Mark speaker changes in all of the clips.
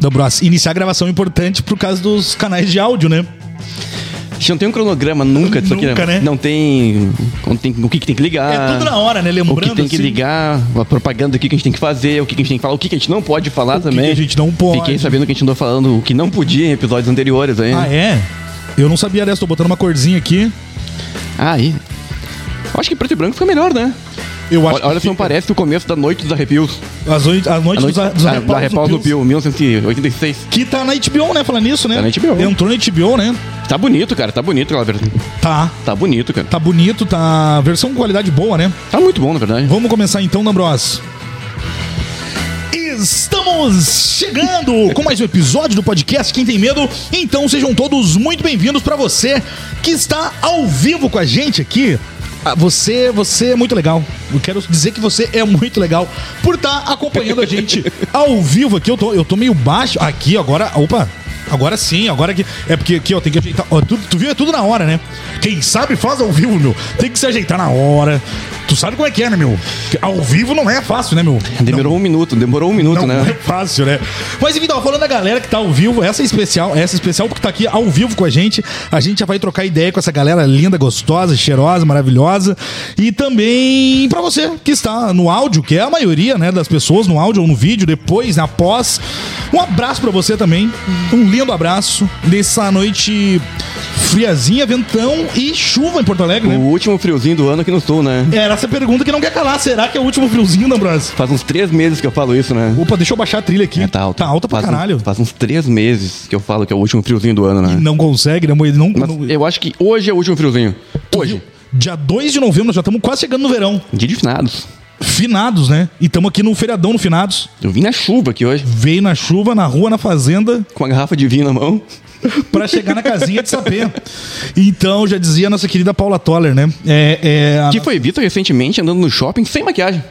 Speaker 1: Dobrou a- iniciar a gravação é importante por causa dos canais de áudio, né?
Speaker 2: A gente não tem um cronograma nunca disso aqui,
Speaker 1: Nunca, né?
Speaker 2: Não tem, quando tem o que, que tem que ligar.
Speaker 1: É tudo na hora, né?
Speaker 2: O que
Speaker 1: Lembrando
Speaker 2: tem que
Speaker 1: assim,
Speaker 2: ligar, a propaganda, o que, que a gente tem que fazer, o que, que a gente tem que falar, o que, que a gente não pode falar
Speaker 1: que
Speaker 2: também.
Speaker 1: que a gente não pode.
Speaker 2: Fiquei sabendo que a gente andou falando o que não podia em episódios anteriores aí.
Speaker 1: Ah, é? Eu não sabia dessa, tô botando uma corzinha aqui.
Speaker 2: Ah, Aí. Eu acho que preto e branco fica melhor, né?
Speaker 1: Eu acho
Speaker 2: Olha, olha
Speaker 1: que
Speaker 2: se não
Speaker 1: fica-
Speaker 2: parece o começo da Noite dos Arrepios.
Speaker 1: As noite, as noites
Speaker 2: A noite,
Speaker 1: dos, a- dos
Speaker 2: a-
Speaker 1: Arrepaus
Speaker 2: da Repauso
Speaker 1: do
Speaker 2: do Pio, 1986.
Speaker 1: Que tá na HBO, né? Falando nisso, né?
Speaker 2: Tá na HBO.
Speaker 1: Entrou na HBO, né?
Speaker 2: Tá bonito, cara, tá bonito, Glauber.
Speaker 1: Tá.
Speaker 2: Tá bonito, cara.
Speaker 1: Tá bonito, tá. Versão com qualidade boa, né?
Speaker 2: Tá muito bom, na verdade.
Speaker 1: Vamos começar então, Nambros. Estamos chegando com mais um episódio do podcast Quem Tem Medo. Então sejam todos muito bem-vindos para você que está ao vivo com a gente aqui. Ah, Você, você é muito legal. Eu quero dizer que você é muito legal por estar acompanhando a gente ao vivo aqui. Eu tô, eu tô meio baixo aqui agora. Opa. Agora sim, agora que é porque aqui ó, tem que ajeitar. Ó, tu, tu viu é tudo na hora, né? Quem sabe faz ao vivo, meu. Tem que se ajeitar na hora. Tu sabe como é que é, né, meu? Que Ao vivo não é fácil, né, meu?
Speaker 2: Demorou um minuto, demorou um minuto,
Speaker 1: Não
Speaker 2: né?
Speaker 1: é fácil, né? Mas enfim, tava falando da galera que tá ao vivo. Essa é especial, essa é especial porque tá aqui ao vivo com a gente. A gente já vai trocar ideia com essa galera linda, gostosa, cheirosa, maravilhosa. E também pra você que está no áudio, que é a maioria, né, das pessoas no áudio ou no vídeo, depois, na pós. Um abraço pra você também. Um lindo abraço dessa noite friazinha, ventão e chuva em Porto Alegre,
Speaker 2: O
Speaker 1: né?
Speaker 2: último friozinho do ano aqui no sul, né?
Speaker 1: Era essa pergunta que não quer calar. Será que é o último friozinho, Dambrose?
Speaker 2: Faz uns três meses que eu falo isso, né?
Speaker 1: Opa, deixa eu baixar a trilha aqui.
Speaker 2: É, tá alta.
Speaker 1: Tá alta pra
Speaker 2: faz
Speaker 1: caralho.
Speaker 2: Uns, faz uns três meses que eu falo que é o último friozinho do ano, né?
Speaker 1: não consegue, né? Moeda? Não,
Speaker 2: Mas
Speaker 1: não-
Speaker 2: eu acho que hoje é o último friozinho. Hoje.
Speaker 1: Dia 2 de novembro, nós já estamos quase chegando no verão.
Speaker 2: Dia de finados.
Speaker 1: Finados, né? E estamos aqui no feriadão no Finados.
Speaker 2: Eu vim na chuva aqui hoje,
Speaker 1: Veio na chuva, na rua, na fazenda,
Speaker 2: com a garrafa de vinho na mão.
Speaker 1: para chegar na casinha de sapê. Então, já dizia a nossa querida Paula Toller, né? É, é a-
Speaker 2: Que foi vista recentemente andando no shopping sem maquiagem.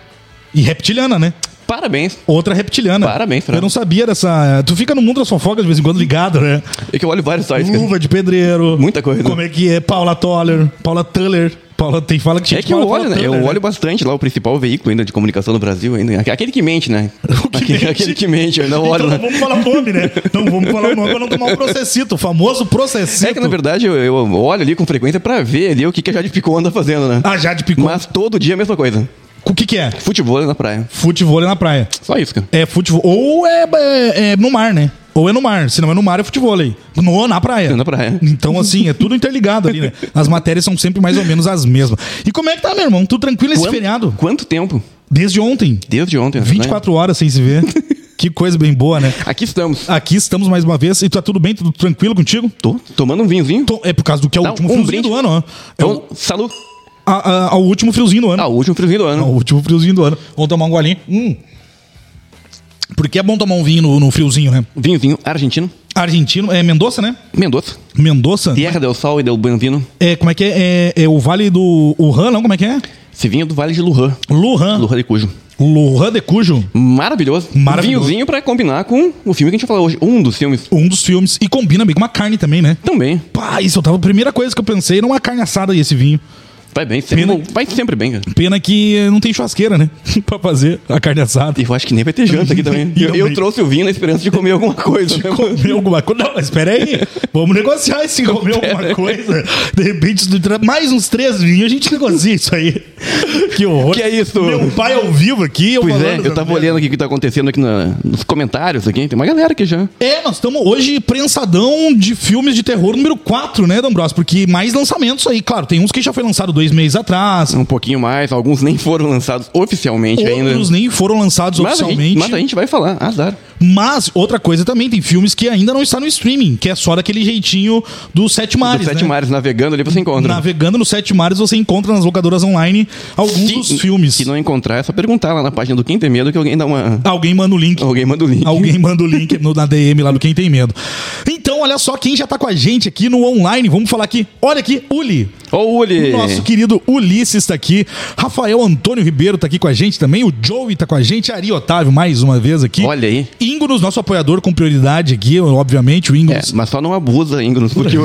Speaker 1: E reptiliana, né?
Speaker 2: Parabéns.
Speaker 1: Outra reptiliana.
Speaker 2: Parabéns, Fernando.
Speaker 1: Eu não sabia dessa. Tu fica no mundo das fofocas de vez em quando ligado, né?
Speaker 2: É que eu olho vários sites. cara.
Speaker 1: Luva de pedreiro.
Speaker 2: Muita coisa.
Speaker 1: Como é que é? Paula Toller. Paula Tuller. Paula tem fala que tinha
Speaker 2: É que eu
Speaker 1: falar Paula
Speaker 2: olho, né? Eu
Speaker 1: Tuller,
Speaker 2: olho bastante lá o principal veículo ainda de comunicação do Brasil, ainda. Aquele que mente, né? aquele,
Speaker 1: mente.
Speaker 2: aquele que mente, eu ainda
Speaker 1: Então
Speaker 2: olho.
Speaker 1: não
Speaker 2: né?
Speaker 1: vamos falar nome, né? Não vamos falar nome pra não tomar o processito, o famoso processito.
Speaker 2: É que na verdade eu, eu olho ali com frequência pra ver ali o que, que a Jade Picon anda fazendo, né?
Speaker 1: A Jade Picon.
Speaker 2: Mas todo dia é a mesma coisa.
Speaker 1: O que que é?
Speaker 2: Futebol na praia.
Speaker 1: Futebol é na praia.
Speaker 2: Só isso, cara.
Speaker 1: É futebol. Ou é, é- é no mar, né? Ou é no mar. Se não é no mar, é futebol aí. No, na praia.
Speaker 2: É na praia.
Speaker 1: Então, assim, é tudo interligado ali, né? As matérias são sempre mais ou menos as mesmas. E como é que tá, meu irmão? Tudo tranquilo esse
Speaker 2: Quanto-
Speaker 1: feriado?
Speaker 2: Quanto tempo?
Speaker 1: Desde ontem.
Speaker 2: Desde ontem. né?
Speaker 1: 24 horas sem se ver. que coisa bem boa, né?
Speaker 2: Aqui estamos.
Speaker 1: Aqui estamos mais uma vez. E tá tudo bem? Tudo tranquilo contigo?
Speaker 2: Tô tomando um vinhozinho.
Speaker 1: Tô- É por causa do que é o
Speaker 2: Dá
Speaker 1: último
Speaker 2: um
Speaker 1: friozinho
Speaker 2: brinde.
Speaker 1: do ano, ó. É o-
Speaker 2: Então, salu.
Speaker 1: a- a- ao último friozinho do ano.
Speaker 2: Ah, o último friozinho do
Speaker 1: Não,
Speaker 2: ano.
Speaker 1: o último friozinho do ano. Vamos tomar um golinho. Hum. Porque é bom tomar um vinho no, no friozinho, né?
Speaker 2: Vinhozinho argentino.
Speaker 1: Argentino, é Mendoza, né?
Speaker 2: Mendoza.
Speaker 1: Mendoza.
Speaker 2: Tierra del Sol e del Benzino.
Speaker 1: É, como é que é? É, é o Vale do. O Han, não? Como é que é?
Speaker 2: Esse vinho é do Vale de Lujan.
Speaker 1: Luhan.
Speaker 2: Lujan de Cujo.
Speaker 1: Luhan de Cujo.
Speaker 2: Maravilhoso.
Speaker 1: Maravilhoso.
Speaker 2: Vinhozinho pra combinar com o filme que a gente vai falar hoje. Um dos filmes
Speaker 1: Um dos filmes. E combina bem com uma carne também, né?
Speaker 2: também.
Speaker 1: Pá, isso eu tava. A primeira coisa que eu pensei era uma carne assada e esse vinho.
Speaker 2: Vai bem. Sempre,
Speaker 1: Pena-
Speaker 2: Vai sempre bem, cara.
Speaker 1: Pena que não tem churrasqueira, né? pra fazer a carne assada.
Speaker 2: Eu acho que nem vai ter janta aqui também.
Speaker 1: E
Speaker 2: Eu, eu
Speaker 1: também.
Speaker 2: trouxe o vinho na esperança de comer alguma coisa. né?
Speaker 1: comer alguma coisa. Não, mas espera aí. Vamos negociar esse comer alguma coisa. De repente, se entrar mais uns três vinhos, a gente negocia isso aí. Que horror.
Speaker 2: Que é isso?
Speaker 1: Meu pai ao vivo aqui. Eu
Speaker 2: Pois é,
Speaker 1: falando
Speaker 2: eu tava
Speaker 1: essa merda.
Speaker 2: olhando aqui o que tá acontecendo aqui na- nos comentários aqui. Tem uma galera aqui já.
Speaker 1: É, nós estamos hoje prensadão de filmes de terror número 4, né, D'Ambrosio? Porque mais lançamentos aí. Claro, tem uns que já foi lançado dois meses atrás.
Speaker 2: Um pouquinho mais, alguns nem foram lançados oficialmente ainda.
Speaker 1: Outros nem foram lançados
Speaker 2: Mas a, gente,
Speaker 1: oficialmente.
Speaker 2: mas a gente vai falar, azar.
Speaker 1: Mas, outra coisa também, tem filmes que ainda não está no streaming, que é só daquele jeitinho dos sete mares.
Speaker 2: Dos sete
Speaker 1: né?
Speaker 2: mares navegando ali você encontra.
Speaker 1: Navegando nos sete mares, você encontra nas locadoras online alguns
Speaker 2: Se-
Speaker 1: dos filmes.
Speaker 2: Se não encontrar, é só perguntar lá na página do Quem Tem Medo que alguém dá uma.
Speaker 1: Alguém manda o link.
Speaker 2: Alguém manda o link.
Speaker 1: Alguém manda o link no, na DM lá do Quem Tem Medo. Então, olha só quem já tá com a gente aqui no online. Vamos falar aqui. Olha aqui, Uli.
Speaker 2: Ô, Uli!
Speaker 1: Nosso querido Ulisses tá aqui. Rafael Antônio Ribeiro tá aqui com a gente também. O Joey tá com a gente. Ari Otávio, mais uma vez aqui.
Speaker 2: Olha aí.
Speaker 1: Ingonos, nosso apoiador com prioridade aqui, obviamente, o
Speaker 2: É,
Speaker 1: Ingonos.
Speaker 2: mas só não abusa, Ingros, porque o,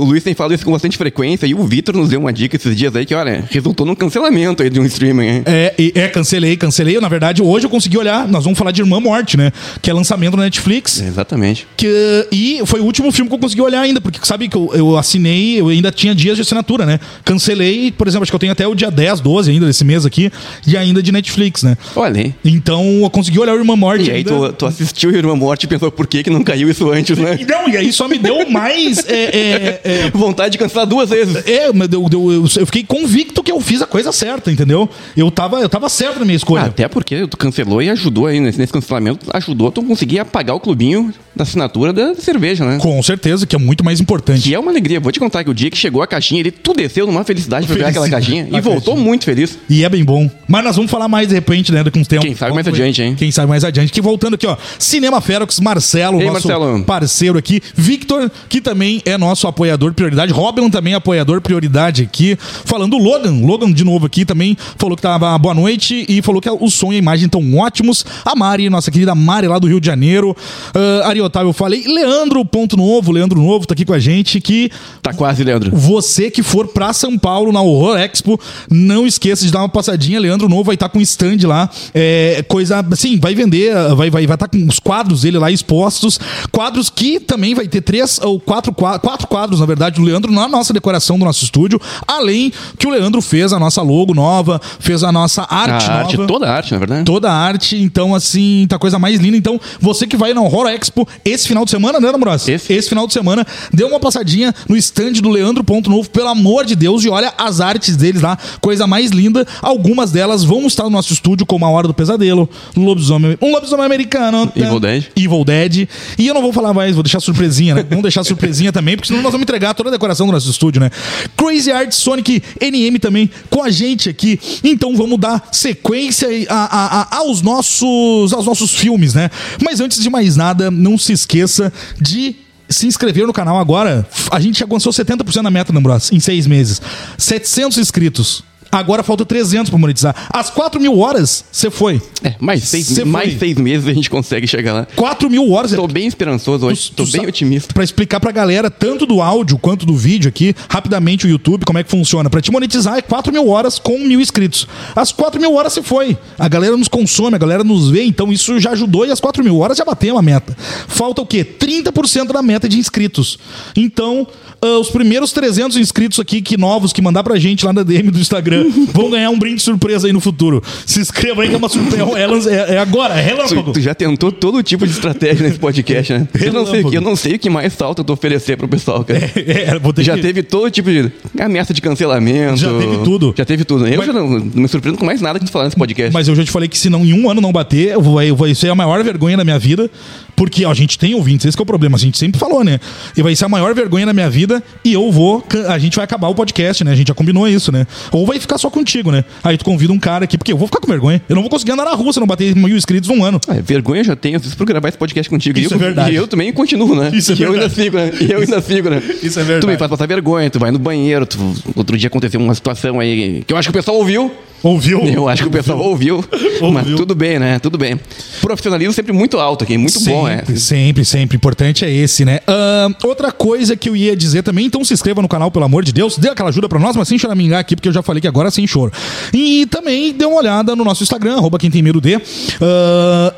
Speaker 2: o Luiz tem falado isso com bastante frequência e o Vitor nos deu uma dica esses dias aí que, olha, resultou num cancelamento aí de um streaming. hein?
Speaker 1: É, e- é, cancelei, cancelei. Na verdade, hoje eu consegui olhar. Nós vamos falar de Irmã Morte, né? Que é lançamento na Netflix.
Speaker 2: Exatamente.
Speaker 1: Que, e foi o último filme que eu consegui olhar ainda, porque sabe que eu, eu assinei, eu ainda tinha dias de assinatura, né? Cancelei, por exemplo, acho que eu tenho até o dia 10, 12 ainda desse mês aqui, e ainda de Netflix, né?
Speaker 2: Olha aí.
Speaker 1: Então eu consegui olhar o Irmã Morte.
Speaker 2: E aí
Speaker 1: ainda.
Speaker 2: tu, tu assistiu Irmã Morte e pensou por que, que não caiu isso antes, né?
Speaker 1: E Não, e aí só me deu mais. é, é, é,
Speaker 2: Vontade de cancelar duas vezes.
Speaker 1: é, mas deu- deu- eu, eu fiquei convicto que eu fiz a coisa certa, entendeu? Eu tava, eu tava certo na minha escolha.
Speaker 2: Até porque tu cancelou e ajudou aí nesse, nesse cancelamento, ajudou tu conseguir apagar o clubinho da assinatura da cerveja, né?
Speaker 1: Com certeza, que é muito mais importante.
Speaker 2: Que é uma alegria. Vou te contar que o dia que chegou a caixinha, ele tu desceu numa felicidade pra pegar aquela
Speaker 1: Felicidade.
Speaker 2: caixinha e voltou muito feliz.
Speaker 1: E é bem bom. Mas nós vamos falar mais de repente, né? Daqui uns tempos.
Speaker 2: Quem sabe mais adiante, hein?
Speaker 1: Quem sabe mais adiante. Que voltando aqui, ó. Cinema Ferox, Marcelo,
Speaker 2: Ei,
Speaker 1: nosso
Speaker 2: Marcelo.
Speaker 1: parceiro aqui. Victor, que também é nosso apoiador prioridade. Robin também é apoiador prioridade aqui. Falando o Logan. Logan de novo aqui também falou que tava boa noite e falou que é o som e a imagem estão ótimos. A Mari, nossa querida Mari lá do Rio de Janeiro. Ah, Ari Otávio, eu falei. Leandro, ponto novo. Leandro Novo tá aqui com a gente que
Speaker 2: Tá quase, Leandro.
Speaker 1: você que for pra São Paulo na Horror Expo, não esqueça de dar uma passadinha. Leandro Novo vai estar com um stand lá. É, coisa assim, vai vender, vai vai vai estar com os quadros dele lá expostos. Quadros que também vai ter três ou quatro, qua- quatro quadros, na verdade, do Leandro na nossa decoração do nosso estúdio. Além que o Leandro fez a nossa logo nova, fez a nossa arte
Speaker 2: a
Speaker 1: nova
Speaker 2: arte, toda a arte, na verdade.
Speaker 1: toda a arte. Então, assim, tá a coisa mais linda. Então, você que vai na Horror Expo esse final de semana, né, Namoros?
Speaker 2: Esse.
Speaker 1: final de semana, dê uma passadinha no stand do Leandro Ponto Novo, pelo amor de Deus, e olha as artes deles lá, coisa mais linda. Algumas delas vão estar no nosso estúdio, como A Hora do Pesadelo, Lobisomem, um Lobisomem Americano. né?
Speaker 2: Evil Dead.
Speaker 1: Evil Dead. E eu não vou falar mais, vou deixar surpresinha, né? Vamos deixar surpresinha também, porque senão nós vamos entregar toda a decoração do nosso estúdio, né? Crazy Art Sonic NM também com a gente aqui. Então vamos dar sequência aí a- a- a- aos, nossos, aos nossos filmes, né? Mas antes de mais nada, não se esqueça de se inscrever no canal agora, a gente já alcançou 70% da meta, Nambros, em seis meses. 700 inscritos. Agora falta 300 pra monetizar. Às 4 mil horas, você foi.
Speaker 2: É, mais seis,
Speaker 1: Cê
Speaker 2: mais
Speaker 1: foi.
Speaker 2: seis meses a gente consegue chegar lá.
Speaker 1: 4 mil horas. é
Speaker 2: Tô bem esperançoso hoje, tô bem otimista.
Speaker 1: Pra explicar pra galera, tanto do áudio quanto do vídeo aqui, rapidamente o YouTube, como é que funciona. Pra te monetizar é 4 mil horas com mil inscritos. As 4 mil horas se foi. A galera nos consome, a galera nos vê, então isso já ajudou e as 4 mil horas já bateu a meta. Falta o quê? 30% da meta de inscritos. Então, ah, os primeiros 300 inscritos aqui, que novos, que mandar pra gente lá na DM do Instagram, vão ganhar um brinde surpresa aí no futuro. Se inscreva aí que é uma surpresa. É, lan- é- é agora, é
Speaker 2: Tu,
Speaker 1: relâmpago.
Speaker 2: tu já tentou todo tipo de estratégia nesse podcast, né? Eu não, sei, o que- eu não sei o que mais falta tu oferecer pro pessoal, cara.
Speaker 1: É, vou ter
Speaker 2: Já
Speaker 1: que-
Speaker 2: teve todo tipo de ameaça de cancelamento.
Speaker 1: Já teve tudo.
Speaker 2: Já teve tudo. Eu
Speaker 1: Mas-
Speaker 2: já não, não me surpreendo com mais nada que tu falar nesse podcast.
Speaker 1: Mas eu já te falei que se não, em um ano não bater, eu vou, eu vou- isso é a maior vergonha da minha vida. Porque ó, a gente tem ouvintes, esse que é o problema. A gente sempre falou, né? E vai ser a maior vergonha da minha vida e eu vou. can- A gente vai acabar o podcast, né? A gente já combinou isso, né? Ou vai ficar só contigo, né? Aí tu convida um cara aqui, porque eu vou ficar com vergonha. Eu não vou conseguir andar na rua se eu não bater mil inscritos num ano.
Speaker 2: Ah, vergonha eu já tenho, às vezes, por gravar esse podcast contigo.
Speaker 1: Isso
Speaker 2: e eu,
Speaker 1: é verdade.
Speaker 2: E eu também continuo, né?
Speaker 1: Isso é
Speaker 2: e eu ainda
Speaker 1: verdade.
Speaker 2: sigo, né? E eu ainda sigo, né?
Speaker 1: isso é verdade.
Speaker 2: Tu me faz passar vergonha, tu vai no banheiro. tu- Outro dia aconteceu uma situação aí que eu acho que o pessoal ouviu.
Speaker 1: Ouviu?
Speaker 2: Eu acho que o pessoal ouviu, mas
Speaker 1: Ouviu.
Speaker 2: tudo bem, né? Tudo bem. Profissionalismo sempre muito alto aqui, muito bom, é.
Speaker 1: Sempre, Sempre, sempre. Importante é esse, né? Ahn, outra coisa que eu ia dizer também, então se inscreva no canal, pelo amor de Deus. Dê aquela ajuda pra nós, mas sem choramingar aqui, porque eu já falei que agora é sem choro. E também dê uma olhada no nosso Instagram, arroba quem tem medo de. Ahn,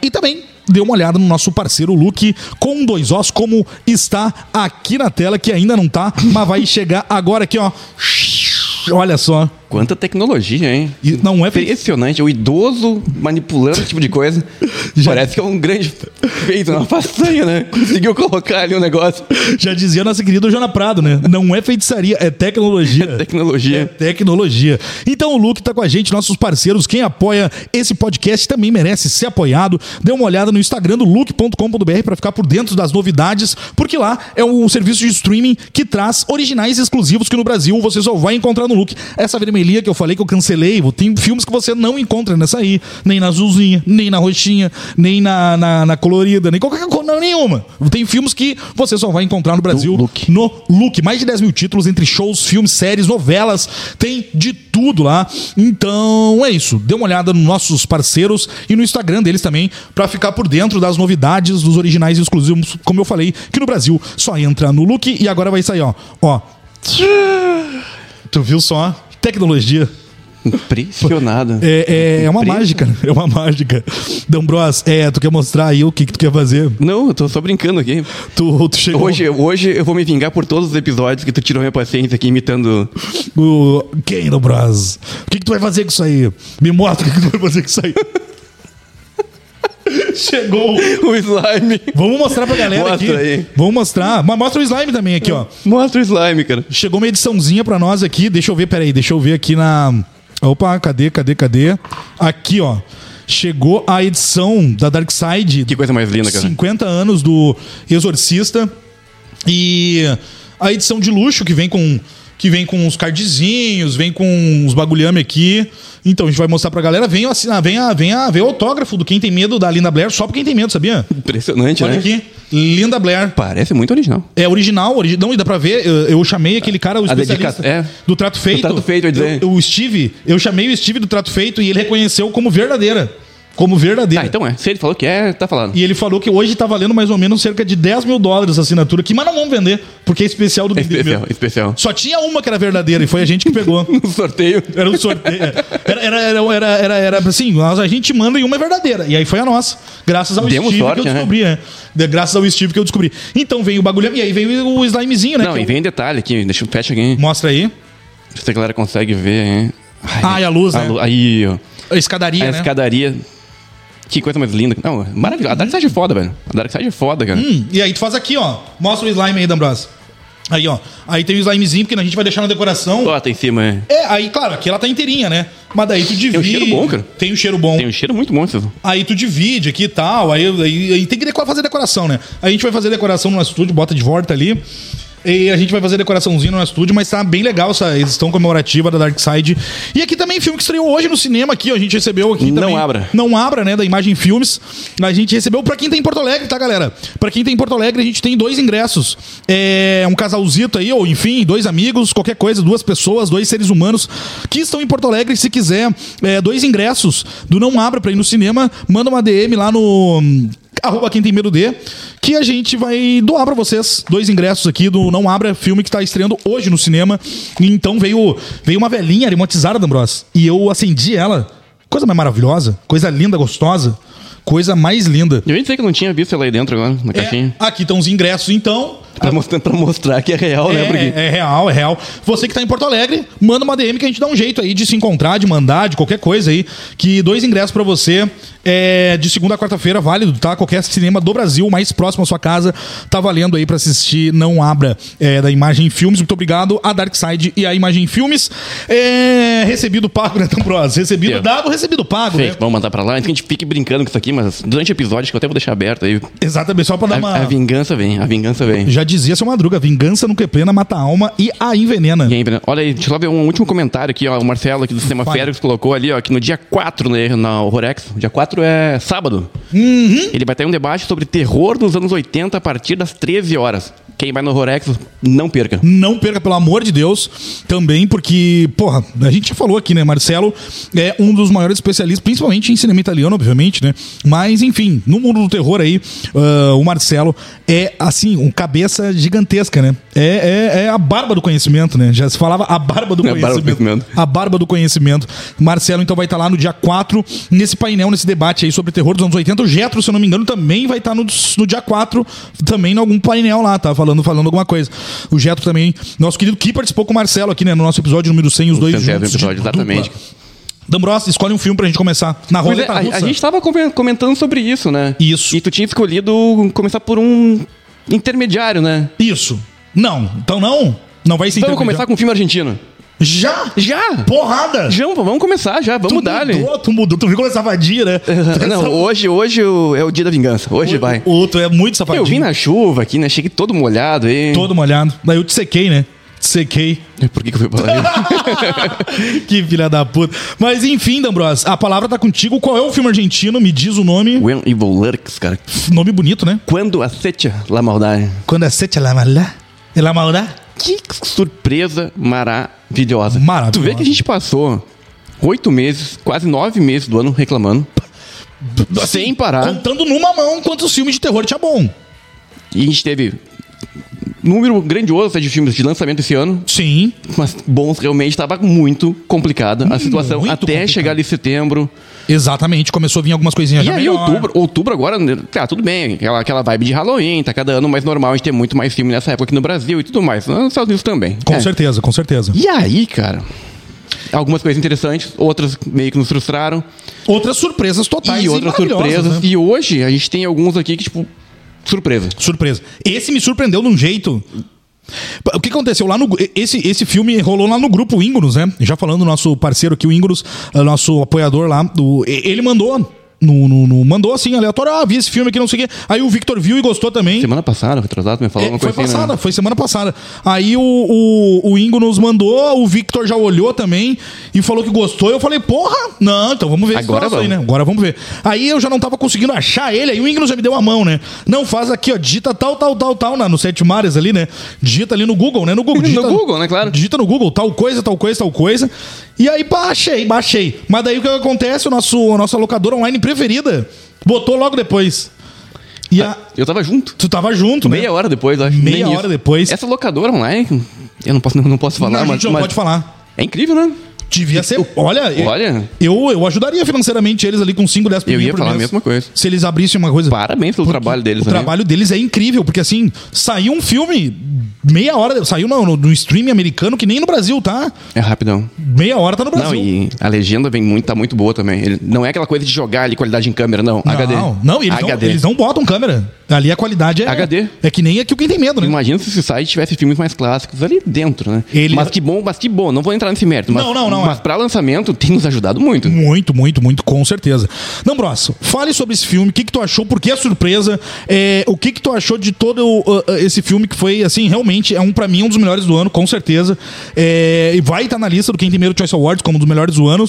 Speaker 1: e também dê uma olhada no nosso parceiro Luke com dois ossos, como está aqui na tela, que ainda não tá, mas vai chegar agora aqui, ó. Olha só.
Speaker 2: é. Quanta tecnologia, hein?
Speaker 1: E não é
Speaker 2: Impressionante, o idoso manipulando esse tipo de coisa.
Speaker 1: Já-
Speaker 2: Parece que é um grande feito, uma façanha, né? Conseguiu colocar ali um negócio.
Speaker 1: Já dizia nossa querida Jona Prado, né? Não é feitiçaria, é tecnologia. É
Speaker 2: Tecnologia.
Speaker 1: tecnologia. Então o Luke tá com a gente, nossos parceiros, quem apoia esse podcast também merece ser apoiado. Dê uma olhada no Instagram do luke.com.br para ficar por dentro das novidades, porque lá é um serviço de streaming que traz originais exclusivos que no Brasil você só vai encontrar no Luke. Essa vermelhinha que eu falei que eu cancelei, tem filmes que você não encontra nessa aí. Nem na azulzinha, nem na roxinha, nem na, na, na colorida, nem qualquer coisa, nenhuma. Tem filmes que você só vai encontrar no Brasil
Speaker 3: Look.
Speaker 1: no Look. Mais de 10 mil títulos entre shows, filmes, séries, novelas. Tem de tudo lá. Então é isso. Dê uma olhada nos nossos parceiros e no Instagram deles também pra ficar por dentro das novidades, dos originais exclusivos, como eu falei, que no Brasil só entra no Look e agora vai sair, ó. Ó. Tu viu só? Tecnologia.
Speaker 2: Impressionado.
Speaker 1: É, é, é uma
Speaker 2: Empresa?
Speaker 1: mágica, né? é uma mágica. Dambros, é, tu quer mostrar aí o que, que tu quer fazer?
Speaker 2: Não, eu tô só brincando aqui.
Speaker 1: Tu, tu chegou.
Speaker 2: Hoje, hoje eu vou me vingar por todos os episódios que tu tirou minha paciência aqui imitando.
Speaker 1: O... Quem, Dambros? O que, que tu vai fazer com isso aí? Me mostra o que, que tu vai fazer com isso aí. chegou.
Speaker 2: O slime.
Speaker 1: Vamos mostrar pra galera
Speaker 2: Mostra
Speaker 1: aqui.
Speaker 2: aí.
Speaker 1: Vamos mostrar. Mas mostra o slime também aqui, ó.
Speaker 2: Mostra o slime, cara.
Speaker 1: Chegou uma ediçãozinha pra nós aqui. Deixa eu ver, peraí, deixa eu ver aqui na. Opa, cadê, cadê, cadê? Aqui, ó. Chegou a edição da Dark Side
Speaker 2: Que coisa mais linda, cara.
Speaker 1: 50 anos do Exorcista e a edição de luxo que vem com que vem com uns cardzinhos, vem com uns bagulhame aqui. Então a gente vai mostrar pra galera, vem assinar, vem a, vem a, vem o autógrafo do quem tem medo da Linda Blair, só pra quem tem medo, sabia?
Speaker 2: Impressionante,
Speaker 1: Olha
Speaker 2: né?
Speaker 1: aqui, Linda Blair.
Speaker 2: Parece muito original.
Speaker 1: É original, origi- não, e dá pra ver, eu, eu chamei aquele cara, o
Speaker 2: Ah, A
Speaker 1: especialista
Speaker 2: dedica- é.
Speaker 1: do Trato Feito.
Speaker 2: Trato Feito, eu ia dizer.
Speaker 1: Eu- O Steve, eu chamei o Steve do Trato Feito e ele reconheceu como verdadeira. Como verdadeira.
Speaker 2: Ah, então é. Se ele falou que é, tá falando.
Speaker 1: E ele falou que hoje tá valendo mais ou menos cerca de 10 mil dólares a assinatura, que mas não vamos vender, porque é especial do
Speaker 2: É
Speaker 1: DVD
Speaker 2: especial,
Speaker 1: mesmo.
Speaker 2: especial.
Speaker 1: Só tinha uma que era verdadeira e foi a gente que pegou.
Speaker 2: No sorteio.
Speaker 1: Era um sorteio. Era, era, era, era, era, era assim, nós- a gente manda e uma é verdadeira. E aí foi a nossa. Graças ao
Speaker 2: Demos
Speaker 1: Steve
Speaker 2: sorte,
Speaker 1: que eu
Speaker 2: né?
Speaker 1: descobri, né? De- Graças ao Steve que eu descobri. Então veio o bagulho. E aí veio o slimezinho, né?
Speaker 2: Não,
Speaker 1: que
Speaker 2: e
Speaker 1: eu-
Speaker 2: vem um detalhe aqui, deixa eu fecha aqui. hein?
Speaker 1: Mostra aí.
Speaker 2: Se a galera consegue ver, hein? Ai,
Speaker 1: Ah, e a luz, né?
Speaker 2: lu- Aí, ó.
Speaker 1: A escadaria,
Speaker 2: A
Speaker 1: né?
Speaker 2: escadaria. Que coisa mais linda. Não, maravilhosa. A Dark Side é foda, velho. A Dark Side é foda, cara.
Speaker 1: Hum, e aí tu faz aqui, ó. Mostra o slime aí, Dambros. Aí, ó. Aí tem o slimezinho, porque a gente vai deixar na decoração.
Speaker 2: Bota em cima, é.
Speaker 1: É, aí, claro, aqui ela tá inteirinha, né? Mas daí tu divide.
Speaker 2: cheiro bom, cara.
Speaker 1: Tem o cheiro bom.
Speaker 2: Tem um cheiro muito bom, César.
Speaker 1: Aí tu divide aqui e tal. Aí, aí, aí tem que deco- fazer decoração, né? Aí a gente vai fazer decoração no nosso estúdio, bota de volta ali. E a gente vai fazer decoraçãozinha no nosso estúdio, mas tá bem legal essa edição comemorativa da Dark Side. E aqui também filme que estreou hoje no cinema aqui, ó, a gente recebeu aqui
Speaker 2: Não
Speaker 1: também-
Speaker 2: abra.
Speaker 1: Não abra, né, da Imagem Filmes. A gente recebeu pra quem tem em Porto Alegre, tá, galera? Pra quem tem em Porto Alegre, a gente tem dois ingressos. É um casalzito aí, ou enfim, dois amigos, qualquer coisa, duas pessoas, dois seres humanos que estão em Porto Alegre, se quiser, é, dois ingressos do Não Abra pra ir no cinema, manda uma DM lá no hum, arroba quem tem medo de, que a gente vai doar pra vocês dois ingressos aqui do Não Abra, filme que tá estreando hoje no cinema. Então veio veio uma velhinha aromatizada, D'Ambros, e eu acendi ela Coisa mais maravilhosa, coisa linda, gostosa, coisa mais linda.
Speaker 2: Eu ia dizer que eu não tinha visto ela aí dentro agora, na
Speaker 1: É,
Speaker 2: caixinha.
Speaker 1: aqui estão os ingressos, então.
Speaker 2: Pra, mostrar, pra mostrar que é real, né? Porque...
Speaker 1: É, é real, é real. Você que tá em Porto Alegre, manda uma DM que a gente dá um jeito aí de se encontrar, de mandar, de qualquer coisa aí. Que dois ingressos pra você é, de segunda a quarta-feira, válido, tá? Qualquer cinema do Brasil mais próximo à sua casa tá valendo aí pra assistir Não Abra é, da Imagem Filmes. Muito obrigado a Dark Side e a Imagem Filmes. É, recebido pago, né, Tom Bros? Recebido
Speaker 2: Eu.
Speaker 1: dado, recebido pago,
Speaker 2: Sei,
Speaker 1: né?
Speaker 2: vamos mandar pra lá. Antes que a gente fique brincando com isso aqui, mas durante o episódio, acho que eu até vou deixar aberto aí.
Speaker 1: Exatamente, só pra dar
Speaker 2: A,
Speaker 1: uma.
Speaker 2: a vingança vem, a vingança vem.
Speaker 1: Já dizia seu Madruga, vingança nunca é plena, mata a alma e a envenena.
Speaker 2: E aí, Breno, olha aí, deixa eu lá ver um último comentário aqui, ó. O Marcelo aqui do Sistema
Speaker 1: Fala.
Speaker 2: Férreos colocou ali, ó, que no dia 4, né, na Rorex, dia 4 é sábado.
Speaker 1: Uhum.
Speaker 2: Ele vai ter um debate sobre terror dos anos 80 a partir das 13 horas. Quem vai no Rorex, não perca.
Speaker 1: Não perca, pelo amor de Deus, também, porque, porra, a gente já falou aqui, né? Marcelo é um dos maiores especialistas, principalmente em cinema italiano, obviamente, né? Mas, enfim, no mundo do terror aí, ah, o Marcelo é, assim, um cabeça gigantesca, né? É, é- é a barba do conhecimento, né? Já se falava a barba do
Speaker 2: É a barba do
Speaker 1: conhecimento.
Speaker 2: conhecimento.
Speaker 1: A barba do conhecimento. Marcelo, então, vai estar lá no dia 4, nesse painel, nesse debate aí sobre terror dos anos 80. O Getro, se eu não me engano, também vai estar no, no dia 4, também em algum painel lá, tá? Falando, falando alguma coisa. O Getro também, nosso querido que participou com o Marcelo aqui, né? No nosso episódio número 100, os dois
Speaker 2: centésimo
Speaker 1: juntos. de
Speaker 2: episódio,
Speaker 1: dupla.
Speaker 2: exatamente.
Speaker 1: Dambros, escolhe um filme pra gente começar. Na
Speaker 2: Pois é,
Speaker 1: roleta
Speaker 2: a, a
Speaker 1: russa.
Speaker 2: gente tava come- comentando sobre isso, né?
Speaker 1: Isso.
Speaker 2: E tu tinha escolhido começar por um intermediário, né?
Speaker 1: Isso. Não. Então não? Não vai se
Speaker 2: Vamos começar com um filme argentino.
Speaker 1: Já?
Speaker 2: Já!
Speaker 1: Porrada!
Speaker 2: Já, vamos começar já,
Speaker 1: tu
Speaker 2: vamos dar, né?
Speaker 1: mudou, tu mudou, tu ficou safadinha, né?
Speaker 2: Não, hoje, hoje o- é o dia da vingança. Hoje vai.
Speaker 1: O, o, tu é muito safadinho.
Speaker 2: Eu vim na chuva aqui, né? Cheguei todo molhado aí.
Speaker 1: Todo molhado. Daí eu te sequei, né? Sequei.
Speaker 2: Por que, que eu fui falar isso?
Speaker 1: que filha da puta. Mas enfim, D'Ambros, a palavra tá contigo. Qual é o filme argentino? Me diz o nome.
Speaker 2: When Evil Lurks, cara.
Speaker 1: Nome bonito, né?
Speaker 2: Quando acecha la maldade.
Speaker 1: Quando é Sete La Malá.
Speaker 2: é
Speaker 1: La Malá.
Speaker 2: Que surpresa maravilhosa.
Speaker 1: Maravilhosa.
Speaker 2: Tu vê que a gente passou oito meses, quase nove meses do ano reclamando. sem parar.
Speaker 1: Assim, Contando numa mão quantos filmes de terror tinha bom.
Speaker 2: E a gente teve número grandioso de filmes de lançamento esse ano.
Speaker 1: Sim.
Speaker 2: Mas bons realmente estava muito complicada a situação
Speaker 1: muito
Speaker 2: até
Speaker 1: complicado.
Speaker 2: chegar ali setembro.
Speaker 1: Exatamente. Começou a vir algumas coisinhas
Speaker 2: E
Speaker 1: já
Speaker 2: aí,
Speaker 1: Tá melhor.
Speaker 2: outubro, outubro agora, né, tá, tudo bem, aquela, aquela vibe de Halloween, tá cada ano mais normal, a gente tem muito mais filme nessa época aqui no Brasil e tudo mais. Nos Estados Unidos também.
Speaker 1: Com
Speaker 2: É.
Speaker 1: certeza, com certeza.
Speaker 2: E aí, cara, algumas coisas interessantes, outras meio que nos frustraram,
Speaker 1: Outras surpresas totais.
Speaker 2: e outras
Speaker 1: maravilhosas,
Speaker 2: surpresas.
Speaker 1: né?
Speaker 2: E hoje a gente tem alguns aqui que, tipo, surpresa.
Speaker 1: Surpresa. Esse me surpreendeu de um jeito. O que aconteceu lá no. Esse, esse filme rolou lá no grupo Ingros, né? Já falando do nosso parceiro aqui, o Ingros, é, nosso apoiador lá. Do, e- ele mandou. No, no- no- mandou assim, aleatório, ah, vi esse filme aqui, não sei o quê. Aí o Victor viu e gostou também.
Speaker 2: Semana passada, retrasado, me falou
Speaker 1: É,
Speaker 2: uma
Speaker 1: foi
Speaker 2: coisa assim,
Speaker 1: passada,
Speaker 2: né?
Speaker 1: foi semana passada. Aí o, o, o Ingo nos mandou, o Victor já olhou também e falou que gostou. Eu falei, porra, não, então vamos ver esse
Speaker 2: Agora
Speaker 1: troço aí, né?
Speaker 2: vamos.
Speaker 1: Agora vamos ver. Aí eu já não tava conseguindo achar ele, aí o Ingo já me deu a mão, né? Não, faz aqui, ó, digita tal, tal, tal, tal, na, no Sete Mares ali, né? Digita ali no Google, né? No Google.
Speaker 2: No
Speaker 1: Digita,
Speaker 2: Google, né, claro.
Speaker 1: Digita no Google, tal coisa, tal coisa, tal coisa. E aí baixei, baixei. Mas daí o que acontece? O nosso, a nossa locadora online preferida botou logo depois. E a...
Speaker 2: né? Eu tava junto.
Speaker 1: Tu tava junto, né?
Speaker 2: Meia hora depois, acho.
Speaker 1: Meia
Speaker 2: nem
Speaker 1: hora depois.
Speaker 2: Essa locadora online, eu não posso, não posso falar,
Speaker 1: não, a
Speaker 2: mas,
Speaker 1: gente não
Speaker 2: mas
Speaker 1: pode É. falar.
Speaker 2: é incrível, né?
Speaker 1: Devia ser. Olha, eu-
Speaker 2: Olha.
Speaker 1: Eu, eu ajudaria financeiramente eles ali com 5, 10
Speaker 2: Eu
Speaker 1: pinguinha
Speaker 2: ia
Speaker 1: por
Speaker 2: falar a
Speaker 1: mês.
Speaker 2: mesma coisa.
Speaker 1: Se eles abrissem uma coisa.
Speaker 2: Parabéns pelo trabalho deles,
Speaker 1: O
Speaker 2: né?
Speaker 1: trabalho deles é incrível, porque assim, saiu um filme, meia hora, saiu no, no, no streaming americano, que nem no Brasil, tá?
Speaker 2: É rapidão.
Speaker 1: Meia hora tá no Brasil.
Speaker 2: Não, e a legenda vem muito, tá muito boa também. Ele- não é aquela coisa de jogar ali qualidade em câmera, não. HD.
Speaker 1: Não, não, eles,
Speaker 2: HD.
Speaker 1: Não, eles não botam câmera. Ali a qualidade é.
Speaker 2: HD.
Speaker 1: É que nem aqui o Quem Tem Medo, né?
Speaker 2: Imagina se esse site tivesse filmes mais clássicos ali dentro, né?
Speaker 1: Ele-
Speaker 2: Mas que bom, mas que bom. Não vou entrar nesse mérito. Mas,
Speaker 1: Não, não, não,
Speaker 2: Mas
Speaker 1: é.
Speaker 2: pra lançamento tem nos ajudado muito.
Speaker 1: Muito, muito, muito, com certeza. Não, Bros, fale sobre esse filme, o que, que tu achou, por que a surpresa, é, o que, que tu achou de todo uh, uh, esse filme que foi, assim, realmente, é um para mim um dos melhores do ano, com certeza. É, e vai estar na lista do Quem Tem Medo Choice Awards como um dos melhores do ano,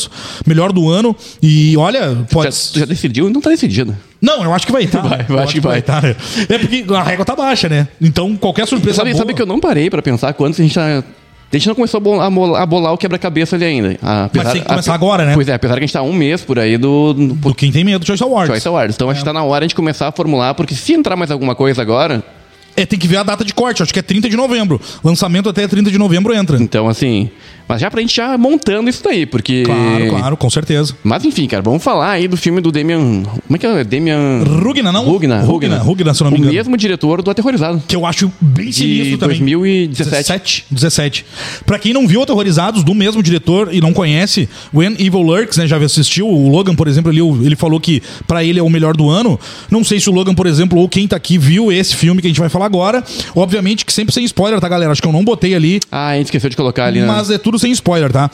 Speaker 1: melhor do ano. E olha,
Speaker 2: Já,
Speaker 1: pode.
Speaker 2: tu já decidiu? Não tá decidido.
Speaker 1: Não, eu acho que vai tá. estar.
Speaker 2: Vai, eu acho que vai.
Speaker 1: estar, né? É porque a régua tá baixa, né? Então qualquer surpresa.
Speaker 2: Sabe,
Speaker 1: boa-
Speaker 2: sabe que eu não parei pra pensar quantos a gente tá. A gente não começou a bol- a bolar, a bolar o quebra-cabeça ali ainda. Ah, Apesar,
Speaker 1: Mas tem que começar
Speaker 2: ape-
Speaker 1: agora, né?
Speaker 2: Pois é, apesar que a gente tá um mês por aí do, do
Speaker 1: Do Quem Tem Medo Choice Awards.
Speaker 2: Choice Awards. Então acho que tá na hora de começar a formular, porque se entrar mais alguma coisa agora,
Speaker 1: É, tem que ver a data de corte, acho que é 30 de novembro. Lançamento até 30 de novembro entra.
Speaker 2: Então, assim. Mas já pra gente já montando isso daí, porque.
Speaker 1: Claro, claro, com certeza.
Speaker 2: Mas enfim, cara, vamos falar aí do filme do Damian. Como é que é? Damian.
Speaker 1: Rugna, não?
Speaker 2: Rugna,
Speaker 1: Rugna, Rugna, se eu não me
Speaker 2: O
Speaker 1: engano.
Speaker 2: mesmo diretor do Aterrorizado.
Speaker 1: Que eu acho bem
Speaker 2: De
Speaker 1: sinistro também. 17.
Speaker 2: 2017.
Speaker 1: 17. Pra quem não viu Aterrorizados, do mesmo diretor e não conhece, When Evil Lurks, né? Já assistiu o Logan, por exemplo, ele, ele falou que pra ele é o melhor do ano. Não sei se o Logan, por exemplo, ou quem tá aqui viu esse filme que a gente vai falar agora. Obviamente que sempre sem spoiler, tá, galera? Acho que eu não botei ali.
Speaker 2: Ah, a gente esqueceu de colocar ali, né?
Speaker 1: Mas é tudo sem spoiler, tá?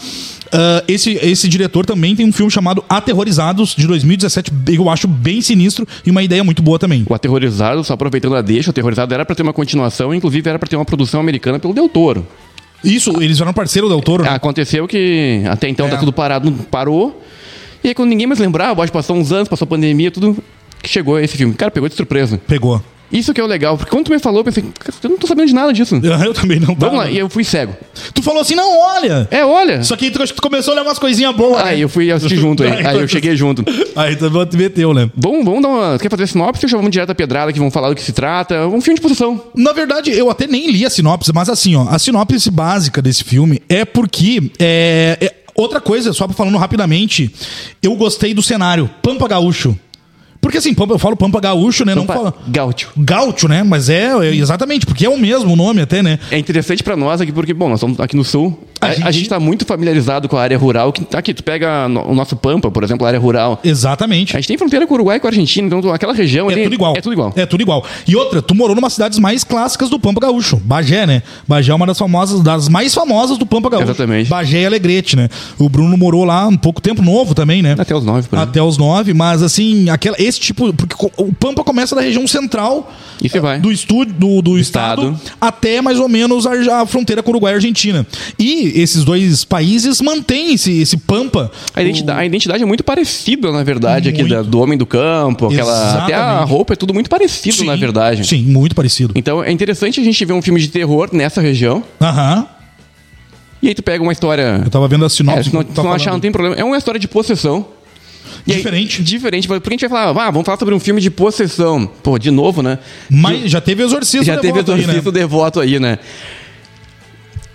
Speaker 1: Ah, esse, esse diretor também tem um filme chamado Aterrorizados, de 2017, eu acho bem sinistro e uma ideia muito boa também.
Speaker 2: O Aterrorizado, só aproveitando a deixa, o Aterrorizado era pra ter uma continuação, inclusive era pra ter uma produção americana pelo Del Toro.
Speaker 1: Isso, eles eram parceiro do autor. né?
Speaker 2: Ah. Aconteceu que até então
Speaker 1: Uhum. É.
Speaker 2: tá tudo parado, parou. E aí, quando ninguém mais lembrava, acho que passou uns anos, passou pandemia, tudo. que Chegou esse filme. Cara, pegou de surpresa.
Speaker 1: Pegou.
Speaker 2: Isso que é o legal, porque quando tu me falou, eu pensei, "Cara, eu não tô sabendo de nada disso.
Speaker 1: Eu também não tava.
Speaker 2: Vamos lá, e eu fui cego.
Speaker 1: Tu falou assim, não, olha.
Speaker 2: É, olha.
Speaker 1: Tá Só que tu, tu começou a olhar umas coisinhas boas.
Speaker 2: Aí
Speaker 1: né?
Speaker 2: eu fui assistir junto, aí, aí eu cheguei junto.
Speaker 1: Aí tu te meteu, né?
Speaker 2: Vamos, vamos dar uma. Quer fazer sinopse ou já vamos direto à pedrada que vão falar do que se trata? É Um filme de possessão.
Speaker 1: Na verdade, eu até nem li a sinopse, mas assim, ó, a sinopse básica desse filme é porque. é, é- outra coisa, só falando rapidamente, eu gostei do cenário. Pampa Gaúcho. Porque assim, Pampa- eu falo Pampa Gaúcho, né?
Speaker 2: Opa,
Speaker 1: Não falo.
Speaker 2: Gaúcho.
Speaker 1: Gaúcho, né? Mas é, é exatamente, porque é o mesmo nome até, né?
Speaker 2: É interessante pra nós aqui, porque, bom, nós estamos aqui no sul. A, a gente... tá muito familiarizado com a área rural. Que, tá aqui, tu pega no- o nosso Pampa, por exemplo, a área rural.
Speaker 1: Exatamente.
Speaker 2: A gente tem fronteira com o Uruguai e com a Argentina, então tu- aquela região
Speaker 1: É
Speaker 2: ali.
Speaker 1: tudo igual.
Speaker 2: É tudo igual.
Speaker 1: É tudo igual. E outra, tu morou numa das cidades mais clássicas do Pampa Gaúcho. Bagé, né? Bagé é uma das famosas, das mais famosas do Pampa Gaúcho.
Speaker 2: Exatamente.
Speaker 1: Bagé e Alegrete, né? O Bruno morou lá um pouco tempo novo também, né?
Speaker 2: Até os nove, por exemplo.
Speaker 1: Até os nove, mas assim, aquela, esse tipo. Porque co- o Pampa começa da região central
Speaker 2: E você vai.
Speaker 1: do estúdio, do, do estado,
Speaker 2: estado.
Speaker 1: até mais ou menos a, a fronteira com o Uruguai e Argentina. E esses dois países mantêm esse, esse Pampa.
Speaker 2: A identidade, a identidade é muito parecida, na verdade, aqui
Speaker 1: Muito.
Speaker 2: da- do homem do campo, aquela. Até a
Speaker 1: Exatamente.
Speaker 2: roupa é tudo muito parecido,
Speaker 1: Sim,
Speaker 2: na verdade.
Speaker 1: Sim, muito parecido.
Speaker 2: Então é interessante a gente ver um filme de terror nessa região.
Speaker 1: Aham.
Speaker 2: E aí tu pega uma história.
Speaker 1: Eu tava vendo a
Speaker 2: É,
Speaker 1: sinopse.
Speaker 2: se não,
Speaker 1: que tu
Speaker 2: se
Speaker 1: tá
Speaker 2: não achar, não
Speaker 1: falando.
Speaker 2: tem problema. É uma história de possessão. E aí-
Speaker 1: Diferente.
Speaker 2: diferente. Porque a gente vai falar, ah, vamos falar sobre um filme de possessão. Pô, de novo, né?
Speaker 1: Mas já teve exorcismo.
Speaker 2: Já teve
Speaker 1: é devoto aí,
Speaker 2: exorcismo devoto aí, né?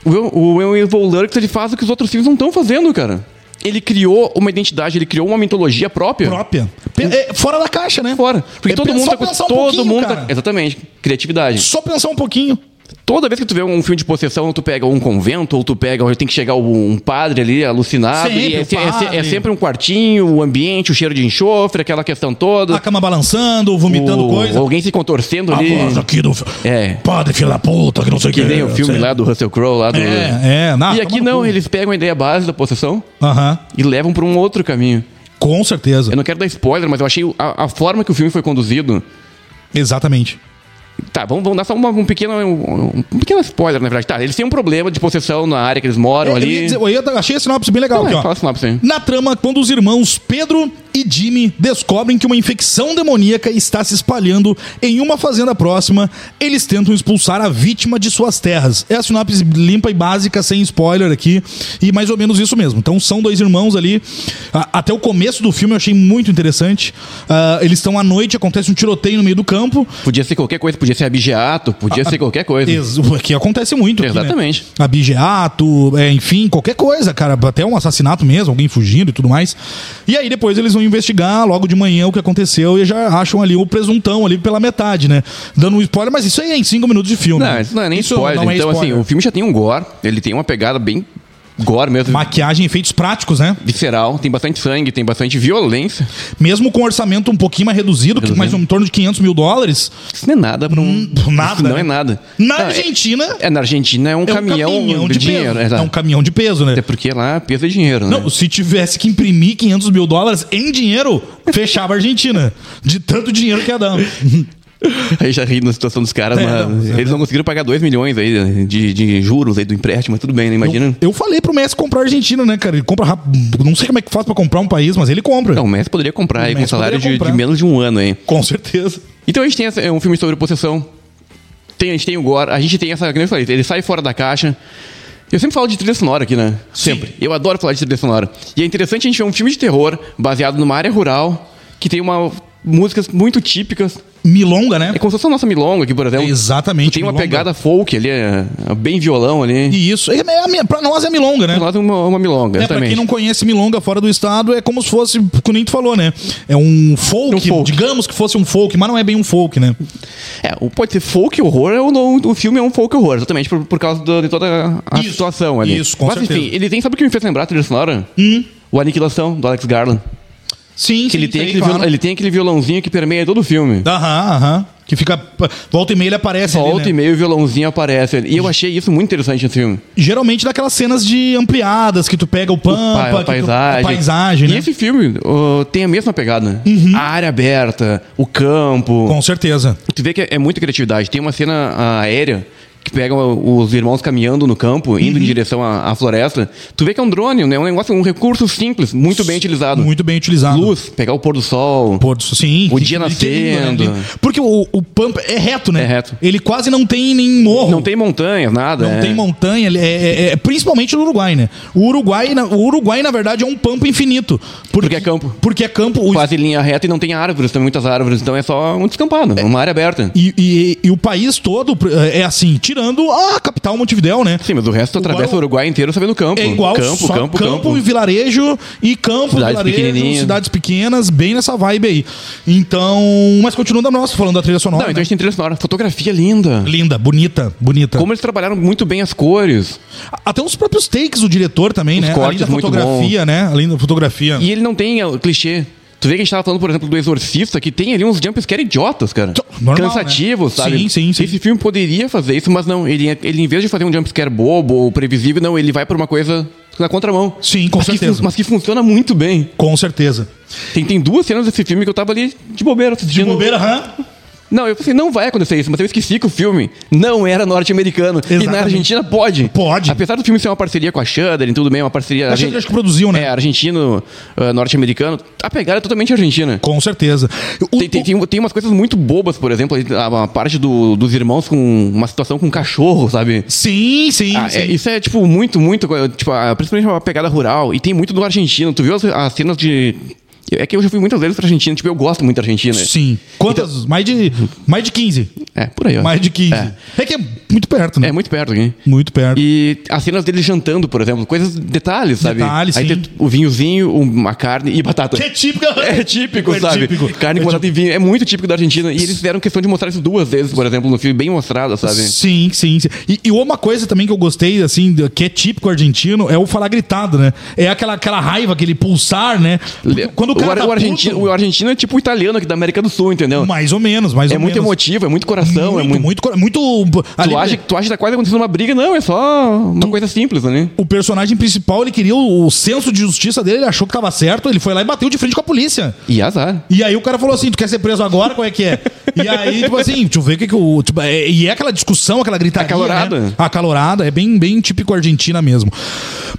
Speaker 2: O Will- O Will Evil Lurks, ele faz o que os outros filmes não estão fazendo, cara. Ele criou uma identidade, ele criou uma mitologia própria.
Speaker 1: Própria. Pe- é, fora da caixa, né?
Speaker 2: Fora. Porque
Speaker 1: É,
Speaker 2: todo
Speaker 1: pe-
Speaker 2: mundo
Speaker 1: só
Speaker 2: tá com
Speaker 1: pensar um
Speaker 2: todo
Speaker 1: pouquinho,
Speaker 2: mundo tá-
Speaker 1: cara.
Speaker 2: Exatamente. Criatividade.
Speaker 1: Só pensar um pouquinho.
Speaker 2: Toda vez que tu vê um filme de possessão, tu pega um convento, ou tu pega, ou tem que chegar um padre ali alucinado.
Speaker 1: Sempre,
Speaker 2: e é,
Speaker 1: o
Speaker 2: se- é se- é
Speaker 1: padre.
Speaker 2: sempre um quartinho, o ambiente, o cheiro de enxofre, aquela questão toda.
Speaker 1: A cama balançando, vomitando
Speaker 2: o-
Speaker 1: coisa.
Speaker 2: Alguém se contorcendo
Speaker 1: A
Speaker 2: ali.
Speaker 1: voz aqui do.
Speaker 2: É.
Speaker 1: Padre, filho da puta, que não sei o
Speaker 2: Que nem o filme
Speaker 1: sei.
Speaker 2: lá do Russell Crowe, lá do.
Speaker 1: É, é, na-
Speaker 2: e aqui
Speaker 1: toma no
Speaker 2: não,
Speaker 1: cu.
Speaker 2: eles pegam a ideia base da possessão
Speaker 1: Aham.
Speaker 2: e levam pra um outro caminho.
Speaker 1: Com certeza.
Speaker 2: Eu não quero dar spoiler, mas eu achei a, a forma que o filme foi conduzido.
Speaker 1: Exatamente.
Speaker 2: Tá, vamos, vamos dar só uma- um, pequeno, um, um pequeno spoiler, na verdade. Tá, eles têm um problema de possessão na área que eles moram
Speaker 1: Eu,
Speaker 2: ali.
Speaker 1: ia dizer- eu ia- achei a sinopse bem legal
Speaker 2: Não, é,
Speaker 1: aqui, ó.
Speaker 2: fala a sinopse aí.
Speaker 1: Na trama, quando os irmãos Pedro e Jimmy descobrem que uma infecção demoníaca está se espalhando em uma fazenda próxima, eles tentam expulsar a vítima de suas terras. É a sinopse limpa e básica, sem spoiler aqui, e mais ou menos isso mesmo. Então são dois irmãos ali. A- Até o começo do filme eu achei muito interessante. Ah, eles estão à noite, acontece um tiroteio no meio do campo.
Speaker 2: Podia ser qualquer coisa, podia ser abigeato, podia ser qualquer coisa.
Speaker 1: Ex- Que acontece muito. aqui, né?
Speaker 2: é. Exatamente.
Speaker 1: abigeato, é, enfim, qualquer coisa, cara. Até um assassinato mesmo, alguém fugindo e tudo mais. E aí depois eles vão investigar logo de manhã o que aconteceu e já acham ali o presuntão ali pela metade, né? Dando um spoiler, mas isso aí é em cinco minutos de filme.
Speaker 2: Não,
Speaker 1: né?
Speaker 2: isso não é nem
Speaker 1: Isso
Speaker 2: spoiler.
Speaker 1: não é
Speaker 2: então,
Speaker 1: spoiler.
Speaker 2: assim, o filme já tem um gore, ele tem uma pegada bem gore mesmo.
Speaker 1: Maquiagem e efeitos práticos, né?
Speaker 2: Visceral, tem bastante sangue, tem bastante violência.
Speaker 1: Mesmo com um orçamento um pouquinho mais reduzido, que mais em torno de 500 mil dólares,
Speaker 2: Isso não é nada pra um.
Speaker 1: nada,
Speaker 2: isso não
Speaker 1: né?
Speaker 2: é nada.
Speaker 1: na
Speaker 2: Não, é-
Speaker 1: Argentina é,
Speaker 2: É, na Argentina é um,
Speaker 1: um
Speaker 2: caminhão, de, dinheiro.
Speaker 1: peso.
Speaker 2: exato.
Speaker 1: É um caminhão de peso, né?
Speaker 2: Até porque lá peso é dinheiro, né?
Speaker 1: Não, se tivesse que imprimir 500 mil dólares em dinheiro, fechava a Argentina. De tanto dinheiro que ia dando.
Speaker 2: Aí já ri na situação dos caras,
Speaker 1: É,
Speaker 2: mas
Speaker 1: não,
Speaker 2: eles não conseguiram pagar 2 milhões aí de, de juros aí do empréstimo, mas tudo bem, né? Imagina.
Speaker 1: Eu falei pro Messi comprar a Argentina, né, cara? Ele compra rápido. Não sei como é que faz pra comprar um país, mas ele compra.
Speaker 2: Não, o Messi poderia comprar aí
Speaker 1: O
Speaker 2: com um
Speaker 1: Messi
Speaker 2: salário
Speaker 1: poderia
Speaker 2: de, de
Speaker 1: comprar.
Speaker 2: menos de um ano aí.
Speaker 1: Com certeza.
Speaker 2: Então a gente tem essa- é um filme sobre possessão. Tem, a gente tem o Gore, a gente tem essa. que nem eu falei, ele sai fora da caixa. Eu sempre falo de trilha sonora aqui, né?
Speaker 1: Sim.
Speaker 2: Sempre. Eu adoro falar de trilha sonora. E é interessante a gente ver um filme de terror baseado numa área rural que tem uma, músicas muito típicas.
Speaker 1: Milonga, né?
Speaker 2: É como se fosse a nossa milonga aqui, por exemplo.
Speaker 1: Exatamente.
Speaker 2: Tem É, uma
Speaker 1: milonga.
Speaker 2: pegada folk ali, é, é bem violão ali.
Speaker 1: E isso. É, é, a minha- pra nós é milonga, né?
Speaker 2: Pra nós é uma, uma
Speaker 1: É,
Speaker 2: milonga,
Speaker 1: pra
Speaker 2: exatamente.
Speaker 1: quem não conhece Milonga fora do estado, é como se fosse, como nem tu falou, né? É um folk,
Speaker 2: Um folk.
Speaker 1: digamos que fosse um folk, mas não é bem um folk, né?
Speaker 2: É, o- pode ser folk horror ou não, o filme é um folk horror, exatamente, por, por causa do- de toda a
Speaker 1: Isso,
Speaker 2: situação ali.
Speaker 1: isso, com
Speaker 2: Mas enfim,
Speaker 1: certeza.
Speaker 2: ele tem, sabe o que me fez lembrar a trilha sonora? O Aniquilação, do Alex Garland.
Speaker 1: Sim,
Speaker 2: Que ele,
Speaker 1: sim,
Speaker 2: tem
Speaker 1: sei,
Speaker 2: aquele
Speaker 1: claro.
Speaker 2: viol- ele tem aquele violãozinho que permeia todo o filme.
Speaker 1: Aham, aham. Que fica. Volta e meia ele aparece ali,
Speaker 2: Volta
Speaker 1: né?
Speaker 2: e meio o violãozinho aparece ali. E eu achei isso muito interessante no filme.
Speaker 1: geralmente daquelas cenas de ampliadas que tu pega o pampa,
Speaker 2: Pa-
Speaker 1: Ah, que tu- a paisagem,
Speaker 2: e
Speaker 1: né? Uhum.
Speaker 2: esse filme ó, tem a mesma pegada. A área aberta, o campo.
Speaker 1: Com certeza.
Speaker 2: Tu vê que é, é muita criatividade. Tem uma cena ah, aérea que pega o- os irmãos caminhando no campo, indo em
Speaker 1: Uhum.
Speaker 2: direção à, à floresta. Tu vê que é um drone, né? um negócio, um recurso simples, muito bem utilizado.
Speaker 1: Muito bem utilizado.
Speaker 2: Luz, pegar o pôr do sol.
Speaker 1: Pôr do sol, sim.
Speaker 2: O
Speaker 1: Que-
Speaker 2: dia
Speaker 1: que lindo, né?
Speaker 2: nascendo.
Speaker 1: Porque o, o pampa é reto, né?
Speaker 2: É reto.
Speaker 1: Ele quase não tem nem morro.
Speaker 2: Não tem montanhas, nada.
Speaker 1: Não
Speaker 2: é.
Speaker 1: tem montanha, ele é, é- é- principalmente no Uruguai, né? O Uruguai, na- o Uruguai, na verdade, é um pampa infinito.
Speaker 2: Porque é campo.
Speaker 1: Porque é campo. o-
Speaker 2: Quase linha reta e não tem árvores,
Speaker 1: É.
Speaker 2: tem muitas árvores, então é só um descampado, uma área aberta.
Speaker 1: E, e- e o país todo é assim, tira- girando a capital Montevidéu, né?
Speaker 2: Sim, mas o resto tu atravessa o Uruguai inteiro sabendo campo.
Speaker 1: É igual
Speaker 2: campo,
Speaker 1: só
Speaker 2: campo,
Speaker 1: e vilarejo e campo,
Speaker 2: Cidades
Speaker 1: vilarejo,
Speaker 2: pequenininhas.
Speaker 1: cidades pequenas, bem nessa vibe aí. Então, mas continuando a nossa, falando da trilha sonora.
Speaker 2: Não, então
Speaker 1: né?
Speaker 2: a gente tem trilha sonora. Fotografia linda.
Speaker 1: Linda, bonita, bonita.
Speaker 2: Como eles trabalharam muito bem as cores.
Speaker 1: Até os próprios takes do diretor também,
Speaker 2: Os
Speaker 1: né?
Speaker 2: cortes
Speaker 1: Além da
Speaker 2: muito
Speaker 1: fotografia, né? Além da fotografia.
Speaker 2: E ele não tem é, o clichê. Tu vê que a gente tava falando, por exemplo, do Exorcista, que tem ali uns jumpscare idiotas, cara.
Speaker 1: normal,
Speaker 2: Cansativos,
Speaker 1: né?
Speaker 2: sabe?
Speaker 1: Sim, sim, sim.
Speaker 2: Esse filme poderia fazer isso, mas não. Ele, ele em vez de fazer um jumpscare bobo ou previsível, não, ele vai pra uma coisa na contramão.
Speaker 1: Sim, com
Speaker 2: mas que fun-
Speaker 1: certeza.
Speaker 2: mas que funciona muito bem.
Speaker 1: Com certeza.
Speaker 2: Tem, tem duas cenas desse filme que eu tava ali de bobeira
Speaker 1: De
Speaker 2: assistindo.
Speaker 1: bobeira, hã?
Speaker 2: Não, eu pensei, não vai acontecer isso, mas eu esqueci que o filme não era norte-americano. E
Speaker 1: Exatamente.
Speaker 2: na Argentina pode.
Speaker 1: Pode.
Speaker 2: Apesar do filme ser uma parceria com a Shudder e tudo bem, uma parceria.
Speaker 1: Acho, que- acho que produziu, né?
Speaker 2: É, argentino, ah, norte-americano. A pegada é totalmente argentina.
Speaker 1: Com certeza. O-
Speaker 2: Tem, tem, tem, tem umas coisas muito bobas, por exemplo, a, a parte do- dos irmãos com uma situação com um cachorro, sabe?
Speaker 1: Sim, sim,
Speaker 2: Ah,
Speaker 1: sim.
Speaker 2: é, isso é, tipo, muito, muito. coisa, Tipo, a- principalmente uma pegada rural. E tem muito do argentino. Tu viu as, as cenas de. É que eu já fui muitas vezes pra Argentina. Tipo, eu gosto muito da Argentina.
Speaker 1: Sim. Quantas? mais, de, mais de 15.
Speaker 2: Então- É, por aí, ó.
Speaker 1: Mais de 15.
Speaker 2: É.
Speaker 1: É. que é muito perto, né?
Speaker 2: É muito perto aqui.
Speaker 1: Muito perto.
Speaker 2: E as cenas dele jantando, por exemplo, coisas, detalhes, sabe?
Speaker 1: Detalhes,
Speaker 2: Aí
Speaker 1: sim.
Speaker 2: tem o vinhozinho, uma carne e batata.
Speaker 1: Que é típico.
Speaker 2: É típico,
Speaker 1: É
Speaker 2: sabe?
Speaker 1: típico.
Speaker 2: Carne
Speaker 1: É
Speaker 2: com batata e vinho. É muito típico da Argentina. E eles fizeram questão de mostrar isso duas vezes, por exemplo, no filme, bem mostrado, sabe?
Speaker 1: Sim, sim, sim. E, e uma coisa também que eu gostei, assim, do- que é típico argentino, é o falar gritado, né? É aquela, aquela raiva, aquele pulsar, né? Porque Quando o cara.
Speaker 2: ar-
Speaker 1: tá
Speaker 2: o, argentino,
Speaker 1: puto-
Speaker 2: o argentino é tipo o italiano aqui da América do Sul, entendeu?
Speaker 1: Mais ou menos, mais
Speaker 2: é
Speaker 1: ou
Speaker 2: muito
Speaker 1: menos.
Speaker 2: emotivo, é muito coração, é muito.
Speaker 1: muito, muito, muito ali,
Speaker 2: Tu, acha, tu acha que tá quase acontecendo uma briga? Não, é só uma coisa simples, né?
Speaker 1: O personagem principal, ele queria o, o senso de justiça dele, ele achou que tava certo, ele foi lá e bateu de frente com a polícia.
Speaker 2: E azar.
Speaker 1: E aí o cara falou assim, tu quer ser preso agora? Qual é que é? E aí, tipo assim, deixa eu ver o que que o... Tipo, é- e é aquela discussão, aquela gritaria,
Speaker 2: Acalorada.
Speaker 1: né? Acalorada, é bem, bem típico argentina mesmo.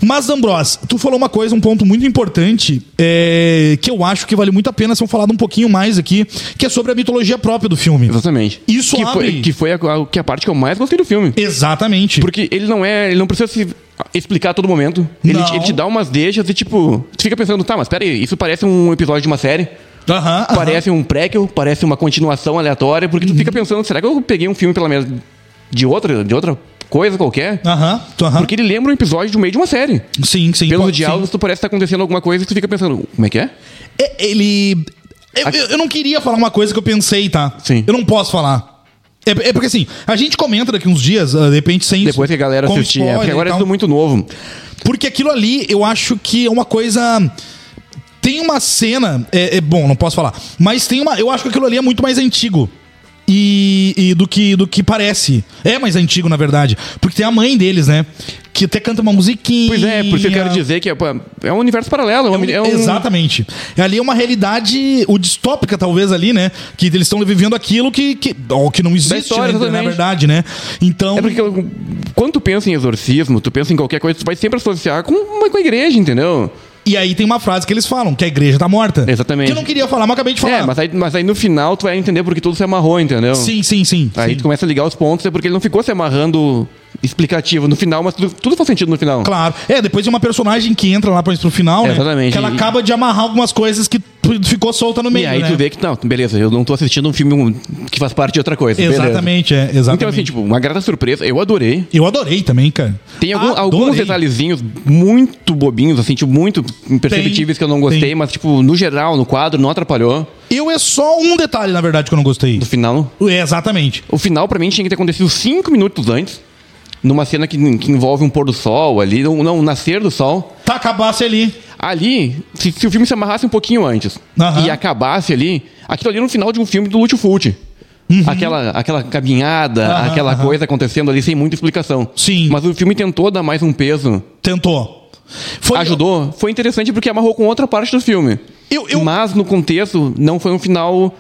Speaker 1: Mas, Ambrós, tu falou uma coisa, um ponto muito importante, é, que eu acho que vale muito a pena ser falado um pouquinho mais aqui, que é sobre a mitologia própria do filme.
Speaker 2: Exatamente.
Speaker 1: Isso
Speaker 2: que
Speaker 1: abre-
Speaker 2: foi, que foi a, a- que é a parte que eu mais gostei do filme.
Speaker 1: Exatamente.
Speaker 2: Porque ele não é. Ele não precisa se explicar a todo momento. Ele,
Speaker 1: Não.
Speaker 2: te- ele te dá umas deixas e, tipo, tu fica pensando, tá, mas peraí, isso parece um episódio de uma série.
Speaker 1: Aham, Uhum. aham.
Speaker 2: Parece um prequel, parece uma continuação aleatória, porque tu fica pensando, será que eu peguei um filme pela menos de outra, de outra coisa qualquer?
Speaker 1: Aham, aham.
Speaker 2: Porque ele lembra um episódio do meio de uma série.
Speaker 1: Sim, sim.
Speaker 2: Pelos
Speaker 1: pode-
Speaker 2: diálogos,
Speaker 1: sim.
Speaker 2: tu parece que tá acontecendo alguma coisa e tu fica pensando, como é que é?
Speaker 1: É, Ele... Eu, eu- eu não queria falar uma coisa que eu pensei, tá?
Speaker 2: Sim.
Speaker 1: Eu não posso falar. É, é porque assim, a gente comenta daqui uns dias, ah, de repente sem
Speaker 2: Depois que a galera
Speaker 1: com
Speaker 2: assistir. É,
Speaker 1: spoiler
Speaker 2: porque
Speaker 1: e
Speaker 2: agora é
Speaker 1: tal.
Speaker 2: tudo muito novo.
Speaker 1: Porque aquilo ali, eu acho que é uma coisa. Tem uma cena. É, é bom, não posso falar. Mas tem uma. Eu acho que aquilo ali é muito mais antigo. E, e do, que, do que parece. É mais antigo, na verdade. Porque tem a mãe deles, né? Que até canta uma musiquinha.
Speaker 2: Pois é, por isso que eu
Speaker 1: ah,
Speaker 2: quero dizer que é, pô, é um universo paralelo. É um, é um-
Speaker 1: Exatamente. Ali é uma realidade, o distópica, talvez, ali, né? Que eles estão vivendo aquilo que, que, ó, que não existe,
Speaker 2: história,
Speaker 1: né, na
Speaker 2: exatamente.
Speaker 1: verdade, né? Então.
Speaker 2: É porque eu- quando tu pensa em exorcismo, tu pensa em qualquer coisa, tu vai sempre associar com, uma- com a igreja, entendeu?
Speaker 1: E aí tem uma frase que eles falam, que a igreja tá morta.
Speaker 2: Exatamente.
Speaker 1: Que eu não queria falar, mas acabei de falar.
Speaker 2: É, mas aí, mas aí no final tu vai entender porque tudo se amarrou, entendeu?
Speaker 1: Sim, sim, sim.
Speaker 2: Aí
Speaker 1: sim.
Speaker 2: tu começa a ligar os pontos, é porque ele não ficou se amarrando explicativo no final, mas tudo, tudo faz sentido no final.
Speaker 1: Claro. É, depois de uma personagem que entra lá pra pro final, né?
Speaker 2: Exatamente.
Speaker 1: Que ela
Speaker 2: E-
Speaker 1: acaba de amarrar algumas coisas que tu- ficou solta no meio.
Speaker 2: E aí
Speaker 1: né?
Speaker 2: tu vê que, não, beleza, eu não tô assistindo um filme que faz parte de outra coisa. beleza.
Speaker 1: Exatamente, é, exatamente.
Speaker 2: Então, assim, tipo, uma grata surpresa. Eu adorei.
Speaker 1: eu adorei também, cara.
Speaker 2: Tem algum- alguns
Speaker 1: Adorei.
Speaker 2: detalhezinhos muito bobinhos, assim, tipo, muito
Speaker 1: Tem,
Speaker 2: imperceptíveis que eu não gostei,
Speaker 1: tem.
Speaker 2: mas, tipo, no geral, no quadro, não atrapalhou.
Speaker 1: Eu é só um detalhe, na verdade, que eu não gostei.
Speaker 2: No final,
Speaker 1: É, exatamente.
Speaker 2: O final, pra mim, tinha que ter acontecido cinco minutos antes. Numa cena que, que envolve um pôr do sol ali, não, não, um nascer do sol.
Speaker 1: Tá, acabasse ali.
Speaker 2: Ali, se, se o filme se amarrasse um pouquinho antes
Speaker 1: Aham.
Speaker 2: e acabasse ali, aquilo ali no final de um filme do Lúcio Fulci. Aquela, aquela caminhada,
Speaker 1: Uhum. Aham,
Speaker 2: aquela
Speaker 1: aham.
Speaker 2: coisa acontecendo ali sem muita explicação.
Speaker 1: Sim.
Speaker 2: Mas o filme tentou dar mais um peso.
Speaker 1: Tentou. Foi-
Speaker 2: Ajudou. Foi interessante porque amarrou com outra parte do filme.
Speaker 1: Eu- eu-
Speaker 2: Mas no contexto, não foi um final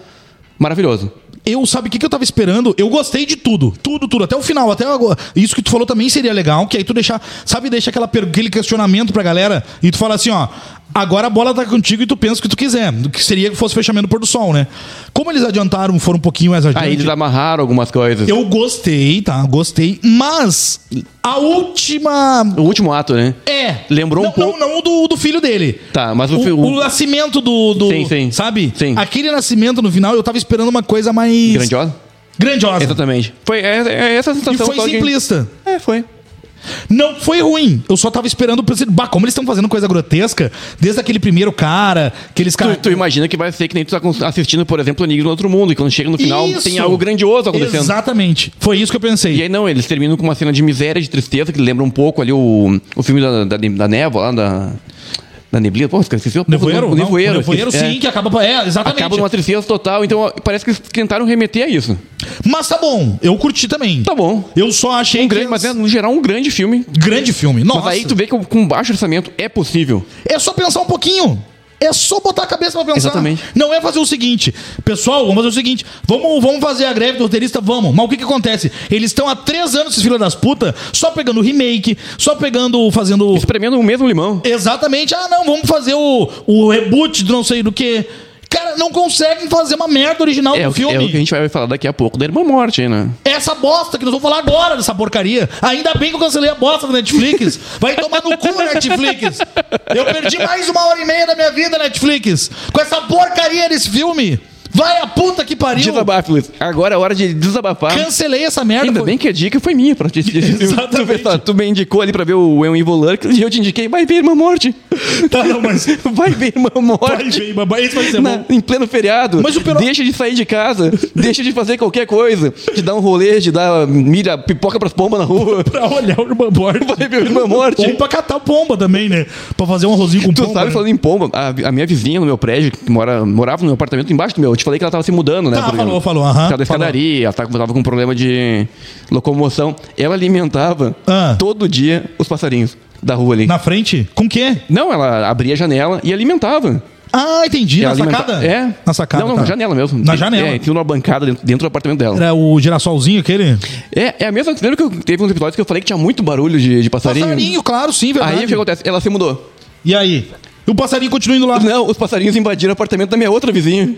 Speaker 2: maravilhoso.
Speaker 1: Eu, sabe o que, que eu tava esperando? Eu gostei de tudo. Tudo, tudo. Até o final, até agora. Isso que tu falou também seria legal, que aí tu deixar, sabe, deixa aquela, per- aquele questionamento pra galera e tu fala assim, ó. Agora a bola tá contigo e tu pensa o que tu quiser. O que seria que fosse o fechamento do pôr do sol, né? Como eles adiantaram, foram um pouquinho mais adiante.
Speaker 2: Aí eles amarraram algumas coisas.
Speaker 1: Eu gostei, tá? Gostei. Mas a última.
Speaker 2: O último ato, né?
Speaker 1: É.
Speaker 2: Lembrou
Speaker 1: não,
Speaker 2: um
Speaker 1: Não,
Speaker 2: pouco-
Speaker 1: não o do, do filho dele.
Speaker 2: Tá, mas o
Speaker 1: O,
Speaker 2: fi- o-
Speaker 1: o nascimento do, do-
Speaker 2: Sim, sim.
Speaker 1: Sabe?
Speaker 2: Sim.
Speaker 1: Aquele nascimento no final, eu tava esperando uma coisa mais.
Speaker 2: Grandiosa?
Speaker 1: Grandiosa.
Speaker 2: Exatamente. Foi é, é essa a
Speaker 1: E
Speaker 2: sensação.
Speaker 1: foi
Speaker 2: só que-
Speaker 1: simplista.
Speaker 2: É, foi.
Speaker 1: Não foi ruim. Eu só tava esperando pra ser. Bah, como eles estão fazendo coisa grotesca, desde aquele primeiro cara, aqueles caras.
Speaker 2: Tu, tu imagina que vai ser que nem tu tá cons- assistindo, por exemplo, o Negro no Outro Mundo, e quando chega no final
Speaker 1: Isso.
Speaker 2: tem algo grandioso acontecendo.
Speaker 1: Exatamente. Foi isso que eu pensei.
Speaker 2: E aí não, eles terminam com uma cena de miséria, de tristeza, que lembra um pouco ali o, o filme da, da, da névoa lá, da, da neblina. Pô, esqueci o pouco
Speaker 1: Nevoeiro?
Speaker 2: do- do
Speaker 1: Não,
Speaker 2: Nevoeiro,
Speaker 1: nevoeiro
Speaker 2: esqueci-
Speaker 1: sim, que acaba. pra- É,
Speaker 2: é,
Speaker 1: exatamente.
Speaker 2: acaba numa tristeza total, então ó, parece que eles tentaram remeter a isso.
Speaker 1: Mas tá bom, eu curti também.
Speaker 2: Tá bom.
Speaker 1: Eu só achei
Speaker 2: Um grande,
Speaker 1: que.
Speaker 2: mas é, no geral, um grande filme.
Speaker 1: Grande filme. Nossa.
Speaker 2: Mas aí tu vê que com baixo orçamento é possível.
Speaker 1: É só pensar um pouquinho. É só botar a cabeça pra pensar.
Speaker 2: Exatamente.
Speaker 1: Não é fazer o seguinte, pessoal, vamos fazer o seguinte, vamos, vamos fazer a greve do roteirista, vamos. Mas o que que acontece? Eles estão há três anos, esses filhos das putas, só pegando remake, só pegando, fazendo...
Speaker 2: Espremendo o mesmo limão.
Speaker 1: Exatamente, ah não, vamos fazer o, o reboot do não sei do que. Cara, não conseguem fazer uma merda original
Speaker 2: É,
Speaker 1: do
Speaker 2: o que-
Speaker 1: filme.
Speaker 2: é o que a gente vai falar daqui a pouco da Irmã Morte, aí, né?
Speaker 1: Essa bosta que nós vamos falar agora dessa porcaria. Ainda bem que eu cancelei a bosta da Netflix. Vai tomar no cu, Netflix. Eu perdi mais uma hora e meia da minha vida, Netflix. Com essa porcaria desse filme. Vai a puta que pariu.
Speaker 2: Desabafo, Luiz. Agora é hora de desabafar.
Speaker 1: Cancelei essa merda.
Speaker 2: Ainda
Speaker 1: pô.
Speaker 2: bem que a dica foi minha pra ti. Tu- Tu,
Speaker 1: Exatamente.
Speaker 2: vê só, tu me indicou ali pra ver o Eu Involante e eu te indiquei, vai ver Irmã Morte.
Speaker 1: Tá, não, mas...
Speaker 2: Vai ver Irmã
Speaker 1: Vai
Speaker 2: Morte.
Speaker 1: bem, babá. Isso vai ser
Speaker 2: na-
Speaker 1: bom.
Speaker 2: em pleno feriado.
Speaker 1: Mas o pior-
Speaker 2: Deixa de sair de casa, deixa de fazer qualquer coisa, de dar um rolê, de dar milha, pipoca pras pombas na rua.
Speaker 1: Pra olhar o Irmã Borte.
Speaker 2: Vai ver Irmã Morte.
Speaker 1: Ou pra catar pomba também, né? Pra fazer um arrozinho com
Speaker 2: Tu
Speaker 1: pomba.
Speaker 2: sabe,
Speaker 1: né?
Speaker 2: falando em pomba, a, a minha vizinha no meu prédio, que mora, morava no meu apartamento embaixo do meu, eu te falei que ela tava se mudando, né?
Speaker 1: Tá,
Speaker 2: porque-
Speaker 1: falou, falou, aham,
Speaker 2: Por causa da
Speaker 1: falou.
Speaker 2: escadaria, ela tava, tava com um problema de locomoção. Ela alimentava
Speaker 1: Ah.
Speaker 2: todo dia os passarinhos da rua ali.
Speaker 1: Na frente? Com o quê?
Speaker 2: Não, ela abria a janela e alimentava.
Speaker 1: Ah, entendi.
Speaker 2: Ela
Speaker 1: Na
Speaker 2: alimenta-
Speaker 1: sacada?
Speaker 2: É.
Speaker 1: Na sacada,
Speaker 2: Não, não,
Speaker 1: tá.
Speaker 2: na janela mesmo.
Speaker 1: Na
Speaker 2: Tem-
Speaker 1: janela.
Speaker 2: É, tinha uma bancada dentro, dentro do apartamento dela.
Speaker 1: Era o girassolzinho aquele?
Speaker 2: É, é a mesma. Lembra que eu, teve uns episódios que eu falei que tinha muito barulho de, de passarinho?
Speaker 1: Passarinho, claro, sim, verdade.
Speaker 2: Aí o que acontece? Ela se mudou.
Speaker 1: E aí? E o passarinho continua indo lá.
Speaker 2: Não, os passarinhos invadiram o apartamento da minha outra vizinha.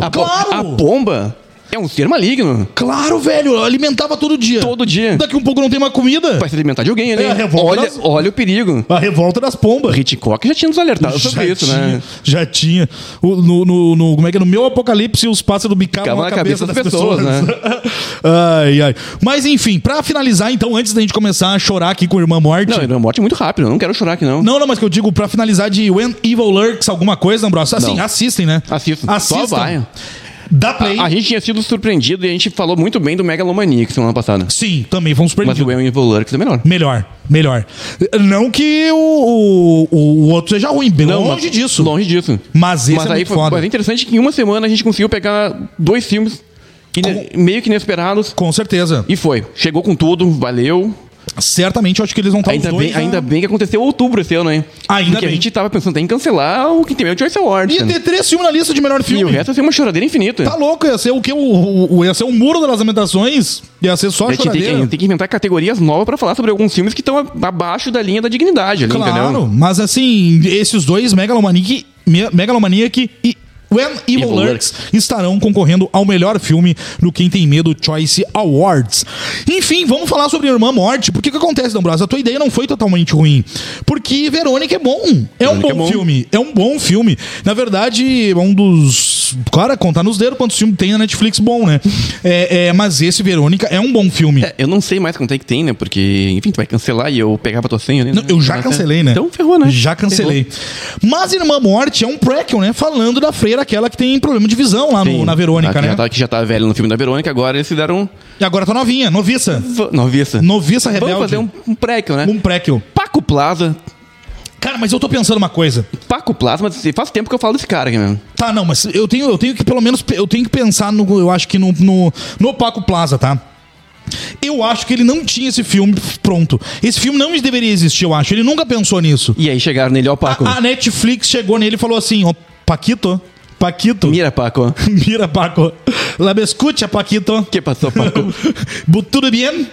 Speaker 2: A, po-
Speaker 1: Claro!
Speaker 2: Tá a pomba é um ser maligno.
Speaker 1: Claro, velho. eu Alimentava todo dia.
Speaker 2: Todo dia.
Speaker 1: Daqui um pouco não tem mais comida.
Speaker 2: Vai se alimentar de alguém, né?
Speaker 1: É, a revolta
Speaker 2: olha,
Speaker 1: das-
Speaker 2: olha o perigo.
Speaker 1: A revolta das pombas.
Speaker 2: Hitchcock já tinha nos alertado
Speaker 1: Já,
Speaker 2: sobre isso,
Speaker 1: tinha,
Speaker 2: né?
Speaker 1: já tinha. O- no, no- no- como é que é? No meu apocalipse, os pássaros bicavam
Speaker 2: Ficavam
Speaker 1: na cabeça, das pessoas.
Speaker 2: né?
Speaker 1: ai, ai. Mas enfim, pra finalizar, então, antes da gente começar a chorar aqui com o Irmã Morte.
Speaker 2: Não, era uma morte muito rápida, eu não quero chorar aqui, não.
Speaker 1: Não, não, mas que eu digo pra finalizar de When Evil Lurks, alguma coisa, Ambrosio. Assim,
Speaker 2: Não.
Speaker 1: assistem, né?
Speaker 2: Assistam. Só
Speaker 1: Assistam.
Speaker 2: vai.
Speaker 1: Dá play.
Speaker 2: A gente tinha sido surpreendido e a gente falou muito bem do Megalomaniac semana passada.
Speaker 1: Sim, também fomos perdidos.
Speaker 2: Mas o Will Involurx é melhor.
Speaker 1: Melhor, melhor. Não que o, o, o outro seja ruim, bem longe
Speaker 2: mas-
Speaker 1: disso.
Speaker 2: Longe disso.
Speaker 1: Mas esse
Speaker 2: mas
Speaker 1: é
Speaker 2: aí
Speaker 1: muito
Speaker 2: foi,
Speaker 1: foda.
Speaker 2: mas é interessante que em uma semana a gente conseguiu pegar dois filmes ine- meio que inesperados.
Speaker 1: Com certeza.
Speaker 2: E foi. Chegou com tudo, valeu.
Speaker 1: Certamente eu acho que eles vão estar
Speaker 2: Ainda
Speaker 1: os
Speaker 2: bem,
Speaker 1: Tá dois. né? a-
Speaker 2: ainda bem que aconteceu outubro esse ano, hein?
Speaker 1: Ainda
Speaker 2: Porque
Speaker 1: bem.
Speaker 2: a gente tava pensando em cancelar o que tem o Choice Awards.
Speaker 1: Ia
Speaker 2: né?
Speaker 1: ter três filmes na lista de melhor
Speaker 2: E o
Speaker 1: filme.
Speaker 2: resto ia ser uma choradeira infinita.
Speaker 1: Tá louco, ia ser o que? O, o, o- ia ser o muro das lamentações? Ia ser só
Speaker 2: a gente tem, que- a
Speaker 1: choradeira?
Speaker 2: gente tem que inventar categorias novas pra falar sobre alguns filmes que estão a- abaixo da linha da dignidade ali,
Speaker 1: Claro,
Speaker 2: entendeu?
Speaker 1: mas assim, esses dois, Megalomaniac, Me- Megalomaniac e When Evil,
Speaker 2: Evil
Speaker 1: Lurks, estarão concorrendo ao melhor filme no Quem Tem Medo Choice Awards. Enfim, vamos falar sobre Irmã Morte. Por que que acontece, Dambrasa? A tua ideia não foi totalmente ruim. Porque Verônica é bom. É um bom,
Speaker 2: Verônica é bom.
Speaker 1: filme. É um bom filme. Na verdade, é um dos... Cara, contar nos dedos quantos filmes tem na Netflix bom, né? É, é, mas esse, Verônica, é um bom filme.
Speaker 2: É, eu não sei mais quanto é que tem, né? Porque, enfim, tu vai cancelar e eu pegava tua senha ali.
Speaker 1: Não,
Speaker 2: né?
Speaker 1: eu já
Speaker 2: Mas,
Speaker 1: cancelei, né?
Speaker 2: Então ferrou, né?
Speaker 1: Já cancelei. Mas Irmã Morte é um prequel, né? Falando da freira, aquela que tem problema de visão lá no-
Speaker 2: Ferrou.
Speaker 1: na
Speaker 2: Ah,
Speaker 1: Verônica,
Speaker 2: que
Speaker 1: né?
Speaker 2: Já tá, que já tá velho no filme da Verônica, agora eles fizeram.
Speaker 1: E agora tá novinha, noviça.
Speaker 2: v- Noviça.
Speaker 1: Noviça
Speaker 2: Vamos
Speaker 1: rebelde.
Speaker 2: fazer um, um prequel, né?
Speaker 1: um... prequel.
Speaker 2: Paco Plaza.
Speaker 1: Cara, mas eu tô pensando uma coisa.
Speaker 2: Paco Plaza, mas assim, faz tempo que eu falo desse cara aqui mesmo.
Speaker 1: Tá, não, mas eu tenho, eu tenho que pelo menos... pe- Eu tenho que pensar, no, eu acho que no, no, no Paco Plaza, tá? Eu acho que ele não tinha esse filme pronto. Esse filme não deveria existir, eu acho. Ele nunca pensou nisso.
Speaker 2: E aí chegaram nele, ó, Paco.
Speaker 1: A, a Netflix chegou nele e falou assim, ó, Paquito, Paquito...
Speaker 2: Mira, Paco.
Speaker 1: Mira, Paco. La me escucha, Paquito.
Speaker 2: que passou, Paco?
Speaker 1: Bu- Tudo bien?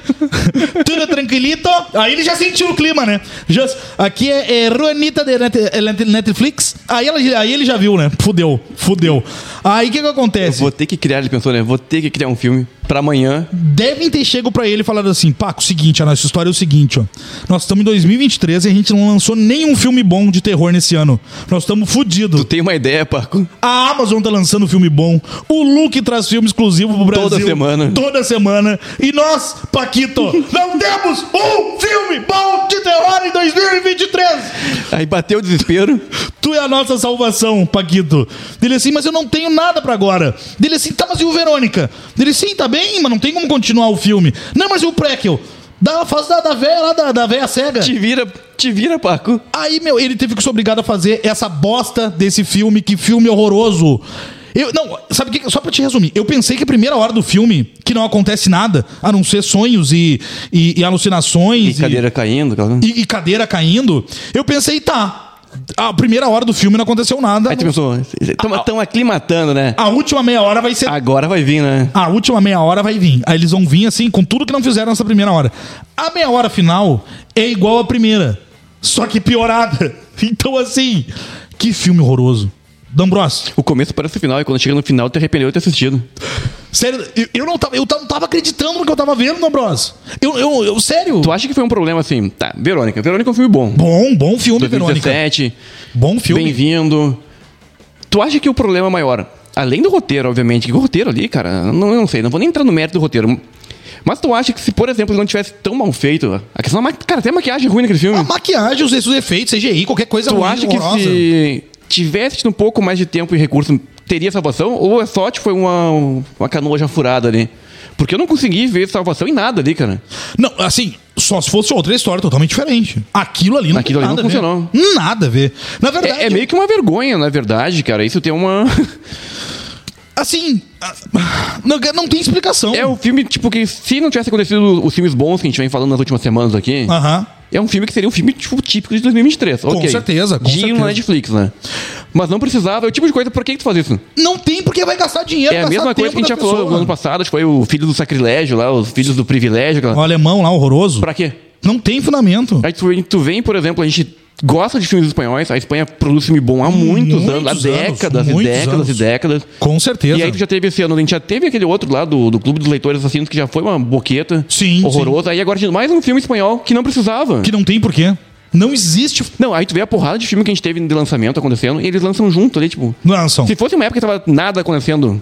Speaker 1: Tudo tranquilito? Aí ele já sentiu o clima, né? Já, aqui é, é Ruanita de Net- eh, Net- Netflix. Aí, ela, aí ele já viu, né? Fudeu, fudeu. Aí o que que acontece?
Speaker 2: Vou ter que criar, ele pensou, né? Vou ter que criar um filme pra amanhã.
Speaker 1: devem ter chego pra ele falando assim, Paco, seguinte, a nossa história é o seguinte, ó. Nós estamos em 2023 e a gente não lançou nenhum filme bom de terror nesse ano. Nós estamos
Speaker 2: Tu
Speaker 1: fodidos.
Speaker 2: tem uma ideia, Paco?
Speaker 1: A Amazon tá lançando filme bom. O Luke traz filme exclusivo pro Brasil.
Speaker 2: Toda semana.
Speaker 1: Toda semana. E nós, Paquito, não temos um filme bom de terror em 2023.
Speaker 2: Aí bateu o desespero.
Speaker 1: Tu é a nossa salvação, Paquito. Dele assim, mas eu não tenho nada pra agora. Dele assim, tá, mas e o Verônica? Dele sim, tá bem, mas não tem como continuar o filme. Não, mas e o Prequel? Da, faz da, da véia lá, da, da véia cega.
Speaker 2: Te vira, te vira, Paco.
Speaker 1: Aí, meu, ele teve que ser obrigado a fazer essa bosta desse filme, que filme horroroso. Eu, não, sabe o que? Só pra te resumir, eu pensei que a primeira hora do filme, que não acontece nada, a não ser sonhos e, e, e
Speaker 2: E
Speaker 1: alucinações.
Speaker 2: cadeira caindo, cara.
Speaker 1: e, e cadeira caindo, eu pensei, tá. A primeira hora do filme não aconteceu nada.
Speaker 2: Aí tu pensou, estamos tão aclimatando, né?
Speaker 1: A última meia hora vai ser.
Speaker 2: Agora vai vir, né?
Speaker 1: A última meia hora vai vir. Aí eles vão vir assim, com tudo que não fizeram nessa primeira hora. A meia hora final é igual à primeira. Só que piorada. Então, assim, que filme horroroso. D'Ambrosio,
Speaker 2: O começo parece o final, e quando chega no final, te arrependeu de ter assistido.
Speaker 1: sério, eu, eu não tava, eu tava- não tava acreditando no que eu tava vendo, D'Ambrosio. Eu, eu, eu, sério.
Speaker 2: Tu acha que foi um problema assim? Tá, Verônica. Verônica é um filme bom.
Speaker 1: Bom, bom filme, Verônica.
Speaker 2: 2017,
Speaker 1: Bom filme.
Speaker 2: bem-vindo. Tu acha que o problema maior, além do roteiro, obviamente, que o roteiro ali, cara, não, eu não sei, não vou nem entrar no mérito do roteiro. Mas tu acha que se, por exemplo, ele não tivesse tão mal feito, a questão da ma- cara, até a maquiagem é ruim naquele filme.
Speaker 1: A maquiagem, os, os efeitos, CGI, qualquer coisa
Speaker 2: tu
Speaker 1: ruim,
Speaker 2: acha que
Speaker 1: Ah, é horrorosa.
Speaker 2: se tivesse tido um pouco mais de tempo e recurso, teria salvação? Ou a sorte foi uma, uma canoa já furada ali? Porque eu não consegui ver salvação em nada ali, cara.
Speaker 1: Não, assim, só se fosse outra história totalmente diferente. Aquilo ali não
Speaker 2: Aquilo
Speaker 1: tem
Speaker 2: ali não
Speaker 1: nada a ver. Nada a ver. Na verdade,
Speaker 2: É, é meio que uma vergonha, na verdade, cara. Isso tem uma.
Speaker 1: assim, ah, não, não tem explicação.
Speaker 2: É o filme, tipo, que se não tivesse acontecido os filmes bons que a gente vem falando nas últimas semanas aqui,
Speaker 1: Aham.
Speaker 2: é um filme que seria um filme, tipo, típico de 2023.
Speaker 1: Com certeza, com
Speaker 2: Digno
Speaker 1: certeza.
Speaker 2: na Netflix, né? Mas não precisava. É o tipo de coisa, por que, que tu faz isso?
Speaker 1: Não tem porque vai gastar dinheiro,
Speaker 2: É a
Speaker 1: gastar
Speaker 2: mesma coisa que a
Speaker 1: tempo
Speaker 2: gente já
Speaker 1: da
Speaker 2: falou no
Speaker 1: pessoa.
Speaker 2: ano passado, acho que foi o Filho do Sacrilégio lá, os Filhos do Privilégio. Aquela...
Speaker 1: O alemão lá, horroroso.
Speaker 2: Pra quê?
Speaker 1: Não tem fundamento.
Speaker 2: Aí tu, tu vem, por exemplo, a gente gosta de filmes espanhóis, a Espanha produz filme bom há muitos,
Speaker 1: muitos
Speaker 2: anos, há
Speaker 1: anos,
Speaker 2: décadas e
Speaker 1: muitos
Speaker 2: décadas
Speaker 1: anos.
Speaker 2: e décadas.
Speaker 1: Com certeza.
Speaker 2: E aí tu já teve esse ano, a gente já teve aquele outro lá do, do Clube dos Leitores Assassinos, que já foi uma boqueta
Speaker 1: Sim,
Speaker 2: horrorosa. Aí agora tinha mais um filme espanhol que não precisava.
Speaker 1: Que não tem porquê. Não existe.
Speaker 2: Não, aí tu vê a porrada de filme que a gente teve de lançamento acontecendo e eles lançam junto ali, tipo.
Speaker 1: Não, são.
Speaker 2: Se fosse uma época que tava nada acontecendo,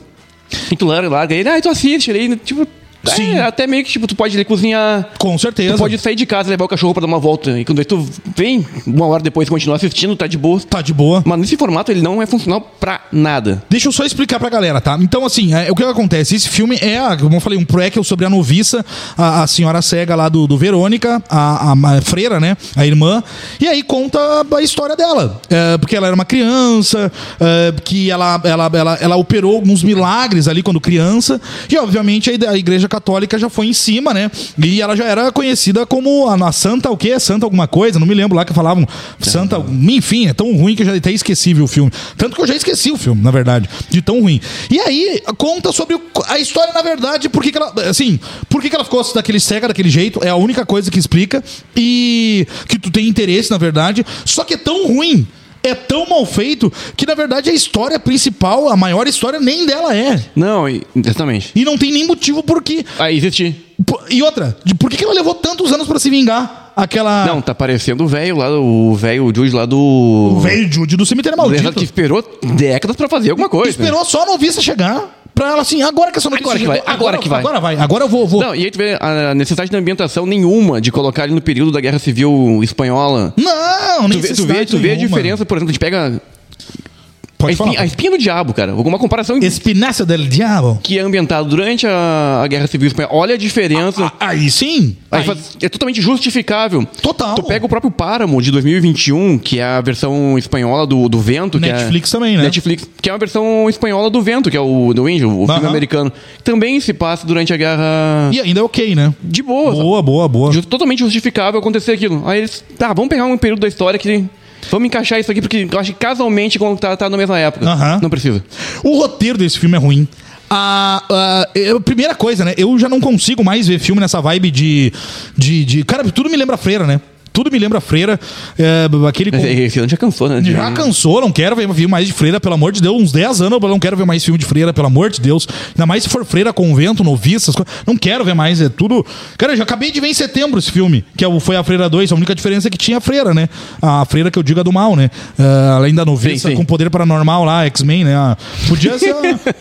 Speaker 2: e tu larga, larga ele, ah, tu assiste ali, tipo.
Speaker 1: Sim.
Speaker 2: É, até meio que, tipo, tu pode ali cozinhar.
Speaker 1: Com certeza.
Speaker 2: Tu pode sair de casa, levar o cachorro pra dar uma volta. E quando tu vem, uma hora depois, continuar assistindo, tá de boa.
Speaker 1: Tá de boa.
Speaker 2: Mas nesse formato ele não é funcional pra nada.
Speaker 1: Deixa eu só explicar pra galera, tá? Então, assim, é, o que acontece? Esse filme é, a- como eu falei, um prequel sobre a noviça, a, a senhora cega lá do, do Verônica, a, a ma- freira, né? A irmã. E aí conta a história dela. É, porque ela era uma criança, é, que ela, ela, ela, ela operou alguns milagres ali quando criança. E, obviamente, a, ide- a Igreja Católica já foi em cima, né? E ela já era conhecida como a, a Santa o quê? é Santa alguma coisa? Não me lembro lá que falavam. Santa... Enfim, é tão ruim que eu já até esqueci viu, o filme. Tanto que eu já esqueci o filme, na verdade. De tão ruim. E aí, conta sobre o- a história, na verdade, por que que ela... Assim, por que que ela ficou daquele cega, daquele jeito. É a única coisa que explica. E que tu tem interesse, na verdade. Só que é tão ruim... É tão mal feito que, na verdade, a história principal, a maior história, nem dela é.
Speaker 2: Não, e- exatamente.
Speaker 1: E não tem nem motivo por que
Speaker 2: Aí existe.
Speaker 1: Po- E outra, de por que que ela levou tantos anos pra se vingar? Aquela.
Speaker 2: Não, tá parecendo o velho lá, o velho Jude lá do.
Speaker 1: O velho Jude do cemitério maldito.
Speaker 2: Tipo, Que esperou décadas pra fazer alguma coisa.
Speaker 1: Esperou só a noviça chegar pra ela assim, agora que essa notícia
Speaker 2: Agora que vai, agora que vai.
Speaker 1: Agora vai, agora eu vou, vou.
Speaker 2: Não, e aí tu vê a necessidade de ambientação nenhuma de colocar ali no período da Guerra Civil Espanhola.
Speaker 1: Não,
Speaker 2: Tu vê, tu vê, tu vê a diferença, por exemplo, a gente pega a
Speaker 1: Pode
Speaker 2: espinha, a
Speaker 1: falar.
Speaker 2: espinha do diabo, cara. Alguma comparação
Speaker 1: Espinaça del Diabo.
Speaker 2: que é ambientada durante a, a Guerra Civil Espanhola. Olha a diferença.
Speaker 1: Ah, Aí sim.
Speaker 2: Aí
Speaker 1: Aí-
Speaker 2: faz- é totalmente justificável.
Speaker 1: Total.
Speaker 2: Tu pega o próprio Páramo de 2021, que é a versão espanhola do, do Vento. que é-
Speaker 1: Netflix também, né?
Speaker 2: Netflix, que é uma versão espanhola do Vento, que é o do Índio, o filme
Speaker 1: Aham.
Speaker 2: americano. Também se passa durante a guerra
Speaker 1: E ainda é ok, né?
Speaker 2: de boa. sabe?
Speaker 1: Boa, boa, boa.
Speaker 2: Ju- Totalmente justificável acontecer aquilo. Aí eles, tá, vamos pegar um período da história que. Vamos encaixar isso aqui, porque eu acho que casualmente quando tá, tá na mesma época.
Speaker 1: Aham.
Speaker 2: Não precisa.
Speaker 1: O roteiro desse filme é ruim. A, a- eu- primeira coisa, né? Eu já não consigo mais ver filme nessa vibe de, de, de- Cara, tudo me lembra freira, né? tudo me lembra Freira. É, aquele. com-
Speaker 2: Esse ano já cansou, né?
Speaker 1: Já cansou, não quero ver filme mais de freira, pelo amor de Deus. Uns 10 anos eu não quero ver mais filme de freira, pelo amor de Deus. Ainda mais se for freira, convento, noviça, essas coisas. Não quero ver mais, é tudo. Cara, eu já acabei de ver em setembro esse filme, que é o- foi a Freira 2. A única diferença é que tinha a freira, né? A freira que eu digo é do mal, né? Ah, além da noviça,
Speaker 2: Sim, sim.
Speaker 1: com poder paranormal lá, X-Men, né? Ah, podia ser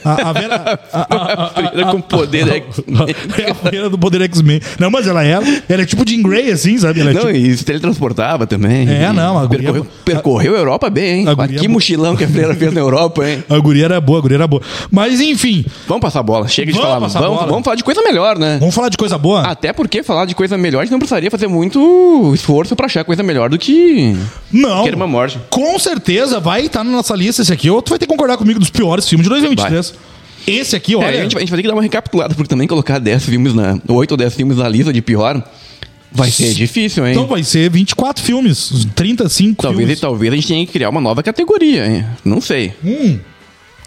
Speaker 1: a, a, a Vera. a- a- a-
Speaker 2: Freira com poder é
Speaker 1: é a freira do poder X-Men. Não, mas ela era. Ela é tipo Jean Grey, assim, sabe? Ela é
Speaker 2: Não,
Speaker 1: tipo-
Speaker 2: e se teletransportava também.
Speaker 1: É, não, a guria-
Speaker 2: Percorreu, percorreu a Europa bem, hein?
Speaker 1: a guria- é
Speaker 2: Mas que mochilão que a Freira fez na Europa, hein?
Speaker 1: A guria era boa, a guria era boa. Mas enfim,
Speaker 2: Vamos passar a bola, chega de
Speaker 1: Vamos
Speaker 2: falar.
Speaker 1: passar a
Speaker 2: Vamos,
Speaker 1: bola.
Speaker 2: vamos falar de coisa melhor, né?
Speaker 1: vamos falar de coisa boa?
Speaker 2: Até porque falar de coisa melhor, a gente não precisaria fazer muito esforço pra achar coisa melhor do que.
Speaker 1: Não.
Speaker 2: Quero uma morte.
Speaker 1: Com certeza vai estar na nossa lista esse aqui. Ou tu vai ter que concordar comigo dos piores filmes de 2023. Esse aqui,
Speaker 2: É,
Speaker 1: olha.
Speaker 2: a, gente, vai- a gente vai ter que dar uma recapitulada, porque também colocar 10 filmes na. 8 ou 10 filmes na lista de pior vai ser difícil, hein?
Speaker 1: Então vai ser 24 filmes, uns 35
Speaker 2: talvez, e
Speaker 1: filmes.
Speaker 2: talvez a gente tenha que criar uma nova categoria, hein? Não sei. então-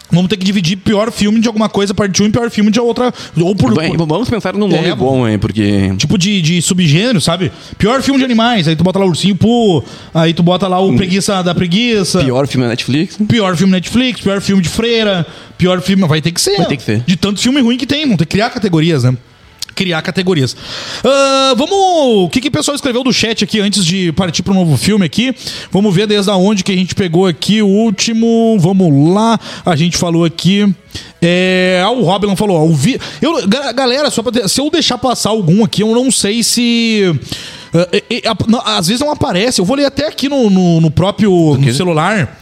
Speaker 1: Vamos ter que dividir pior filme de alguma coisa, parte 1 e pior filme de outra. Ou por.
Speaker 2: Bem,
Speaker 1: por-
Speaker 2: vamos pensar num nome
Speaker 1: É,
Speaker 2: bom, hein? Porque.
Speaker 1: Tipo de, de subgênero, sabe? Pior filme de animais, aí tu bota lá o Ursinho Poo, aí tu bota lá o Preguiça da Preguiça.
Speaker 2: Hum. Pior filme da Netflix.
Speaker 1: Pior filme Netflix, pior filme de freira, pior filme. Vai ter que ser.
Speaker 2: Vai ter que ser.
Speaker 1: De tanto filme ruim que tem, vão ter que criar categorias, né? Criar categorias. Ah, vamos. O que, que o pessoal escreveu do chat aqui antes de partir para um novo filme aqui? Vamos ver desde onde que a gente pegou aqui o último. Vamos lá. A gente falou aqui. É, ah, o Robin falou, ó, o vi... eu, ga- galera, só pra ter- se eu deixar passar algum aqui, eu não sei se. ah, e- e- a- não, às vezes não aparece. Eu vou ler até aqui no, no, no próprio no
Speaker 2: quê?
Speaker 1: celular.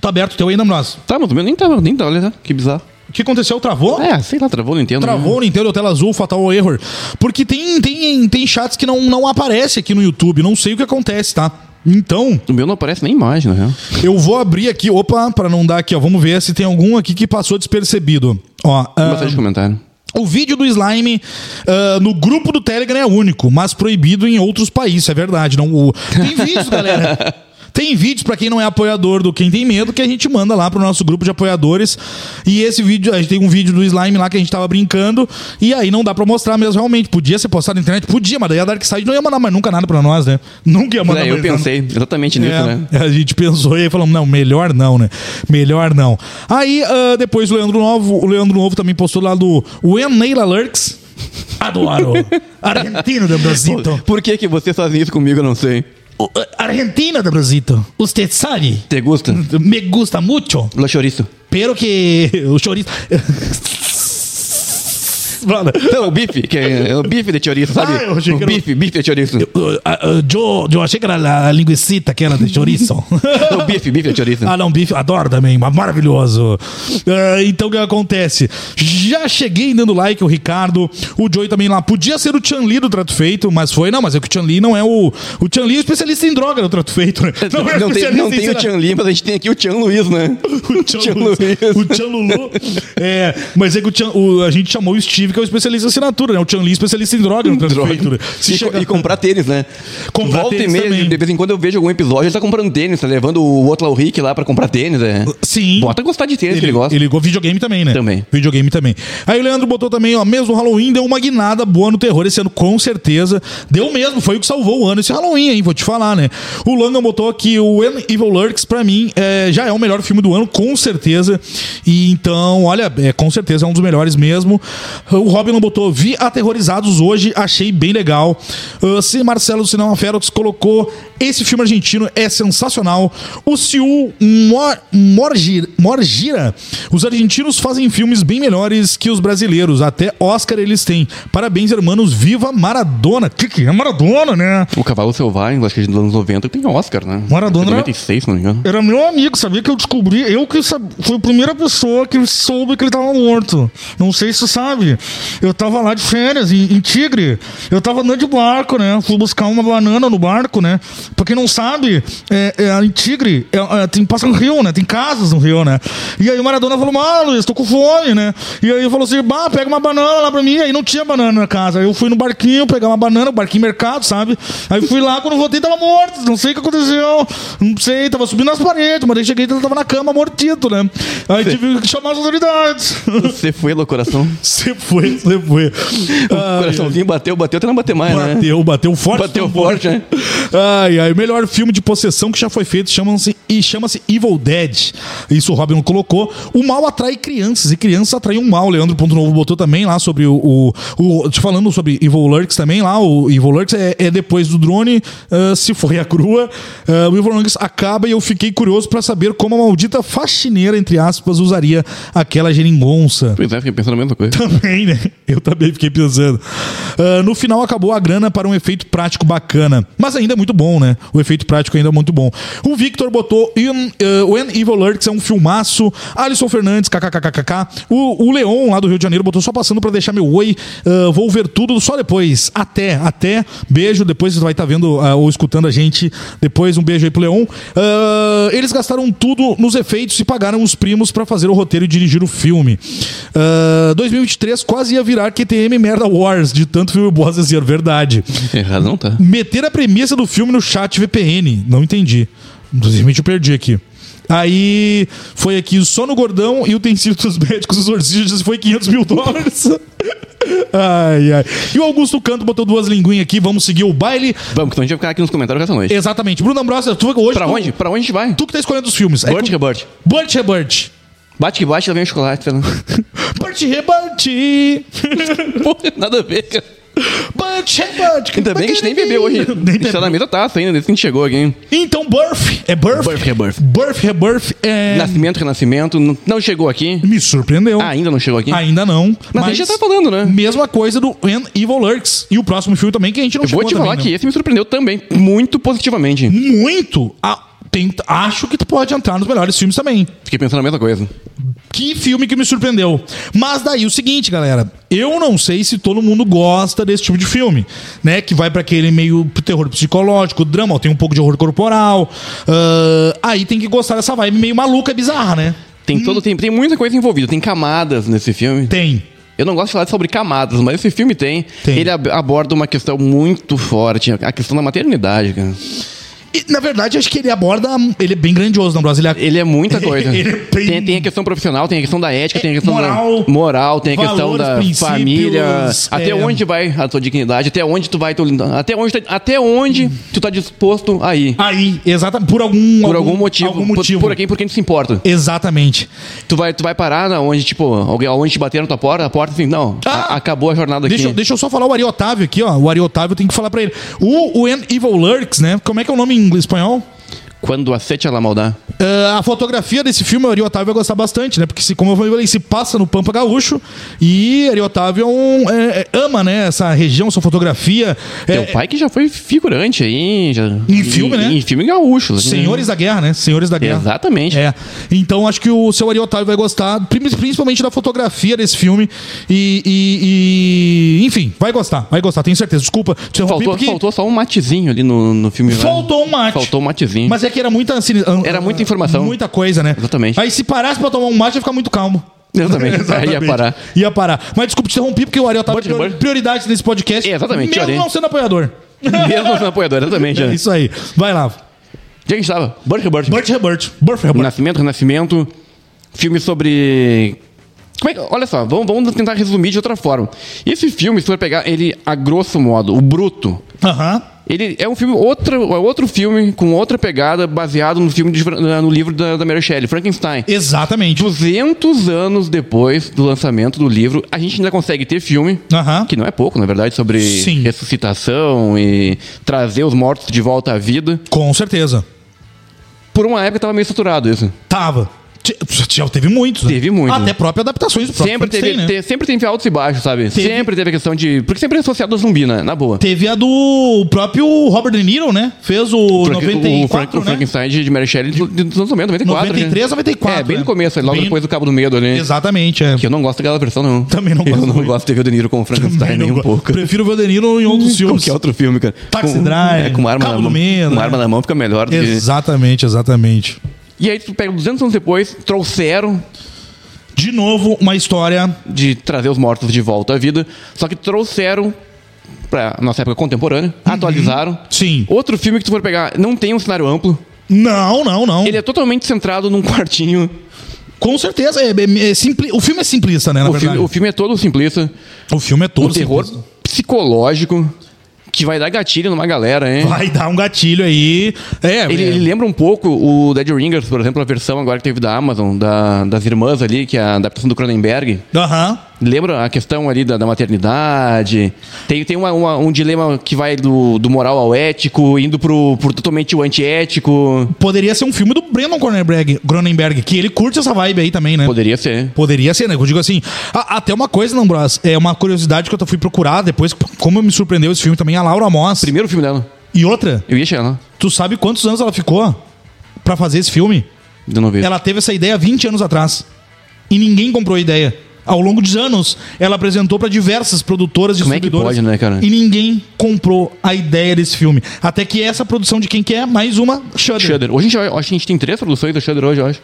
Speaker 1: Tá aberto o teu ainda, nós.
Speaker 2: Tá, mas o meu nem tava, nem tava, olha, que bizarro.
Speaker 1: O que aconteceu? Travou?
Speaker 2: É, sei lá, travou, não entendo.
Speaker 1: Travou o Nintendo, tela azul, fatal error. Porque tem, tem, tem chats que não, não aparece aqui no YouTube. Não sei o que acontece, tá? Então,
Speaker 2: O meu não aparece nem imagem, né?
Speaker 1: eu vou abrir aqui. Opa, pra não dar aqui, ó. Vamos ver se tem algum aqui que passou despercebido. Ó, ah,
Speaker 2: Bastante comentário.
Speaker 1: o vídeo do slime ah, no grupo do Telegram é único, mas proibido em outros países, é verdade. Não, o- Tem vídeos, galera. Tem vídeos pra quem não é apoiador do Quem Tem Medo que a gente manda lá pro nosso grupo de apoiadores. E esse vídeo, a gente tem um vídeo do slime lá que a gente tava brincando. E aí não dá pra mostrar mesmo, realmente. Podia ser postado na internet? Podia, mas daí a Dark Side não ia mandar mais nunca nada pra nós, né? Nunca ia mandar
Speaker 2: É, eu
Speaker 1: mais nada.
Speaker 2: pensei exatamente nisso,
Speaker 1: É,
Speaker 2: né?
Speaker 1: A gente pensou e aí falamos, não, melhor não, né? Melhor não. Aí, ah, depois o Leandro Novo, o Leandro Novo também postou lá do When Neila Lurks. Adoro! Argentina de Brasil.
Speaker 2: Por que, que vocês fazem isso comigo, eu não sei.
Speaker 1: O- Argentina de Brasil. Usted sabe?
Speaker 2: Te gusta?
Speaker 1: Me gusta mucho.
Speaker 2: Lo chorizo.
Speaker 1: Pero que o chorizo... Brother, uh,
Speaker 2: Não, o bife, que é é o bife de chorizo, sabe?
Speaker 1: Ah, eu achei que
Speaker 2: o
Speaker 1: era o-
Speaker 2: bife, bife de chorizo.
Speaker 1: eu- ah, eu, eu achei que era a linguicita que era de chorizo.
Speaker 2: O bife, bife é de chorizo.
Speaker 1: Ah, não, bife, adoro também, mas maravilhoso. Ah, então o que acontece? Já cheguei dando like, o Ricardo, o Joey também lá. Podia ser o Chan Li do Trato Feito, mas foi, não, mas é que o Chan Li não é o. O Chan Li é especialista em droga do Trato Feito, né?
Speaker 2: Não,
Speaker 1: é
Speaker 2: tem, não
Speaker 1: especialista em
Speaker 2: tem o
Speaker 1: sei lá-
Speaker 2: Chan Li, mas a gente tem aqui o Chan Luiz, né?
Speaker 1: o Chan, Luiz. O Chan Lulu. É, mas é que o Chan- o- a gente chamou o Steve, que é o especialista em assinatura, né? O Chan Li é especialista em droga no Trato
Speaker 2: Droga.
Speaker 1: Feito, né?
Speaker 2: E, co- e comprar tênis, né?
Speaker 1: Comprar
Speaker 2: Volta
Speaker 1: tênis
Speaker 2: e meia,
Speaker 1: também.
Speaker 2: de vez em quando eu vejo algum episódio, ele tá comprando tênis, tá levando o outro lá, o Rick, lá pra comprar tênis, é.
Speaker 1: Sim.
Speaker 2: Bota gostar de tênis que ele gosta.
Speaker 1: ligou videogame também, né?
Speaker 2: Também.
Speaker 1: Videogame também. Aí o Leandro botou também, ó, mesmo o Halloween deu uma guinada boa no terror esse ano, com certeza. Deu mesmo, foi o que salvou o ano esse Halloween, hein? Vou te falar, né? O Langan botou que o When Evil Lurks, pra mim, é, já é o melhor filme do ano, com certeza. E então, olha, é, com certeza é um dos melhores mesmo. O Robin não botou, vi Aterrorizados hoje, achei bem legal. Ah, se Marcelo do Cinema Ferox colocou, esse filme argentino é sensacional. O Siu Mor Morgir- Morgira, os argentinos fazem filmes bem melhores que os brasileiros, até Oscar eles têm. Parabéns, hermanos, viva Maradona. Que que é Maradona, né?
Speaker 2: O Cavalo Selvagem, acho que é dos anos 90, tem Oscar, né?
Speaker 1: Maradona
Speaker 2: Tem
Speaker 1: era-
Speaker 2: 96, se não me engano.
Speaker 1: Era meu amigo, sabia que eu descobri? Eu que sab... fui a primeira pessoa que soube que ele tava morto. Não sei se tu sabe. Eu tava lá de férias, em, em Tigre. Eu tava andando de barco, né? Fui buscar uma banana no barco, né? Pra quem não sabe, é, é, em Tigre é- é, tem, passa um rio, né? Tem casas no rio, né? E aí o Maradona falou, ah, Luiz, tô com fome, né? E aí falou assim, bah, pega uma banana lá pra mim. Aí não tinha banana na casa. Aí eu fui no barquinho pegar uma banana, barquinho mercado, sabe? Aí fui lá, quando voltei tava morto, não sei o que aconteceu. Não sei, tava subindo nas paredes, mas aí cheguei ele tava na cama mortido, né? Aí tive que chamar as autoridades.
Speaker 2: Você foi, loucuração.
Speaker 1: Você foi foi, você foi. Ah,
Speaker 2: O
Speaker 1: Ai,
Speaker 2: coraçãozinho bateu, bateu até não bater mais, né?
Speaker 1: é. Bateu, bateu forte.
Speaker 2: Bateu
Speaker 1: tambor.
Speaker 2: forte, né?
Speaker 1: Ai, ai. O melhor filme de possessão que já foi feito chama-se e chama-se Evil Dead. Isso o Robin colocou. O mal atrai crianças e crianças atraem o mal. Leandro Ponto Novo botou também lá sobre o. o, o- te falando sobre Evil Lurks também lá. O Evil Lurks é, é depois do drone, ah, se foi a crua. Ah, o Evil Lurks acaba e eu fiquei curioso pra saber como a maldita faxineira, entre aspas, usaria aquela geringonça.
Speaker 2: Pois é, fiquei pensando a mesma coisa.
Speaker 1: Também, né? Eu também fiquei pensando. Ah, no final acabou a grana para um efeito prático bacana. Mas ainda é muito bom, né? O efeito prático ainda é muito bom. O Victor botou In, eh, When Evil Lurks é um filmaço. Alisson Fernandes, kkkkkk. O, o Leon, lá do Rio de Janeiro, botou só passando para deixar meu oi. Ah, vou ver tudo só depois. Até, até. Beijo. Depois você vai estar vendo ah, ou escutando a gente. Depois um beijo aí pro Leon. Ah, eles gastaram tudo nos efeitos e pagaram os primos para fazer o roteiro e dirigir o filme. Ah, 2023 quase ia virar QTM Merda Wars, de tanto filme bosta ser verdade.
Speaker 2: Errado não tá.
Speaker 1: Meter a premissa do filme no chat VPN. Não entendi. Infelizmente eu perdi aqui. Aí foi aqui só no gordão e utensílios médicos os orcistas foi 500 mil dólares. Ai, ai. E o Augusto Canto botou duas linguinhas aqui. Vamos seguir o baile.
Speaker 2: Vamos, que então a gente vai ficar aqui nos comentários essa noite.
Speaker 1: Exatamente. Bruno Ambrosio, tu hoje.
Speaker 2: Pra
Speaker 1: tu,
Speaker 2: onde? Pra onde a gente vai?
Speaker 1: Tu que tá escolhendo os filmes. É
Speaker 2: Burt
Speaker 1: com-
Speaker 2: Rebirth.
Speaker 1: Burt Rebirth.
Speaker 2: Bate que bate, lá vem o chocolate, né? Fernando.
Speaker 1: Burt Rebirth.
Speaker 2: Porra, nada a ver, cara.
Speaker 1: Burt Rebirth.
Speaker 2: Ainda bem que a gente nem bebeu hoje. A
Speaker 1: Nem
Speaker 2: gente tá
Speaker 1: bebeu.
Speaker 2: na mesa taça ainda, desde que a gente chegou aqui. hein?
Speaker 1: Então, Birth. É Birth?
Speaker 2: Birth Rebirth.
Speaker 1: Birth Rebirth é.
Speaker 2: Nascimento, renascimento, não não chegou aqui.
Speaker 1: Me surpreendeu.
Speaker 2: Ah, ainda não chegou aqui.
Speaker 1: Ainda não.
Speaker 2: Mas a gente já tá falando, né?
Speaker 1: Mesma coisa do When Evil Lurks. E o próximo filme também que a gente não
Speaker 2: Eu vou
Speaker 1: chegou
Speaker 2: te falar
Speaker 1: também,
Speaker 2: que esse me surpreendeu também, muito positivamente.
Speaker 1: né? Muito. a- tem- acho que tu pode entrar nos melhores filmes também.
Speaker 2: Fiquei pensando a mesma coisa.
Speaker 1: Que filme que me surpreendeu. Mas daí o seguinte, galera. Eu não sei se todo mundo gosta desse tipo de filme, né? Que vai pra aquele meio terror psicológico, drama, ó, tem um pouco de horror corporal. Ah, aí tem que gostar dessa vibe meio maluca, bizarra, né?
Speaker 2: Tem todo tem, tem muita coisa envolvida, tem camadas nesse filme.
Speaker 1: Tem.
Speaker 2: Eu não gosto de falar sobre camadas, mas esse filme tem.
Speaker 1: Tem.
Speaker 2: Ele ab- aborda uma questão muito forte, a questão da maternidade, cara.
Speaker 1: E, na verdade, acho que ele aborda. Ele é bem grandioso, na Ele, é-
Speaker 2: Ele é muita coisa.
Speaker 1: Ele é bem-
Speaker 2: tem, tem a questão profissional, tem a questão da ética, tem a questão
Speaker 1: moral,
Speaker 2: da moral, tem a questão
Speaker 1: valores,
Speaker 2: da
Speaker 1: princípios,
Speaker 2: família. Até
Speaker 1: é.
Speaker 2: onde vai a tua dignidade? Até onde tu vai? Tu, até onde, tá- até onde tu tá disposto a ir?
Speaker 1: Aí, exatamente. Por algum.
Speaker 2: Por algum, motivo.
Speaker 1: Algum
Speaker 2: por-
Speaker 1: motivo.
Speaker 2: Por, quem, por quem tu se importa.
Speaker 1: Exatamente.
Speaker 2: Tu vai, tu vai parar na onde, tipo, alguém, onde te bateram na tua porta, a porta assim, não,
Speaker 1: Ah!
Speaker 2: a- acabou a jornada
Speaker 1: Deixa, eu-
Speaker 2: aqui.
Speaker 1: deixa eu só falar o Ari Otávio aqui, ó. O Ari Otávio tem que falar pra ele. O When Evil Lurks, né? Como é que é o nome em inglês, espanhol?
Speaker 2: Quando a sete ela maldar.
Speaker 1: Ah, a fotografia desse filme, o Ari Otávio vai gostar bastante, né? Porque, se, como eu falei, se passa no Pampa Gaúcho e Ari Otávio é um, é, é- ama, né? Essa região, sua fotografia. É,
Speaker 2: Teu um pai que já foi figurante aí. Já,
Speaker 1: Em filme, né?
Speaker 2: Em filme gaúcho. assim.
Speaker 1: Senhores da Guerra, né? Senhores da Guerra.
Speaker 2: Exatamente.
Speaker 1: É. Então acho que o seu Ari Otávio vai gostar, prim- principalmente da fotografia desse filme. E, e- e- enfim, vai gostar, vai gostar, tenho certeza. Desculpa, te interrompi
Speaker 2: Faltou,
Speaker 1: porque
Speaker 2: faltou só um matezinho ali no, no filme. né?
Speaker 1: faltou um mate.
Speaker 2: Faltou um matezinho.
Speaker 1: Mas é que era muita assim, an-
Speaker 2: Era muita informação.
Speaker 1: Muita coisa, né?
Speaker 2: Exatamente.
Speaker 1: Aí se parasse pra tomar um mate, ia ficar muito calmo.
Speaker 2: Exatamente. Aí ia
Speaker 1: Exatamente.
Speaker 2: parar.
Speaker 1: Ia parar. Mas desculpa te interromper, porque o Ari Otávio é
Speaker 2: Pode ir
Speaker 1: prior-
Speaker 2: embora.
Speaker 1: prioridade nesse podcast.
Speaker 2: É, exatamente,
Speaker 1: Mesmo
Speaker 2: Ari.
Speaker 1: não sendo apoiador.
Speaker 2: Mesmo sendo apoiador, exatamente.
Speaker 1: É
Speaker 2: né?
Speaker 1: isso aí. Vai lá.
Speaker 2: Já que estava. Burt Rebirth.
Speaker 1: Burt Rebert. Burt Rebert.
Speaker 2: Nascimento, Renascimento. Filme sobre. Como é que... Olha só, vamos, vamos tentar resumir de outra forma. Esse filme, se você pegar ele a grosso modo, o bruto,
Speaker 1: Aham.
Speaker 2: ele é um filme, outro, é outro filme com outra pegada baseado no filme de Fra- no livro da, da Mary Shelley, Frankenstein.
Speaker 1: Exatamente.
Speaker 2: 200 anos depois do lançamento do livro, a gente ainda consegue ter filme,
Speaker 1: Aham.
Speaker 2: que não é pouco, na verdade, sobre
Speaker 1: Sim.
Speaker 2: ressuscitação e trazer os mortos de volta à vida.
Speaker 1: Com certeza.
Speaker 2: Por uma época tava meio saturado isso.
Speaker 1: Tava. Ti- Já teve muitos. né?
Speaker 2: Teve muito.
Speaker 1: Até próprias adaptações. do próprio
Speaker 2: Sempre teve,
Speaker 1: Frankenstein, né?
Speaker 2: te- sempre teve altos e baixos, sabe?
Speaker 1: Teve-
Speaker 2: Sempre teve a questão de. Porque sempre é associado ao zumbi, né? Na boa.
Speaker 1: Teve a do próprio Robert De Niro, né? Fez o
Speaker 2: Frank- o,
Speaker 1: 94,
Speaker 2: Frank- o
Speaker 1: né?
Speaker 2: Frankenstein de de Mary Shelley de de- dos anos 90, 94.
Speaker 1: 93,
Speaker 2: né?
Speaker 1: 94,
Speaker 2: É, bem
Speaker 1: né?
Speaker 2: no começo, ali, logo
Speaker 1: Bem-
Speaker 2: depois do Cabo do Medo ali.
Speaker 1: Exatamente, é.
Speaker 2: Que eu não gosto daquela versão, não.
Speaker 1: Também não gosto
Speaker 2: Eu não
Speaker 1: muito.
Speaker 2: gosto de ver o De Niro com o Frankenstein
Speaker 1: Também
Speaker 2: nem
Speaker 1: não
Speaker 2: um
Speaker 1: go-
Speaker 2: pouco.
Speaker 1: Prefiro ver o De Niro em outros filmes.
Speaker 2: Qualquer é outro filme, cara.
Speaker 1: Taxi
Speaker 2: com,
Speaker 1: Driver,
Speaker 2: É, com uma arma
Speaker 1: Cabo
Speaker 2: na
Speaker 1: do
Speaker 2: mão.
Speaker 1: Medo,
Speaker 2: com uma
Speaker 1: né?
Speaker 2: arma na mão fica melhor do que.
Speaker 1: Exatamente, exatamente.
Speaker 2: E aí tu pega 200 anos depois, trouxeram
Speaker 1: De novo, uma história.
Speaker 2: de trazer os mortos de volta à vida, só que trouxeram pra nossa época contemporânea, atualizaram.
Speaker 1: Uhum. Sim.
Speaker 2: Outro filme que tu for pegar, não tem um cenário amplo.
Speaker 1: Não, não, não.
Speaker 2: Ele é totalmente centrado num quartinho
Speaker 1: Com certeza. É, é- é simpli- o filme é simplista, né? Na
Speaker 2: O
Speaker 1: verdade.
Speaker 2: filme, o filme é todo simplista.
Speaker 1: O filme é todo
Speaker 2: um terror
Speaker 1: simplista.
Speaker 2: psicológico que vai dar gatilho numa galera, hein?
Speaker 1: Vai dar um gatilho aí. É,
Speaker 2: Ele,
Speaker 1: é.
Speaker 2: ele lembra um pouco o Dead Ringers, por exemplo, a versão agora que teve da Amazon, da- das irmãs ali, que é a adaptação do Cronenberg.
Speaker 1: Aham.
Speaker 2: Lembra a questão ali da, da maternidade? Tem, tem uma- uma- um dilema que vai do, do moral ao ético, indo pro, pro totalmente o antiético.
Speaker 1: Poderia ser um filme do Brandon Cronenberg, Cronenberg, que ele curte essa vibe aí também, né?
Speaker 2: Poderia ser.
Speaker 1: Poderia ser, né? Eu digo assim. a- até uma coisa, não, Bros. É uma curiosidade que eu fui procurar depois, como me surpreendeu esse filme também, a Laura Moss.
Speaker 2: Primeiro filme dela.
Speaker 1: E outra,
Speaker 2: Eu ia chegar lá.
Speaker 1: tu sabe quantos anos ela ficou pra fazer esse filme?
Speaker 2: De novo.
Speaker 1: Ela teve essa ideia 20 anos atrás. E ninguém comprou a ideia. Ao longo dos anos, ela apresentou pra diversas produtoras e
Speaker 2: Como é que
Speaker 1: distribuidoras.
Speaker 2: pode, né, cara?
Speaker 1: E ninguém comprou a ideia desse filme. Até que essa produção de quem que é? Mais uma, Shudder.
Speaker 2: Shudder. Hoje a gente, acho que a gente tem três produções do Shudder hoje, eu acho.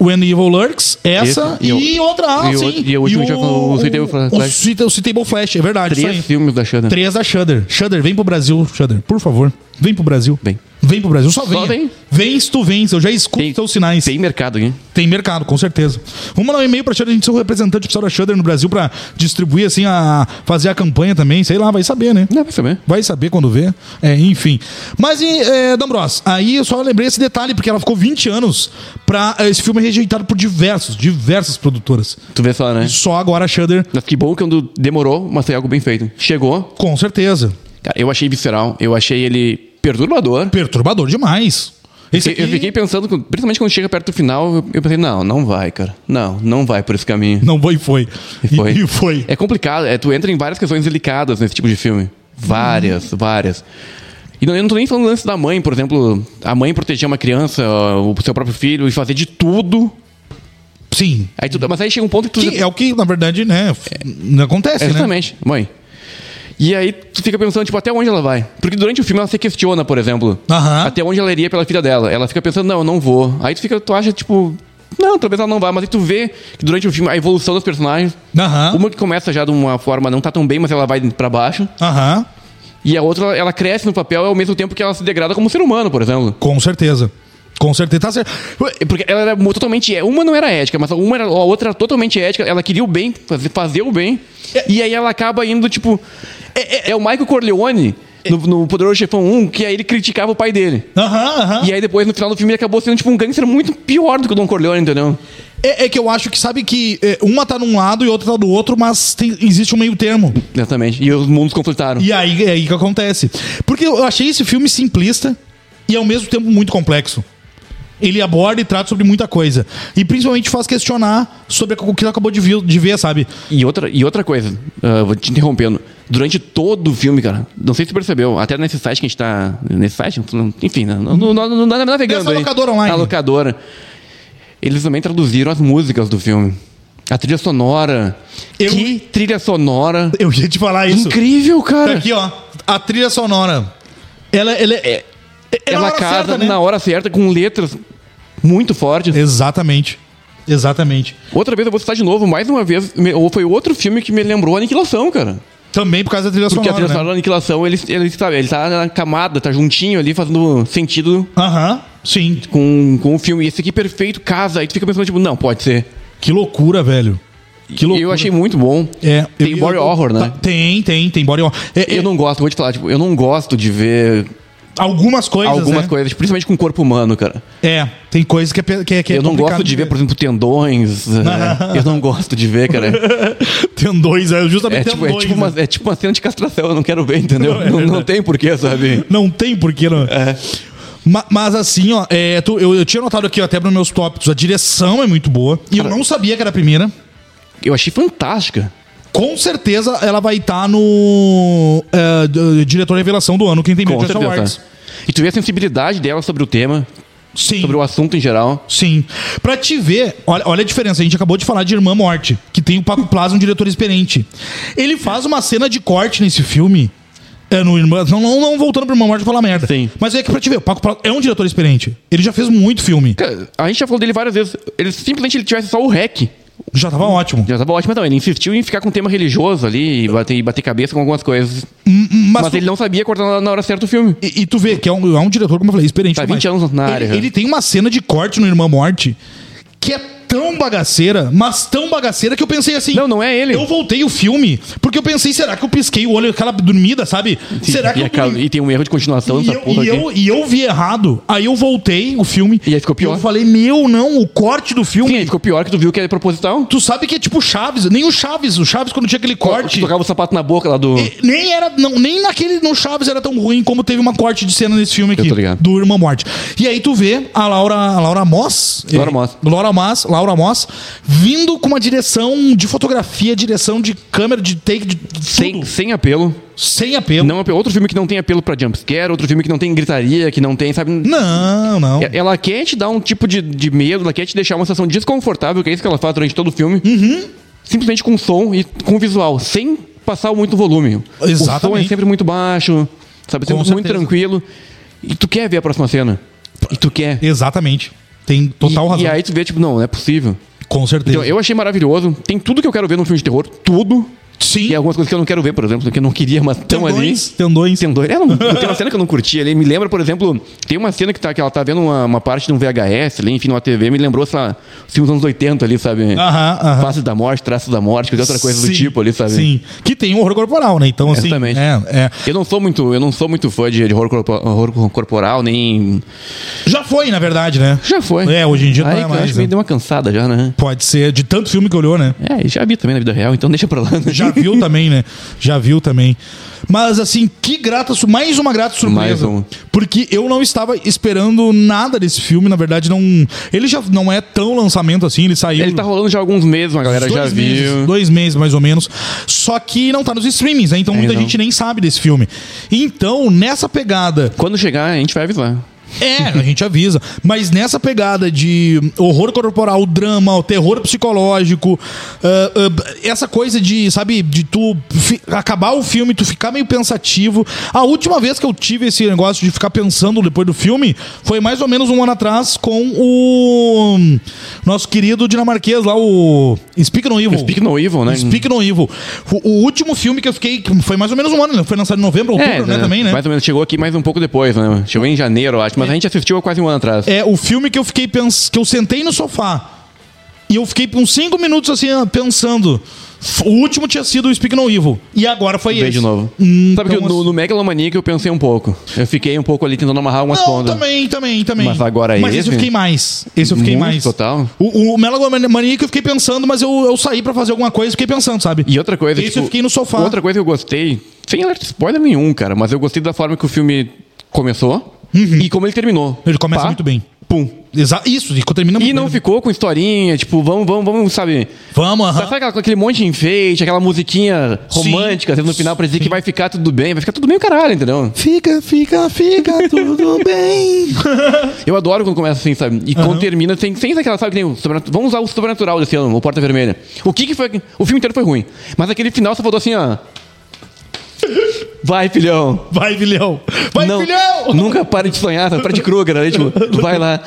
Speaker 1: When Evil Lurks, essa
Speaker 2: Esse, e
Speaker 1: e,
Speaker 2: o-
Speaker 1: outra, ah,
Speaker 2: e o-
Speaker 1: sim.
Speaker 2: e o último que já falou, o Suitable
Speaker 1: o,
Speaker 2: Flash.
Speaker 1: Suit- o Suitable Flash, é verdade. isso aí.
Speaker 2: Três filmes né? da Shudder.
Speaker 1: Três da Shudder. Shudder, vem pro Brasil, Shudder. Por favor, vem pro Brasil.
Speaker 2: Vem.
Speaker 1: Vem pro Brasil, só vem.
Speaker 2: Só vem.
Speaker 1: Vem se tu vens, eu já escuto
Speaker 2: Tem-
Speaker 1: teus sinais.
Speaker 2: Tem mercado aqui.
Speaker 1: Tem mercado, com certeza. Vamos mandar um e-mail pra Shudder, a gente ser o representante oficial da Shudder no Brasil pra distribuir, assim, a fazer a campanha também. Sei lá, vai saber, né?
Speaker 2: Não, vai saber.
Speaker 1: Vai saber quando vê. É, enfim. Mas, e, é, D'Ambros, aí eu só lembrei esse detalhe, porque ela ficou 20 anos pra é, esse filme é rejeitado por diversos, diversas produtoras.
Speaker 2: Tu vê só, né?
Speaker 1: Só agora a Shudder,
Speaker 2: Mas que bom que quando demorou, mas foi algo bem feito. Chegou.
Speaker 1: com certeza.
Speaker 2: Cara, eu achei visceral. Eu achei ele perturbador.
Speaker 1: Perturbador demais. Esse
Speaker 2: Eu- Eu
Speaker 1: aqui-
Speaker 2: fiquei pensando, com- principalmente quando chega perto do final, eu- eu pensei, não, não vai, cara. Não, não vai por esse caminho.
Speaker 1: Não foi, foi.
Speaker 2: E foi.
Speaker 1: E, e foi.
Speaker 2: É complicado, é, tu entra em várias questões delicadas nesse tipo de filme.
Speaker 1: Hum.
Speaker 2: Várias, várias. E não, eu não tô nem falando do lance da mãe, por exemplo, a mãe proteger uma criança, ó, o seu próprio filho, e fazer de tudo.
Speaker 1: Sim.
Speaker 2: Aí tu, mas aí chega um ponto que tu.
Speaker 1: Que é o que, na verdade, né, f- não acontece,
Speaker 2: É,
Speaker 1: né?
Speaker 2: Exatamente, mãe. E aí tu fica pensando, tipo, até onde ela vai? Porque durante o filme ela se questiona, por exemplo.
Speaker 1: Aham.
Speaker 2: Até onde ela iria pela filha dela. Ela fica pensando, não, eu não vou. Aí tu fica, tu acha, tipo, não, talvez ela não vá, mas aí tu vê que durante o filme a evolução dos personagens.
Speaker 1: Aham.
Speaker 2: Uma que começa já de uma forma não tá tão bem, mas ela vai pra baixo.
Speaker 1: Aham.
Speaker 2: E a outra, ela cresce no papel ao mesmo tempo que ela se degrada como ser humano, por exemplo.
Speaker 1: Com certeza. Com certeza. Tá certo.
Speaker 2: Porque ela era mu- totalmente. é, Uma não era ética, mas uma era, a outra era totalmente ética. Ela queria o bem, fazer, fazer o bem. E aí ela acaba indo, tipo. É, é- é o Michael Corleone no, no Poderoso Chefão 1, que aí ele criticava o pai dele.
Speaker 1: Aham, aham.
Speaker 2: E aí depois, no final do filme, ele acabou sendo, tipo, um gangster muito pior do que o Don Corleone, entendeu?
Speaker 1: É, é que eu acho que, sabe, que é, uma tá num lado e outra tá do outro, mas tem- existe um meio termo.
Speaker 2: Exatamente. E os mundos conflitaram.
Speaker 1: E aí é aí que acontece. Porque eu achei esse filme simplista e ao mesmo tempo muito complexo. Ele aborda e trata sobre muita coisa. E principalmente faz questionar sobre o que tu acabou de vi- de ver, sabe?
Speaker 2: E outra, e outra coisa, ah, vou te interrompendo. Durante todo o filme, cara, não sei se tu percebeu, até nesse site que a gente tá. Nesse site, enfim, né, no, no, no, no, navegando.
Speaker 1: Nessa
Speaker 2: aí.
Speaker 1: locadora online.
Speaker 2: A locadora. Eles também traduziram as músicas do filme. A trilha sonora.
Speaker 1: Eu-
Speaker 2: Que trilha sonora.
Speaker 1: Eu ia te falar isso.
Speaker 2: Incrível,
Speaker 1: Tá
Speaker 2: cara.
Speaker 1: aqui, ó. A trilha sonora. Ela, ela é. é na
Speaker 2: Ela
Speaker 1: hora
Speaker 2: casa
Speaker 1: certa, né?
Speaker 2: na hora certa, com letras muito fortes.
Speaker 1: Exatamente. Exatamente.
Speaker 2: Outra vez eu vou citar de novo, mais uma vez, me- ou foi outro filme que me lembrou a Aniquilação, cara.
Speaker 1: Também por causa da trilha
Speaker 2: Porque a
Speaker 1: sonora.
Speaker 2: trilha
Speaker 1: né?
Speaker 2: sonora da aniquilação, ele, ele, sabe, ele tá na camada, tá juntinho ali, fazendo sentido
Speaker 1: Aham, sim.
Speaker 2: com, com o filme. E esse aqui perfeito, casa. Aí tu fica pensando, tipo, não, pode ser.
Speaker 1: Que loucura, velho. Que
Speaker 2: E
Speaker 1: loucura.
Speaker 2: eu achei muito bom.
Speaker 1: É,
Speaker 2: Tem
Speaker 1: eu-
Speaker 2: body
Speaker 1: eu-
Speaker 2: horror, né?
Speaker 1: tá- tem, tem, tem body horror. É, é,
Speaker 2: Eu não gosto, vou te falar, tipo, eu não gosto de ver
Speaker 1: algumas coisas.
Speaker 2: algumas
Speaker 1: né?
Speaker 2: coisas, principalmente com o corpo humano, cara.
Speaker 1: É, tem coisas que é. pe- que é- que é
Speaker 2: eu não
Speaker 1: complicado
Speaker 2: gosto de ver, por exemplo, tendões. é, eu não gosto de ver, cara.
Speaker 1: Tem dois, é
Speaker 2: É
Speaker 1: justamente tem
Speaker 2: tipo, é,
Speaker 1: dois,
Speaker 2: tipo uma,
Speaker 1: né?
Speaker 2: é tipo uma cena de castração, eu não quero ver, entendeu?
Speaker 1: Não,
Speaker 2: Não,
Speaker 1: é
Speaker 2: não
Speaker 1: verdade.
Speaker 2: tem porquê, sabe?
Speaker 1: Não tem porquê, não. É. Mas, assim, ó, é, tu- eu, eu tinha notado aqui ó, até nos meus tópicos, a direção é muito boa. E eu
Speaker 2: Cara-
Speaker 1: não sabia que era a primeira.
Speaker 2: Eu achei fantástica.
Speaker 1: Com certeza ela vai estar no é, d- diretor revelação do ano, quem tem
Speaker 2: Com
Speaker 1: medo Johnson
Speaker 2: certeza. é.
Speaker 1: Awards.
Speaker 2: E tu vê a sensibilidade dela sobre o tema,
Speaker 1: Sim.
Speaker 2: sobre o assunto em geral.
Speaker 1: Sim. Pra te ver, olha, olha a diferença. A gente acabou de falar de Irmã Morte, que tem o Paco Plaza, um diretor experiente. Ele faz uma cena de corte nesse filme. É, no Irmã. Não, não, não voltando pro Irmã Morte falar merda.
Speaker 2: Sim.
Speaker 1: Mas é que pra te ver, o Paco Plaza é um diretor experiente. Ele já fez muito filme.
Speaker 2: Cara, a gente já falou dele várias vezes. Ele simplesmente ele tivesse só o rec.
Speaker 1: Já tava ótimo.
Speaker 2: Já tava ótimo, então. Ele insistiu em ficar com o tema religioso ali e bater, e bater cabeça com algumas coisas.
Speaker 1: Mas,
Speaker 2: Mas, ele não sabia cortar na- na hora certa o filme.
Speaker 1: E, e tu vê que é um, é um diretor, como eu falei, experiente.
Speaker 2: Tá
Speaker 1: demais.
Speaker 2: 20 anos na
Speaker 1: Ele-
Speaker 2: área,
Speaker 1: Ele,
Speaker 2: já.
Speaker 1: tem uma cena de corte no Irmã Morte que é tão bagaceira, mas tão bagaceira que eu pensei assim.
Speaker 2: Não, não é ele.
Speaker 1: Eu voltei o filme porque eu pensei, será que eu pisquei o olho, aquela dormida, sabe? será que
Speaker 2: e,
Speaker 1: eu.
Speaker 2: acaba- e tem um erro de continuação
Speaker 1: E
Speaker 2: nessa
Speaker 1: eu,
Speaker 2: porra
Speaker 1: e,
Speaker 2: aqui.
Speaker 1: eu, e eu vi errado. Aí eu voltei o filme.
Speaker 2: E aí ficou pior.
Speaker 1: Eu falei, meu, não, o corte do filme.
Speaker 2: Sim, aí ficou pior que tu viu que era proposital.
Speaker 1: Tu sabe que é tipo Chaves. Nem o Chaves. O Chaves, quando tinha aquele
Speaker 2: Tu
Speaker 1: corte.
Speaker 2: tocava o sapato na boca lá do.
Speaker 1: E Nem era. Não, nem naquele no Chaves era tão ruim como teve uma corte de cena nesse filme aqui.
Speaker 2: tô ligado.
Speaker 1: Do Irmã Morte. E aí tu vê a Laura, a Laura Moss.
Speaker 2: Laura
Speaker 1: eh,
Speaker 2: Moss.
Speaker 1: Laura Moss, Laura Moss, vindo com uma direção de fotografia, direção de câmera, de take, de tudo,
Speaker 2: Sem, sem apelo.
Speaker 1: sem apelo.
Speaker 2: Não apelo. Outro filme que não tem apelo pra jumpscare, outro filme que não tem gritaria, que não tem, sabe?
Speaker 1: Não, não.
Speaker 2: E- Ela quer te dar um tipo de, de medo, ela quer te deixar uma sensação desconfortável, que é isso que ela faz durante todo o filme.
Speaker 1: Uhum.
Speaker 2: Simplesmente com som e com visual, sem passar muito volume. O som é
Speaker 1: Exatamente.
Speaker 2: sempre muito baixo, sabe? Sempre muito
Speaker 1: certeza.
Speaker 2: tranquilo. E tu quer ver a próxima cena. E tu quer.
Speaker 1: Exatamente. Tem total
Speaker 2: e,
Speaker 1: tá razão.
Speaker 2: e aí tu vê, tipo, não, não é possível.
Speaker 1: Com certeza.
Speaker 2: Então, eu achei maravilhoso. Tem tudo que eu quero ver num filme de terror. Tudo.
Speaker 1: Sim. um
Speaker 2: E algumas coisas que eu não quero ver, por exemplo, que eu não queria, mas estão ali.
Speaker 1: Tendões, tendões.
Speaker 2: Tem dois. É, não, tem uma cena que eu não curti ali. Me lembra, por exemplo, tem uma cena que, tá, que ela tá vendo uma, uma parte de um VHS ali, enfim, numa TV, me lembrou, sei lá, os filmes dos anos 80 ali, sabe?
Speaker 1: Aham, aham.
Speaker 2: Faces da morte, traços da morte, qualquer outra coisa do
Speaker 1: Sim,
Speaker 2: tipo ali, sabe?
Speaker 1: Sim. Que tem um horror corporal, né? Então, assim.
Speaker 2: Exatamente.
Speaker 1: É, é.
Speaker 2: Eu não sou muito, eu não sou muito fã de, de horror, corpo- horror corporal, nem.
Speaker 1: Já foi, na verdade, né?
Speaker 2: Já foi.
Speaker 1: É, hoje em dia não
Speaker 2: Aí,
Speaker 1: é
Speaker 2: que eu
Speaker 1: mais,
Speaker 2: Acho que
Speaker 1: né?
Speaker 2: me deu uma cansada já, né?
Speaker 1: Pode ser de tanto filme que olhou, né?
Speaker 2: É, e já vi também na vida real, então deixa pra lá. Né?
Speaker 1: Já viu também, né? Já viu também. Mas assim, que grata, su- mais uma grata
Speaker 2: Mais
Speaker 1: surpresa.
Speaker 2: uma.
Speaker 1: Porque eu não estava esperando nada desse filme, na verdade não, ele já não é tão lançamento assim, ele saiu
Speaker 2: Ele tá rolando já há alguns meses, uma galera já
Speaker 1: dois meses,
Speaker 2: viu.
Speaker 1: dois meses mais ou menos. Só que não tá nos streamings, né? Então muita
Speaker 2: não.
Speaker 1: gente nem sabe desse filme. Então, nessa pegada
Speaker 2: Quando chegar, a gente vai avisar.
Speaker 1: É, a gente avisa. Mas nessa pegada de horror corporal, drama, o terror psicológico, ah, ah, essa coisa de, sabe, de tu fi- acabar o filme, tu ficar meio pensativo. A última vez que eu tive esse negócio de ficar pensando depois do filme foi mais ou menos um ano atrás com o nosso querido dinamarquês lá, o Speak No Evil.
Speaker 2: Speak No Evil, né?
Speaker 1: Speak No Evil. O, o último filme que eu fiquei, que foi mais ou menos um ano, né? foi lançado em novembro, outubro, né, também, né?
Speaker 2: É, Mais ou menos, chegou aqui mais um pouco depois, né? Chegou em janeiro, eu acho, mas a gente assistiu há quase um ano atrás.
Speaker 1: é o filme que eu fiquei pensando. que eu sentei no sofá e eu fiquei uns cinco minutos assim ah, pensando. F- O último tinha sido o Speak No Evil. E agora foi
Speaker 2: Veio
Speaker 1: esse.
Speaker 2: de novo.
Speaker 1: Hum,
Speaker 2: Sabe
Speaker 1: então,
Speaker 2: que no,
Speaker 1: assim-
Speaker 2: no Megalomania que eu pensei um pouco. Eu fiquei um pouco ali tentando amarrar algumas
Speaker 1: Não,
Speaker 2: pontas.
Speaker 1: também, também, também.
Speaker 2: Mas agora é
Speaker 1: Mas
Speaker 2: esse?
Speaker 1: esse eu fiquei mais. Esse eu fiquei
Speaker 2: Muito
Speaker 1: mais.
Speaker 2: total.
Speaker 1: O, o Melagomania que eu fiquei pensando, mas eu, eu saí pra fazer alguma coisa e fiquei pensando, sabe?
Speaker 2: E outra coisa,
Speaker 1: Esse
Speaker 2: tipo,
Speaker 1: eu fiquei no sofá.
Speaker 2: Outra coisa que eu gostei, sem alerta spoiler nenhum, cara, mas eu gostei da forma que o filme começou e como ele terminou.
Speaker 1: Uhum. Ele começa
Speaker 2: Pá,
Speaker 1: muito bem.
Speaker 2: Pum.
Speaker 1: Exa isso, e termina
Speaker 2: E
Speaker 1: muito
Speaker 2: não
Speaker 1: bem.
Speaker 2: ficou com historinha, tipo, vamos, vamos, vamos, sabe?
Speaker 1: Vamos, aham.
Speaker 2: Sabe aquela- aquele monte de enfeite, aquela musiquinha
Speaker 1: Sim.
Speaker 2: romântica, às vezes no final pra dizer que vai ficar tudo bem, vai ficar tudo bem o caralho, entendeu?
Speaker 1: Fica, fica, fica, tudo bem.
Speaker 2: Eu adoro quando começa assim, sabe? E quando termina, sem, sem aquela, sabe, que tem o sobrenatu- Vamos usar o sobrenatural desse ano, o Porta Vermelha. O que que foi. que- O filme inteiro foi ruim. Mas aquele final só faltou assim, ó. Vai, filhão.
Speaker 1: Vai, filhão. Vai,
Speaker 2: Não,
Speaker 1: filhão.
Speaker 2: Nunca pare de sonhar, sabe? Fred Krueger, né? Tipo, vai lá.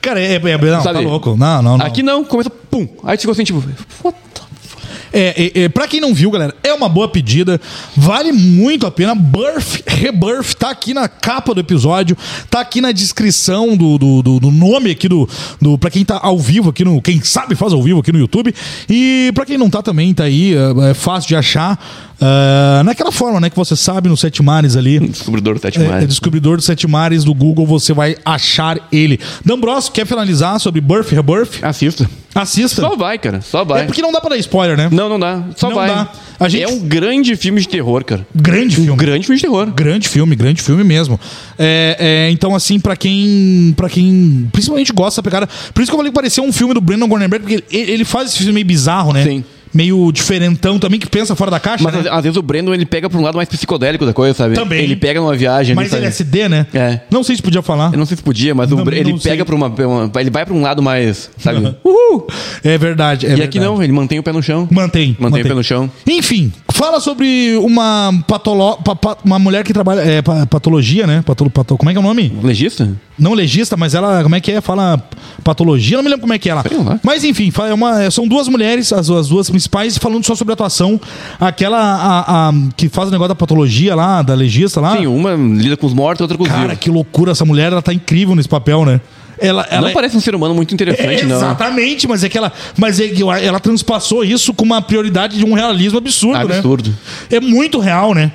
Speaker 1: Cara, é, é, é- não,
Speaker 2: Sabe?
Speaker 1: tá louco. Não, não, não.
Speaker 2: Aqui não, começa, pum. Aí tu ficou assim, tipo, what the fuck?
Speaker 1: É, é, é, pra quem não viu, galera, é uma boa pedida. Vale muito a pena. Birth, Rebirth, tá aqui na capa do episódio, tá aqui na descrição do, do, do- do nome aqui do, do. Pra quem tá ao vivo aqui no. Quem sabe faz ao vivo aqui no YouTube. E pra quem não tá também, tá aí, é, é fácil de achar. Ah, naquela forma, né, que você sabe nos sete mares ali.
Speaker 2: Descobridor tá do Sete
Speaker 1: É, é
Speaker 2: Mares.
Speaker 1: descobridor dos sete mares do Google, você vai achar ele. Dambros, quer finalizar sobre Birth, Rebirth?
Speaker 2: Assista.
Speaker 1: Assista.
Speaker 2: Só vai, cara. Só vai.
Speaker 1: É porque não dá pra dar spoiler, né?
Speaker 2: Não, não dá. Só
Speaker 1: Não
Speaker 2: vai.
Speaker 1: dá. A gente-
Speaker 2: É um grande filme de terror, cara.
Speaker 1: Grande filme.
Speaker 2: Um grande filme de terror.
Speaker 1: Grande filme, grande filme mesmo. É, é, então, assim, pra quem. para quem principalmente gosta da pegada. Por isso que eu falei que parecia um filme do Brandon Gornenberg, porque ele, ele faz esse filme meio bizarro, né?
Speaker 2: Sim.
Speaker 1: Meio diferentão também, que pensa fora da caixa.
Speaker 2: Mas
Speaker 1: né?
Speaker 2: às- às vezes o Brandon ele é pega pra um lado mais psicodélico da coisa, sabe?
Speaker 1: Também.
Speaker 2: Ele pega numa viagem.
Speaker 1: Mas
Speaker 2: sabe?
Speaker 1: LSD, né?
Speaker 2: É.
Speaker 1: Não sei se podia falar.
Speaker 2: Eu não sei se podia, mas o
Speaker 1: Não,
Speaker 2: Bra- ele
Speaker 1: não sei.
Speaker 2: pega pra uma, pra uma- Ele vai pra um lado mais. Sabe?
Speaker 1: Uhul! É verdade. É
Speaker 2: E aqui não, ele mantém o pé no chão.
Speaker 1: Mantém.
Speaker 2: Mantém o pé no chão.
Speaker 1: Enfim, fala sobre uma patolo... pa- pa- uma mulher que trabalha. É, pa- patologia, né? Patolo... pato- Como é que é o nome?
Speaker 2: Legista?
Speaker 1: Não legista, mas ela, como é que é? Fala patologia, não me lembro como é que é ela.
Speaker 2: Sei lá.
Speaker 1: Mas enfim, fa- é uma- são duas mulheres, as, as duas principais, falando só sobre atuação. Aquela a- a- que faz o negócio da patologia lá, da legista lá.
Speaker 2: Sim, uma lida com os mortos, outra com os
Speaker 1: Ah. Cara,
Speaker 2: vivos.
Speaker 1: que loucura essa mulher, ela tá incrível nesse papel, né? Ela, ela
Speaker 2: não parece um ser humano muito interessante, não.
Speaker 1: Exatamente, mas é que ela. Mas é que ela- ela transpassou isso com uma prioridade de um realismo absurdo, né?
Speaker 2: Absurdo.
Speaker 1: É muito real, né?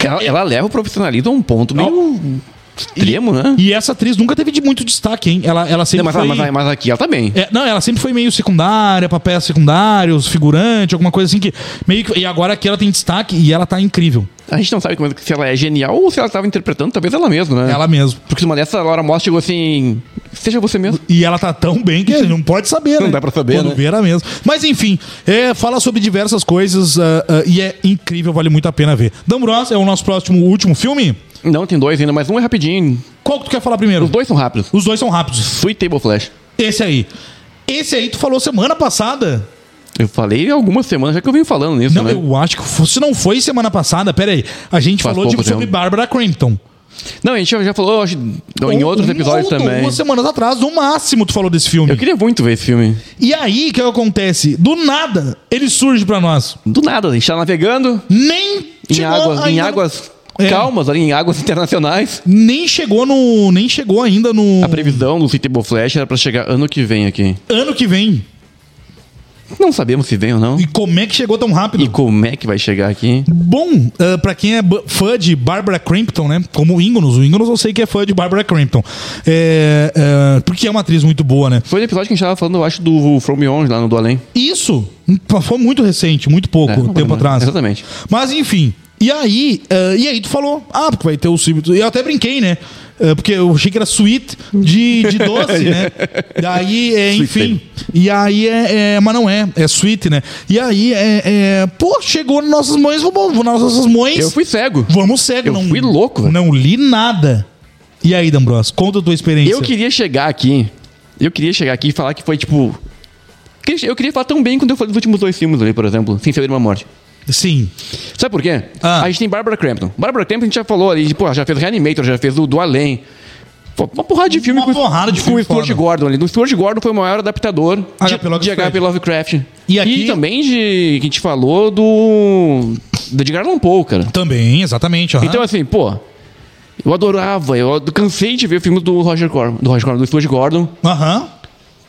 Speaker 2: Ela, ela leva o profissionalismo a um ponto meio extremo, né?
Speaker 1: E essa atriz nunca teve de muito destaque, hein? Ela, ela sempre
Speaker 2: Não, mas,
Speaker 1: foi...
Speaker 2: mas- mas aqui ela tá bem.
Speaker 1: É, não, ela sempre foi meio secundária, papéis secundários, figurante, alguma coisa assim que meio que- e agora aqui ela tem destaque e ela tá incrível,
Speaker 2: A gente não sabe como é que- se ela é genial ou se ela tava interpretando, talvez ela mesma, né?
Speaker 1: ela mesmo.
Speaker 2: Porque uma dessa, a Laura Moss chegou assim: seja você mesmo.
Speaker 1: E ela tá tão bem que não pode saber, né?
Speaker 2: Não dá pra saber,
Speaker 1: Quando
Speaker 2: né?
Speaker 1: vê era mesmo. Mas enfim, é, fala sobre diversas coisas ah, ah, e é incrível, vale muito a pena ver. Dambros é o nosso próximo último filme.
Speaker 2: Não, tem dois ainda, mas um é rapidinho.
Speaker 1: Qual que tu quer falar primeiro?
Speaker 2: Os dois são rápidos.
Speaker 1: Os dois são rápidos.
Speaker 2: Sweet Table Flash.
Speaker 1: Esse aí. Esse aí tu falou semana passada.
Speaker 2: Eu falei há algumas semanas já que eu venho falando nisso,
Speaker 1: Não,
Speaker 2: né?
Speaker 1: eu acho que fo- se não foi semana passada, pera aí. A gente
Speaker 2: Faz
Speaker 1: falou de,
Speaker 2: pouco
Speaker 1: sobre
Speaker 2: tempo.
Speaker 1: Bárbara Crampton.
Speaker 2: Não, a gente já já falou acho, em
Speaker 1: Ou-
Speaker 2: outros
Speaker 1: um-
Speaker 2: episódios
Speaker 1: ou
Speaker 2: também.
Speaker 1: Duas semanas atrás, no máximo, tu falou desse filme.
Speaker 2: Eu queria muito ver esse filme.
Speaker 1: E aí, o que acontece? Do nada, ele surge pra nós.
Speaker 2: Do nada, a gente tá navegando
Speaker 1: Nem
Speaker 2: em,
Speaker 1: chegou
Speaker 2: águas, em
Speaker 1: ainda-
Speaker 2: águas
Speaker 1: É.
Speaker 2: calmas, ali, em águas internacionais.
Speaker 1: Nem chegou no. Nem chegou ainda no.
Speaker 2: A previsão do City Bull Flash era pra chegar ano que vem aqui.
Speaker 1: Ano que vem.
Speaker 2: Não sabemos se vem ou não.
Speaker 1: E como é que chegou tão rápido?
Speaker 2: E como é que vai chegar aqui?
Speaker 1: Bom, ah, pra quem é bu- fã de Barbara Crampton, né? Como o Ingonus, o Ingonus eu sei que é fã de Barbara Crampton. É, é, porque é uma atriz muito boa, né?
Speaker 2: Foi no episódio que a gente tava falando, eu acho, do From Beyond lá no do Além.
Speaker 1: Isso foi muito recente, muito pouco
Speaker 2: É, não
Speaker 1: Um tempo
Speaker 2: lembro,
Speaker 1: atrás.
Speaker 2: exatamente.
Speaker 1: Mas enfim. E aí, ah, e aí tu falou, ah, porque vai ter o suíte. Eu até brinquei, né? Ah, porque eu achei que era suíte de, de doce, né? Daí, é,
Speaker 2: Sweet
Speaker 1: enfim.
Speaker 2: baby.
Speaker 1: E aí é, é- Mas não é, é suíte, né? E aí é. é, pô, chegou nas nossas mães, vamos vamos nas nossas mães.
Speaker 2: Eu fui cego.
Speaker 1: Vamos cego,
Speaker 2: Eu
Speaker 1: não.
Speaker 2: fui louco, velho.
Speaker 1: Não li nada. E aí, Dambros, conta a tua experiência.
Speaker 2: Eu queria chegar aqui. Eu queria chegar aqui e falar que foi tipo. que- Eu queria falar tão bem quanto eu falei dos últimos dois filmes ali, por exemplo, sem saber uma morte.
Speaker 1: Sim.
Speaker 2: Sabe por quê?
Speaker 1: Ah.
Speaker 2: A gente tem Barbara Crampton. Barbara Crampton a gente já falou ali, pô, já fez Reanimator, já fez o do Além. Pô, uma porrada de filme
Speaker 1: Uma porrada de
Speaker 2: com
Speaker 1: filme
Speaker 2: o Stuart
Speaker 1: foda.
Speaker 2: Gordon ali. O Stuart Gordon foi o maior adaptador de-
Speaker 1: H.P. Lovecraft.
Speaker 2: de H.P. Lovecraft.
Speaker 1: E aqui-
Speaker 2: também de. que a gente falou do. do Edgar Allan Poe, cara.
Speaker 1: Também, exatamente. aham.
Speaker 2: Então, assim, pô, eu adorava, eu ad- cansei de ver filmes do Roger Corman, do Roger Corman, do Stuart Gordon.
Speaker 1: Aham.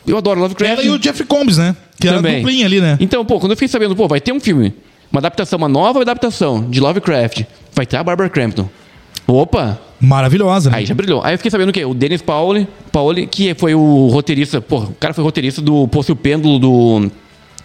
Speaker 2: Eu adoro Lovecraft.
Speaker 1: Ela e o Jeff Combs, né? Que era a
Speaker 2: também.
Speaker 1: duplinha ali, né?
Speaker 2: Então, pô, quando eu fiquei sabendo, pô, vai ter um filme, uma adaptação, uma nova adaptação de Lovecraft, vai ter a Barbara Crampton. Opa,
Speaker 1: Maravilhosa, né?
Speaker 2: aí já brilhou. Aí eu fiquei sabendo o quê? O Dennis Paoli, Paoli que foi o roteirista, pô, o cara foi roteirista do Poço e o Pêndulo do,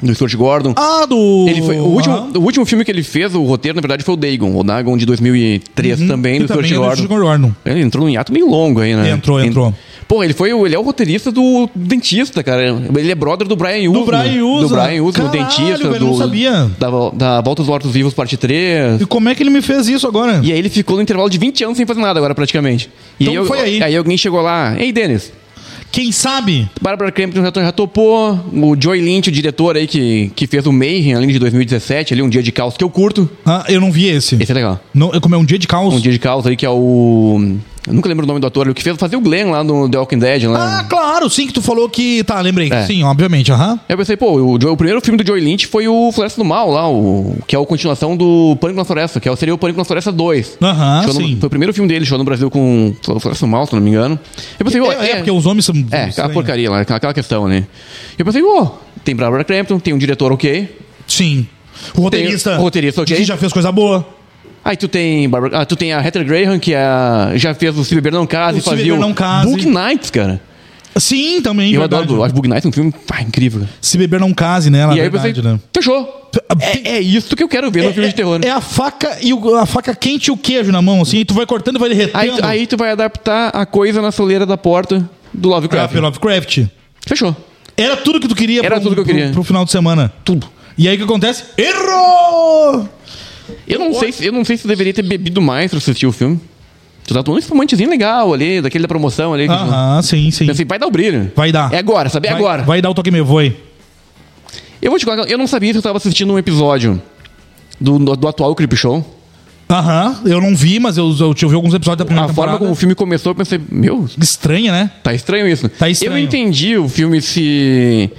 Speaker 2: do Stuart Gordon.
Speaker 1: Ah, do. Ah,
Speaker 2: Ele foi, o, último,
Speaker 1: Aham.
Speaker 2: o último filme que ele fez, o roteiro, na verdade, foi o Dagon, o Dagon de 2003 também,
Speaker 1: Que
Speaker 2: do Stuart
Speaker 1: é do
Speaker 2: Gordon.
Speaker 1: Stuart Gordon.
Speaker 2: Ele entrou num hiato meio longo aí, né?
Speaker 1: Entrou,
Speaker 2: Ele-
Speaker 1: entrou.
Speaker 2: Pô, ele foi o, ele é o roteirista do dentista, cara. Ele é brother do Brian Usman.
Speaker 1: Do Brian
Speaker 2: Do
Speaker 1: Usman.
Speaker 2: Brian Usman,
Speaker 1: Caralho,
Speaker 2: do dentista.
Speaker 1: velho,
Speaker 2: do,
Speaker 1: não sabia.
Speaker 2: Da, da Volta aos Mortos Vivos, parte 3.
Speaker 1: E como é que ele me fez isso agora?
Speaker 2: E aí ele ficou no intervalo de 20 anos sem fazer nada agora, praticamente. E
Speaker 1: Então
Speaker 2: eu-
Speaker 1: foi aí.
Speaker 2: alguém chegou lá, ei, Dennis,
Speaker 1: Quem sabe?
Speaker 2: Barbara Crampton já, já topou, o Joy Lynch, o diretor aí que, que fez o Mayhem, além de 2017, ali, Um Dia de Caos, que eu curto.
Speaker 1: Ah, eu não vi esse.
Speaker 2: Esse é legal.
Speaker 1: Não, eu como é um dia de caos.
Speaker 2: Um Dia de Caos aí, que é o... Eu nunca lembro o nome do ator, o que fez fazer o Glenn lá no The Walking Dead. Lá.
Speaker 1: Ah, claro, sim, que tu falou que. Tá, lembrei.
Speaker 2: É.
Speaker 1: Sim, obviamente, aham.
Speaker 2: Aí Eu pensei, pô, o, Joe- o primeiro filme do Joe Lynch foi o Floresta do Mal, lá, o, que é a continuação do Pânico na Floresta, que é o- seria o Pânico na Floresta 2.
Speaker 1: Aham,
Speaker 2: Show no-
Speaker 1: sim.
Speaker 2: foi o primeiro filme dele, show no Brasil com o Floresta do Mal, se não me engano. Eu pensei, pô,
Speaker 1: É, é, porque os homens são.
Speaker 2: é, aquela porcaria lá, aquela, aquela questão, né? Eu pensei, pô, tem Barbara Crampton, tem um diretor ok.
Speaker 1: Sim. O roteirista.
Speaker 2: Tem- roteirista, ok.
Speaker 1: Que já fez coisa boa.
Speaker 2: Aí tu tem Barbara, ah, tu tem a Heather Graham, que é a- já fez o Se Beber Não Case,
Speaker 1: O
Speaker 2: e
Speaker 1: Se
Speaker 2: fazia
Speaker 1: Beber
Speaker 2: o
Speaker 1: Não Case.
Speaker 2: Book Nights, cara.
Speaker 1: Sim, também.
Speaker 2: Eu
Speaker 1: verdade.
Speaker 2: adoro, eu acho Book Nights um filme pá, incrível. cara.
Speaker 1: Se beber não case, né? Na
Speaker 2: e aí
Speaker 1: verdade,
Speaker 2: eu pensei,
Speaker 1: né?
Speaker 2: fechou. É, é isso que eu quero ver no filme de terror. né?
Speaker 1: É a faca e o- a faca quente e o queijo na mão, assim, e tu vai cortando e vai derretendo.
Speaker 2: Aí, tu- aí tu vai adaptar a coisa na soleira da porta do
Speaker 1: Ah,
Speaker 2: Lovecraft.
Speaker 1: pelo Lovecraft.
Speaker 2: Fechou.
Speaker 1: Era tudo que tu queria
Speaker 2: Era tudo que eu
Speaker 1: pro-
Speaker 2: queria.
Speaker 1: pro final de semana.
Speaker 2: Tudo.
Speaker 1: E aí o que acontece? Errou!
Speaker 2: Eu não, sei, se- eu não sei se eu deveria ter bebido mais pra assistir o filme. Tu tá tomando um espumantezinho legal ali, daquele da promoção ali. que-
Speaker 1: Aham, sim, sim.
Speaker 2: Assim, vai dar o brilho.
Speaker 1: Vai dar.
Speaker 2: É agora, sabe? É
Speaker 1: Vai-
Speaker 2: agora.
Speaker 1: Vai dar o toque me voe.
Speaker 2: Eu vou te contar, eu não sabia que eu tava assistindo um episódio do, do, do atual Creep Show.
Speaker 1: Aham, eu não vi, mas eu, eu te ouvi alguns episódios da primeira
Speaker 2: A forma
Speaker 1: temporada.
Speaker 2: como o filme começou, eu pensei, meu,
Speaker 1: Estranha, né?
Speaker 2: Tá estranho isso.
Speaker 1: Tá estranho.
Speaker 2: Eu entendi o filme se.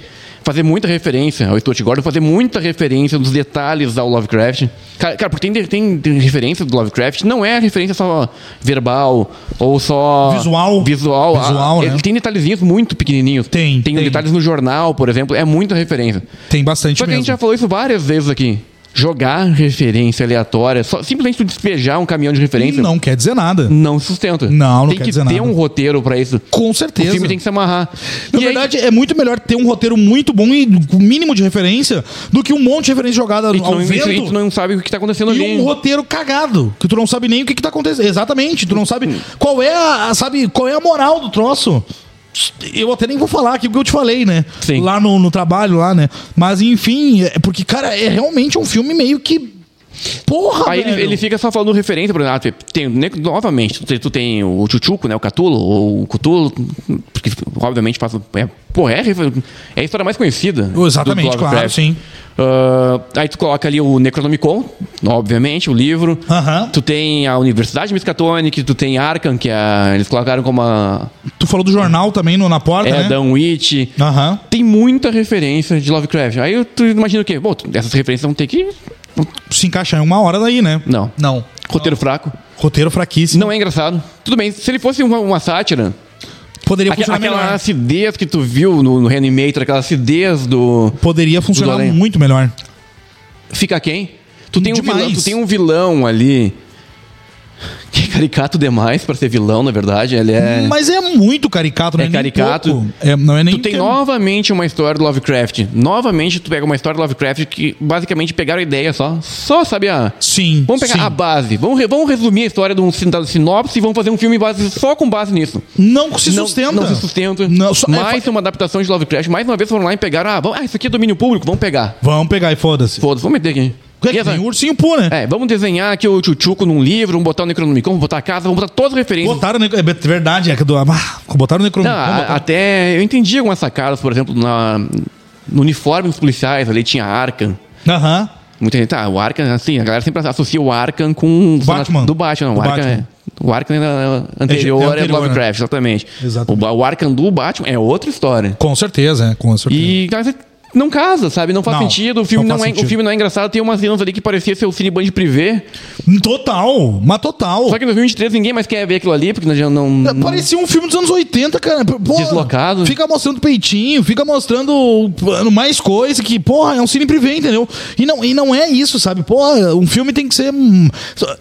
Speaker 2: fazer muita referência ao Stuart Gordon, fazer muita referência dos detalhes ao Lovecraft. Cara, cara porque tem, tem, tem referência do Lovecraft, não é referência só verbal ou só.
Speaker 1: Visual.
Speaker 2: Visual.
Speaker 1: Visual,
Speaker 2: Ele
Speaker 1: né?
Speaker 2: tem detalhezinhos muito pequenininhos.
Speaker 1: Tem,
Speaker 2: Tem,
Speaker 1: tem.
Speaker 2: detalhes no jornal, por exemplo, é muita referência.
Speaker 1: Tem bastante
Speaker 2: Só que a
Speaker 1: mesmo.
Speaker 2: gente já falou isso várias vezes aqui. Jogar referência aleatória, só, simplesmente tu despejar um caminhão de referência, não,
Speaker 1: Não quer dizer nada.
Speaker 2: se sustenta.
Speaker 1: Não, não
Speaker 2: Tem
Speaker 1: quer
Speaker 2: que
Speaker 1: dizer
Speaker 2: ter
Speaker 1: nada.
Speaker 2: um roteiro pra isso.
Speaker 1: Com
Speaker 2: Hum. O
Speaker 1: certeza.
Speaker 2: filme tem que se amarrar.
Speaker 1: Na
Speaker 2: E aí-
Speaker 1: verdade, é muito melhor ter um roteiro muito bom e com mínimo de referência do que um monte de referência jogada
Speaker 2: E tu,
Speaker 1: ao
Speaker 2: não,
Speaker 1: vento.
Speaker 2: e tu não sabe o que tá acontecendo
Speaker 1: E
Speaker 2: ali.
Speaker 1: um roteiro cagado, que tu não sabe nem o que, que tá acontecendo. Exatamente, tu não
Speaker 2: Hum.
Speaker 1: sabe qual é a, a- sabe, qual é a moral do troço. Eu até nem vou falar aqui porque eu te falei, né?
Speaker 2: Sim.
Speaker 1: Lá no, no trabalho, lá, né? Mas enfim, é porque, cara, é realmente um filme meio que. Porra,
Speaker 2: Aí ele,
Speaker 1: velho.
Speaker 2: ele fica só falando referência, por exemplo, ah, tem, né, novamente, tu tem, tu tem o Chuchuco, né, o Catulo, ou o Cutulo, porque obviamente passa, é, pô, é, refer- é a história mais conhecida.
Speaker 1: Exatamente,
Speaker 2: do
Speaker 1: claro,
Speaker 2: Lovecraft.
Speaker 1: sim.
Speaker 2: Ah, aí tu coloca ali o Necronomicon, obviamente, o livro.
Speaker 1: Aham.
Speaker 2: Tu tem a Universidade Miskatonic, tu tem Arkham, que a- eles colocaram como a
Speaker 1: Tu falou do jornal também no, na porta,
Speaker 2: é,
Speaker 1: né?
Speaker 2: Dan Witch.
Speaker 1: Aham.
Speaker 2: Tem muita referência de Lovecraft. Aí tu imagina o quê? Bom, tu- essas referências vão ter que...
Speaker 1: Se encaixar em uma hora daí, né?
Speaker 2: Não.
Speaker 1: Não.
Speaker 2: Roteiro fraco.
Speaker 1: Roteiro fraquíssimo.
Speaker 2: Não é engraçado. Tudo bem, se ele fosse uma, uma sátira,
Speaker 1: Poderia
Speaker 2: aque-
Speaker 1: funcionar
Speaker 2: aquela
Speaker 1: melhor.
Speaker 2: acidez que tu viu no, no Reanimator, aquela acidez do.
Speaker 1: Poderia funcionar
Speaker 2: Além.
Speaker 1: muito melhor.
Speaker 2: Fica quem? Tu tem, um
Speaker 1: Demais.
Speaker 2: vilão, tu tem um vilão ali. Que é caricato demais pra ser vilão, na verdade. Ele é.
Speaker 1: Mas é muito caricato, né?
Speaker 2: É
Speaker 1: Nem
Speaker 2: caricato.
Speaker 1: pouco. É, não é nem
Speaker 2: Tu tem
Speaker 1: que-
Speaker 2: novamente uma história do Lovecraft. Novamente tu pega uma história do Lovecraft que basicamente pegaram a ideia só. Só, sabe, a.
Speaker 1: Sim.
Speaker 2: Vamos pegar
Speaker 1: sim.
Speaker 2: a base. Vamos, re- vamos resumir a história de um sin- da sinopse e vamos fazer um filme base, só com base nisso.
Speaker 1: Não se
Speaker 2: não,
Speaker 1: sustenta.
Speaker 2: Não se sustenta.
Speaker 1: Não, só- é,
Speaker 2: mais
Speaker 1: fa-
Speaker 2: uma adaptação de Lovecraft. Mais uma vez foram lá e pegaram. Ah, vamos, ah, isso aqui é domínio público, vamos pegar.
Speaker 1: Vamos pegar e foda-se.
Speaker 2: Foda-se, vamos meter aqui.
Speaker 1: É que
Speaker 2: Beleza?
Speaker 1: tem o ursinho Poo, né?
Speaker 2: É, vamos desenhar aqui o Chuchuco num livro, vamos botar o Necronomicon, vamos botar a casa, vamos botar todas as referências.
Speaker 1: Botaram o Necro... É verdade, é que do... ah, botaram o
Speaker 2: Não,
Speaker 1: Necronomicon.
Speaker 2: a-
Speaker 1: botaram-
Speaker 2: até eu entendi algumas sacadas, por exemplo, na, no uniforme dos policiais, ali tinha Arkham.
Speaker 1: Aham.
Speaker 2: Muita gente, tá, o Arkham, assim, a galera sempre associa o Arkham com...
Speaker 1: Batman.
Speaker 2: Do Batman, não,
Speaker 1: Do
Speaker 2: o Arkham,
Speaker 1: Batman.
Speaker 2: É, o Arkham é, anterior,
Speaker 1: É, é
Speaker 2: é,
Speaker 1: anterior,
Speaker 2: Lovecraft, exatamente.
Speaker 1: Exatamente.
Speaker 2: O, ba- o Arkham do Batman é outra história.
Speaker 1: Com certeza, é. Com certeza.
Speaker 2: E cara, não casa, sabe? Não faz
Speaker 1: Não,
Speaker 2: sentido, o filme
Speaker 1: não
Speaker 2: não,
Speaker 1: faz
Speaker 2: é,
Speaker 1: sentido.
Speaker 2: o filme não é engraçado, tem umas cenas ali que parecia ser o Cineband Privé,
Speaker 1: Total. Mas total.
Speaker 2: só que em 2023 ninguém mais quer ver aquilo ali, porque nós já não... não-
Speaker 1: Parecia um filme dos anos 80, cara. Pô,
Speaker 2: Uhum. Deslocado.
Speaker 1: Fica mostrando peitinho, fica mostrando pô, mais coisa que, porra, é um cine privê, entendeu? E não, e não é isso, sabe? Porra, um filme tem que ser. hum,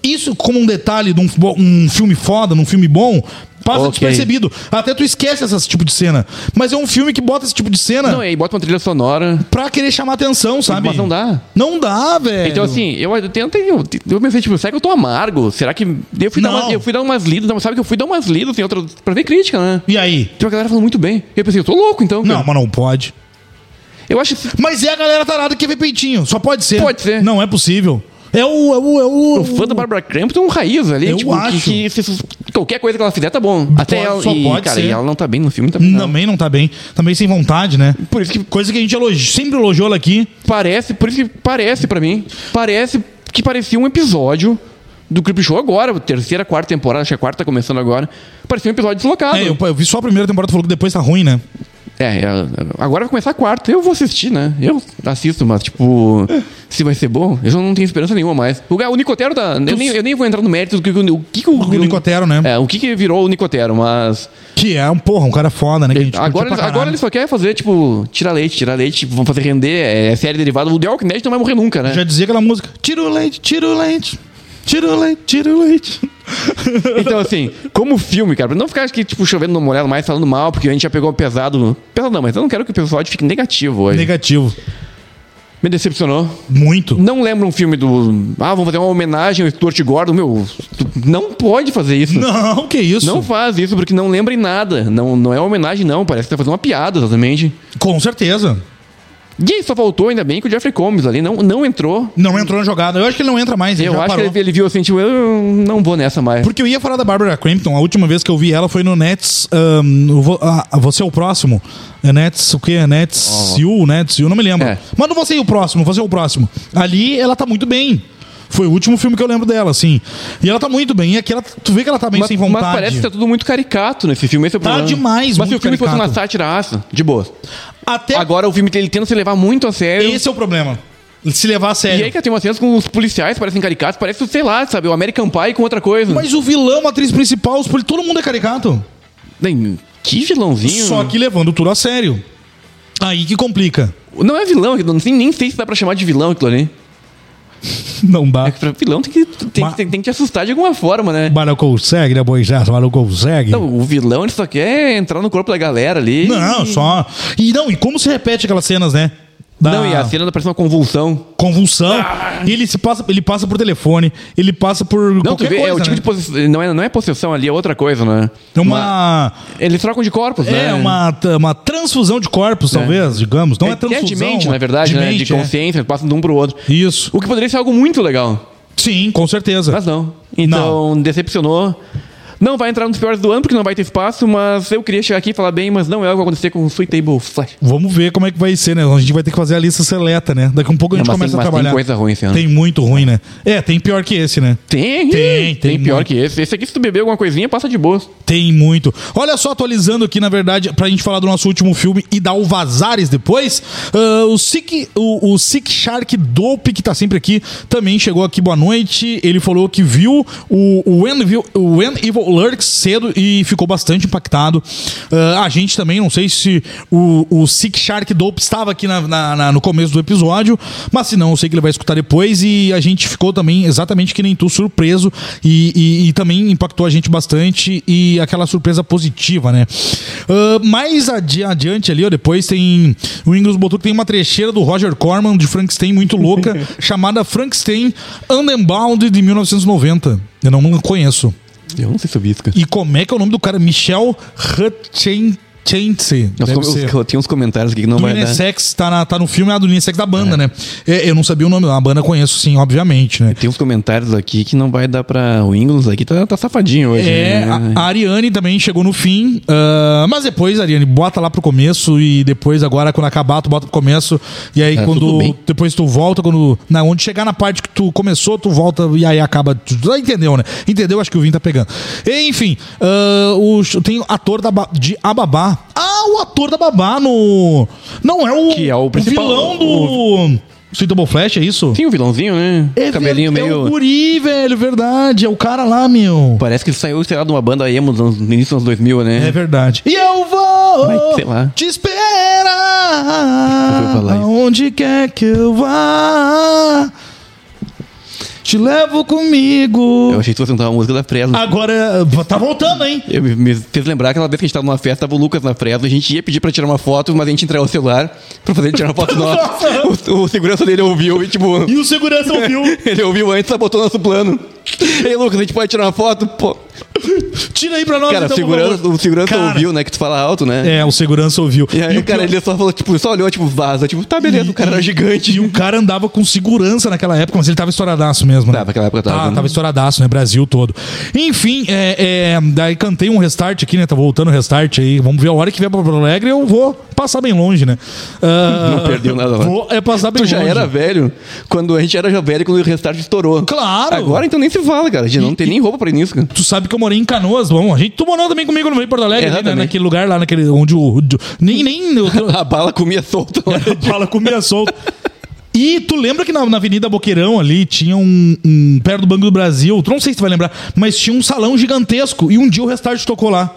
Speaker 1: isso, como um detalhe de um, bo- um filme foda, num filme bom, passa
Speaker 2: Ok.
Speaker 1: despercebido. Até tu esquece esse tipo de cena. Mas é um filme que bota esse tipo de cena
Speaker 2: Não, e aí bota uma trilha sonora,
Speaker 1: pra querer chamar atenção, sabe?
Speaker 2: mas não dá.
Speaker 1: Não dá, velho.
Speaker 2: Então, assim, eu, eu tento. Eu, eu pensei, tipo, será que eu tô amargo? Será que. Eu fui, dar
Speaker 1: Não.
Speaker 2: umas, eu fui dar umas lidas, não, sabe que eu fui dar umas lidas em outra. pra ver crítica, né?
Speaker 1: E aí?
Speaker 2: Tem uma galera falando muito bem. Eu pensei, eu tô louco então. cara.
Speaker 1: Não, mas não pode.
Speaker 2: Eu acho que
Speaker 1: Mas é a galera tarada que quer ver peitinho. Só pode ser.
Speaker 2: Pode ser.
Speaker 1: Não é possível. É o. É o, é o,
Speaker 2: o fã da Barbara Crampton é um raiz ali.
Speaker 1: Eu
Speaker 2: tipo, que-
Speaker 1: acho.
Speaker 2: Que, se- se- qualquer coisa que ela fizer tá bom. Até ela.
Speaker 1: só
Speaker 2: e,
Speaker 1: pode
Speaker 2: cara,
Speaker 1: ser.
Speaker 2: e ela não tá bem no filme também. Não.
Speaker 1: Também não tá bem. Também sem vontade, né?
Speaker 2: Por isso que
Speaker 1: Coisa que a gente elogi- sempre elogiou ela aqui.
Speaker 2: parece, por isso que parece pra mim. Parece que parecia um episódio. Do Creep Show agora, terceira, quarta temporada, acho que a quarta tá começando agora. Parecia um episódio deslocado.
Speaker 1: É, eu, eu vi só a primeira temporada, tu falou que depois tá ruim, né?
Speaker 2: É, é, agora vai começar a quarta. Eu vou assistir, né? Eu assisto, mas, tipo, se vai ser bom, eu já não tenho esperança nenhuma mais. O, ga- o Nicotero tá. Eu nem, eu nem vou entrar no mérito do que, o que, que o.
Speaker 1: O Nicotero, né?
Speaker 2: É, o que, que virou o Nicotero, mas.
Speaker 1: Que é um porra, um cara foda, né? Que a gente curtiu
Speaker 2: Agora,
Speaker 1: pra
Speaker 2: eles-
Speaker 1: caralho.
Speaker 2: agora ele só quer fazer, tipo, tirar leite, tirar leite, tipo, vão fazer render, é série derivada. O The Walking Dead não vai morrer nunca, né?
Speaker 1: Já dizia aquela música: tira o leite, tira o leite, tira o leite, tira o leite.
Speaker 2: Então, assim, como filme, cara, pra não ficar aqui, tipo, chovendo no molhado mais, falando mal, porque a gente já pegou pesado. Pesado não, mas eu não quero que o pessoal fique negativo hoje.
Speaker 1: Negativo.
Speaker 2: Me decepcionou.
Speaker 1: Muito.
Speaker 2: Não lembra um filme do. Ah, vamos fazer uma homenagem ao Stuart Gordon. Meu, tu não pode fazer isso. Não.
Speaker 1: Não, que isso.
Speaker 2: faz isso, porque não lembra em nada. Não, não é uma homenagem, não. Parece que tá fazendo uma piada, exatamente.
Speaker 1: Com certeza.
Speaker 2: E aí, só faltou, ainda bem, que o Jeffrey Combs ali não, não entrou.
Speaker 1: Não entrou na jogada. Eu acho que ele não entra mais. ele
Speaker 2: Eu
Speaker 1: já
Speaker 2: acho
Speaker 1: parou.
Speaker 2: que ele, ele viu assim, tipo, eu não vou nessa mais.
Speaker 1: Porque eu ia falar da Barbara Crampton, a última vez que eu vi ela foi no Nets. ahn, no Vo- ah, você é o próximo. É Nets, o quê? Nets You, Nets You, não me lembro.
Speaker 2: É.
Speaker 1: Mas não você e o próximo, você é o próximo. Ali ela tá muito bem. Foi o último filme que eu lembro dela, assim. E ela tá muito bem. E aqui ela, tu vê que ela tá bem sem vontade.
Speaker 2: parece que tá tudo muito caricato nesse filme. Esse é o
Speaker 1: Tá
Speaker 2: problema.
Speaker 1: demais,
Speaker 2: Mas se
Speaker 1: muito
Speaker 2: o filme fosse
Speaker 1: caricato.
Speaker 2: uma sátira aça, de boa.
Speaker 1: Até
Speaker 2: Agora o filme ele tenta se levar muito a sério.
Speaker 1: esse é o problema. Se levar a
Speaker 2: E
Speaker 1: sério.
Speaker 2: aí, cara, tem umas cenas com os policiais, parecem caricatos, parece, sei lá, sabe, o American Pie com outra coisa.
Speaker 1: Mas o vilão, a atriz principal, os poli- todo mundo é caricato.
Speaker 2: Nem- Que vilãozinho.
Speaker 1: Só que levando tudo a sério. Aí que complica.
Speaker 2: Não é vilão, eu não sei, nem sei se dá pra chamar de vilão aquilo ali.
Speaker 1: Não dá.
Speaker 2: É que pra vilão tem que, tem,
Speaker 1: Mas-
Speaker 2: tem- tem que te assustar de alguma forma, né?
Speaker 1: Mas não consegue, né, Moisés? Mas não consegue.
Speaker 2: Então, o vilão ele só quer entrar no corpo da galera ali.
Speaker 1: Não,
Speaker 2: e...
Speaker 1: só. E não, e como se repete aquelas cenas, né? Da
Speaker 2: Não, e a cena parece uma convulsão.
Speaker 1: convulsão. E ele se passa, ele passa por telefone, ele passa por
Speaker 2: Não, tu
Speaker 1: qualquer
Speaker 2: vê,
Speaker 1: coisa.
Speaker 2: é o tipo
Speaker 1: né?
Speaker 2: de possessão. Não é, não é possessão ali, é outra coisa, né?
Speaker 1: É Uma.
Speaker 2: Eles trocam de corpos, né?
Speaker 1: É, uma, uma transfusão de corpos, talvez, digamos. Não é,
Speaker 2: É, é
Speaker 1: transfusão.
Speaker 2: de mente, na verdade,
Speaker 1: de
Speaker 2: né?
Speaker 1: mente,
Speaker 2: de
Speaker 1: é.
Speaker 2: consciência, eles passam de um pro outro.
Speaker 1: Isso.
Speaker 2: O que poderia ser algo muito legal.
Speaker 1: Sim, com certeza.
Speaker 2: Mas não. Então, decepcionou. Não vai entrar nos piores do ano, porque não vai ter espaço, mas eu queria chegar aqui e falar bem, mas não é algo que vai acontecer com o Sweet Table Flash.
Speaker 1: Vamos ver como é que vai ser, né? A gente vai ter que fazer a lista seleta, né? Daqui a um pouco a
Speaker 2: Não,
Speaker 1: gente começa a
Speaker 2: mas tem- É mas tem
Speaker 1: trabalhar.
Speaker 2: coisa ruim esse ano.
Speaker 1: Tem muito ruim, né? É, tem pior que esse, né? Tem,
Speaker 2: Tem, tem,
Speaker 1: tem
Speaker 2: pior
Speaker 1: muito.
Speaker 2: que esse. Esse aqui, se tu beber alguma coisinha, passa de boa.
Speaker 1: Tem muito. Olha só, atualizando aqui, na verdade, pra gente falar do nosso último filme e dar o vazares depois. ah, o, Sick, o, o Sick Shark Dope, que tá sempre aqui, também chegou aqui, boa noite. Ele falou que viu o, o, When, Evil- o When Evil Lurks cedo e ficou bastante impactado. Ah, a gente também, não sei se o, o Sick Shark Dope estava aqui na- na- na- no começo do episódio, mas se não, eu sei que ele vai escutar depois e a gente ficou também exatamente que nem tu, surpreso e, e- e também impactou a gente bastante e aquela surpresa positiva, né? Ah, mais adi- adiante ali, ó, depois tem o Ingles botou que tem uma trecheira do Roger Corman de Frankenstein muito louca, chamada Frankenstein Unbound de 1990. Eu não conheço.
Speaker 2: Eu não sei sobre isso, cara.
Speaker 1: E como é que é o nome do cara? Michel Hutchense.
Speaker 2: Nós com- os- Tinha uns comentários aqui que não
Speaker 1: Do
Speaker 2: vai dar.
Speaker 1: Unisex, tá, na- tá no filme, é a do Unisex da banda, né? É, eu não sabia o nome, a banda eu conheço sim, obviamente, né?
Speaker 2: Tem uns comentários aqui que não vai dar pra. O Ingles aqui tá, tá safadinho hoje.
Speaker 1: É,
Speaker 2: né?
Speaker 1: a, a Ariane também chegou no fim, ah, mas depois, Ariane, bota lá pro começo e depois agora, quando acabar, tu bota pro começo e aí
Speaker 2: Tá tudo
Speaker 1: quando,
Speaker 2: bem.
Speaker 1: depois tu volta, quando, na, onde chegar na parte que tu começou, tu volta e aí acaba, tu, tu entendeu, né? Entendeu? Acho que o Vim tá pegando. Enfim, ah, o, tem o ator da, Ba- de Ababá. Ah, o ator da Babá no... Não, é o,
Speaker 2: Que é o principal,
Speaker 1: vilão do... Suitable Flash, é isso?
Speaker 2: Tem um vilãozinho, né?
Speaker 1: É
Speaker 2: Cabelinho
Speaker 1: ver- É
Speaker 2: meio.
Speaker 1: o guri, velho, verdade. É o cara lá, meu.
Speaker 2: Parece que ele saiu, sei lá, de uma banda emo nos- no início dos anos 2000, né?
Speaker 1: É verdade. E eu vou
Speaker 2: Ai, sei lá.
Speaker 1: te esperar
Speaker 2: Eu vou falar isso.
Speaker 1: aonde quer que eu vá. Te levo comigo.
Speaker 2: Eu achei que fosse cantar uma música da Fresno.
Speaker 1: Agora tá voltando, hein?
Speaker 2: Eu me- me fez lembrar aquela vez que a gente tava numa festa, tava o Lucas na Fresno, a gente ia pedir pra tirar uma foto, mas a gente entregou o celular pra fazer ele tirar uma foto nossa. O, o segurança dele ouviu e tipo.
Speaker 1: E o segurança ouviu.
Speaker 2: Ele ouviu antes, sabotou nosso plano. Ei, Lucas, a gente pode tirar uma foto? Pô.
Speaker 1: Tira aí pra nós,
Speaker 2: Cara, o
Speaker 1: então, por
Speaker 2: segurança,
Speaker 1: favor.
Speaker 2: o segurança
Speaker 1: Cara,
Speaker 2: ouviu, né? Que tu fala alto, né?
Speaker 1: É, o segurança ouviu.
Speaker 2: E aí,
Speaker 1: o
Speaker 2: cara,
Speaker 1: pior-
Speaker 2: ele só falou, tipo, só olhou, tipo, vaza. Tipo, tá beleza, o cara era gigante.
Speaker 1: E um o cara andava com segurança naquela época, mas ele tava estouradaço mesmo. Né?
Speaker 2: Tava, naquela época tava,
Speaker 1: Tá,
Speaker 2: né?
Speaker 1: tava estouradaço, né? Brasil todo. Enfim, é, é, daí cantei um restart aqui, né? Tá voltando o restart aí. Vamos ver a hora que vier pra Porto Alegre, eu vou passar bem longe, né? Ah,
Speaker 2: Não perdeu nada, né?
Speaker 1: Vou é passar bem
Speaker 2: Tu já
Speaker 1: longe.
Speaker 2: era velho quando a gente era já velho quando o restart estourou.
Speaker 1: Claro.
Speaker 2: Agora então nem se fala, cara. A gente não tem nem roupa pra início, cara.
Speaker 1: Tu sabe que eu morei em Canoas, vamos. A gente, tu morou também comigo no meio de Porto Alegre, né?
Speaker 2: Exatamente.
Speaker 1: naquele lugar lá, naquele onde o. onde o- nem, nem. Eu,
Speaker 2: A bala comia solta. lá.
Speaker 1: a bala comia solto. E tu lembra que na, na Avenida Boqueirão ali tinha um, um- Perto do Banco do Brasil, tu não sei se tu vai lembrar, mas tinha um salão gigantesco e um dia o restart tocou lá.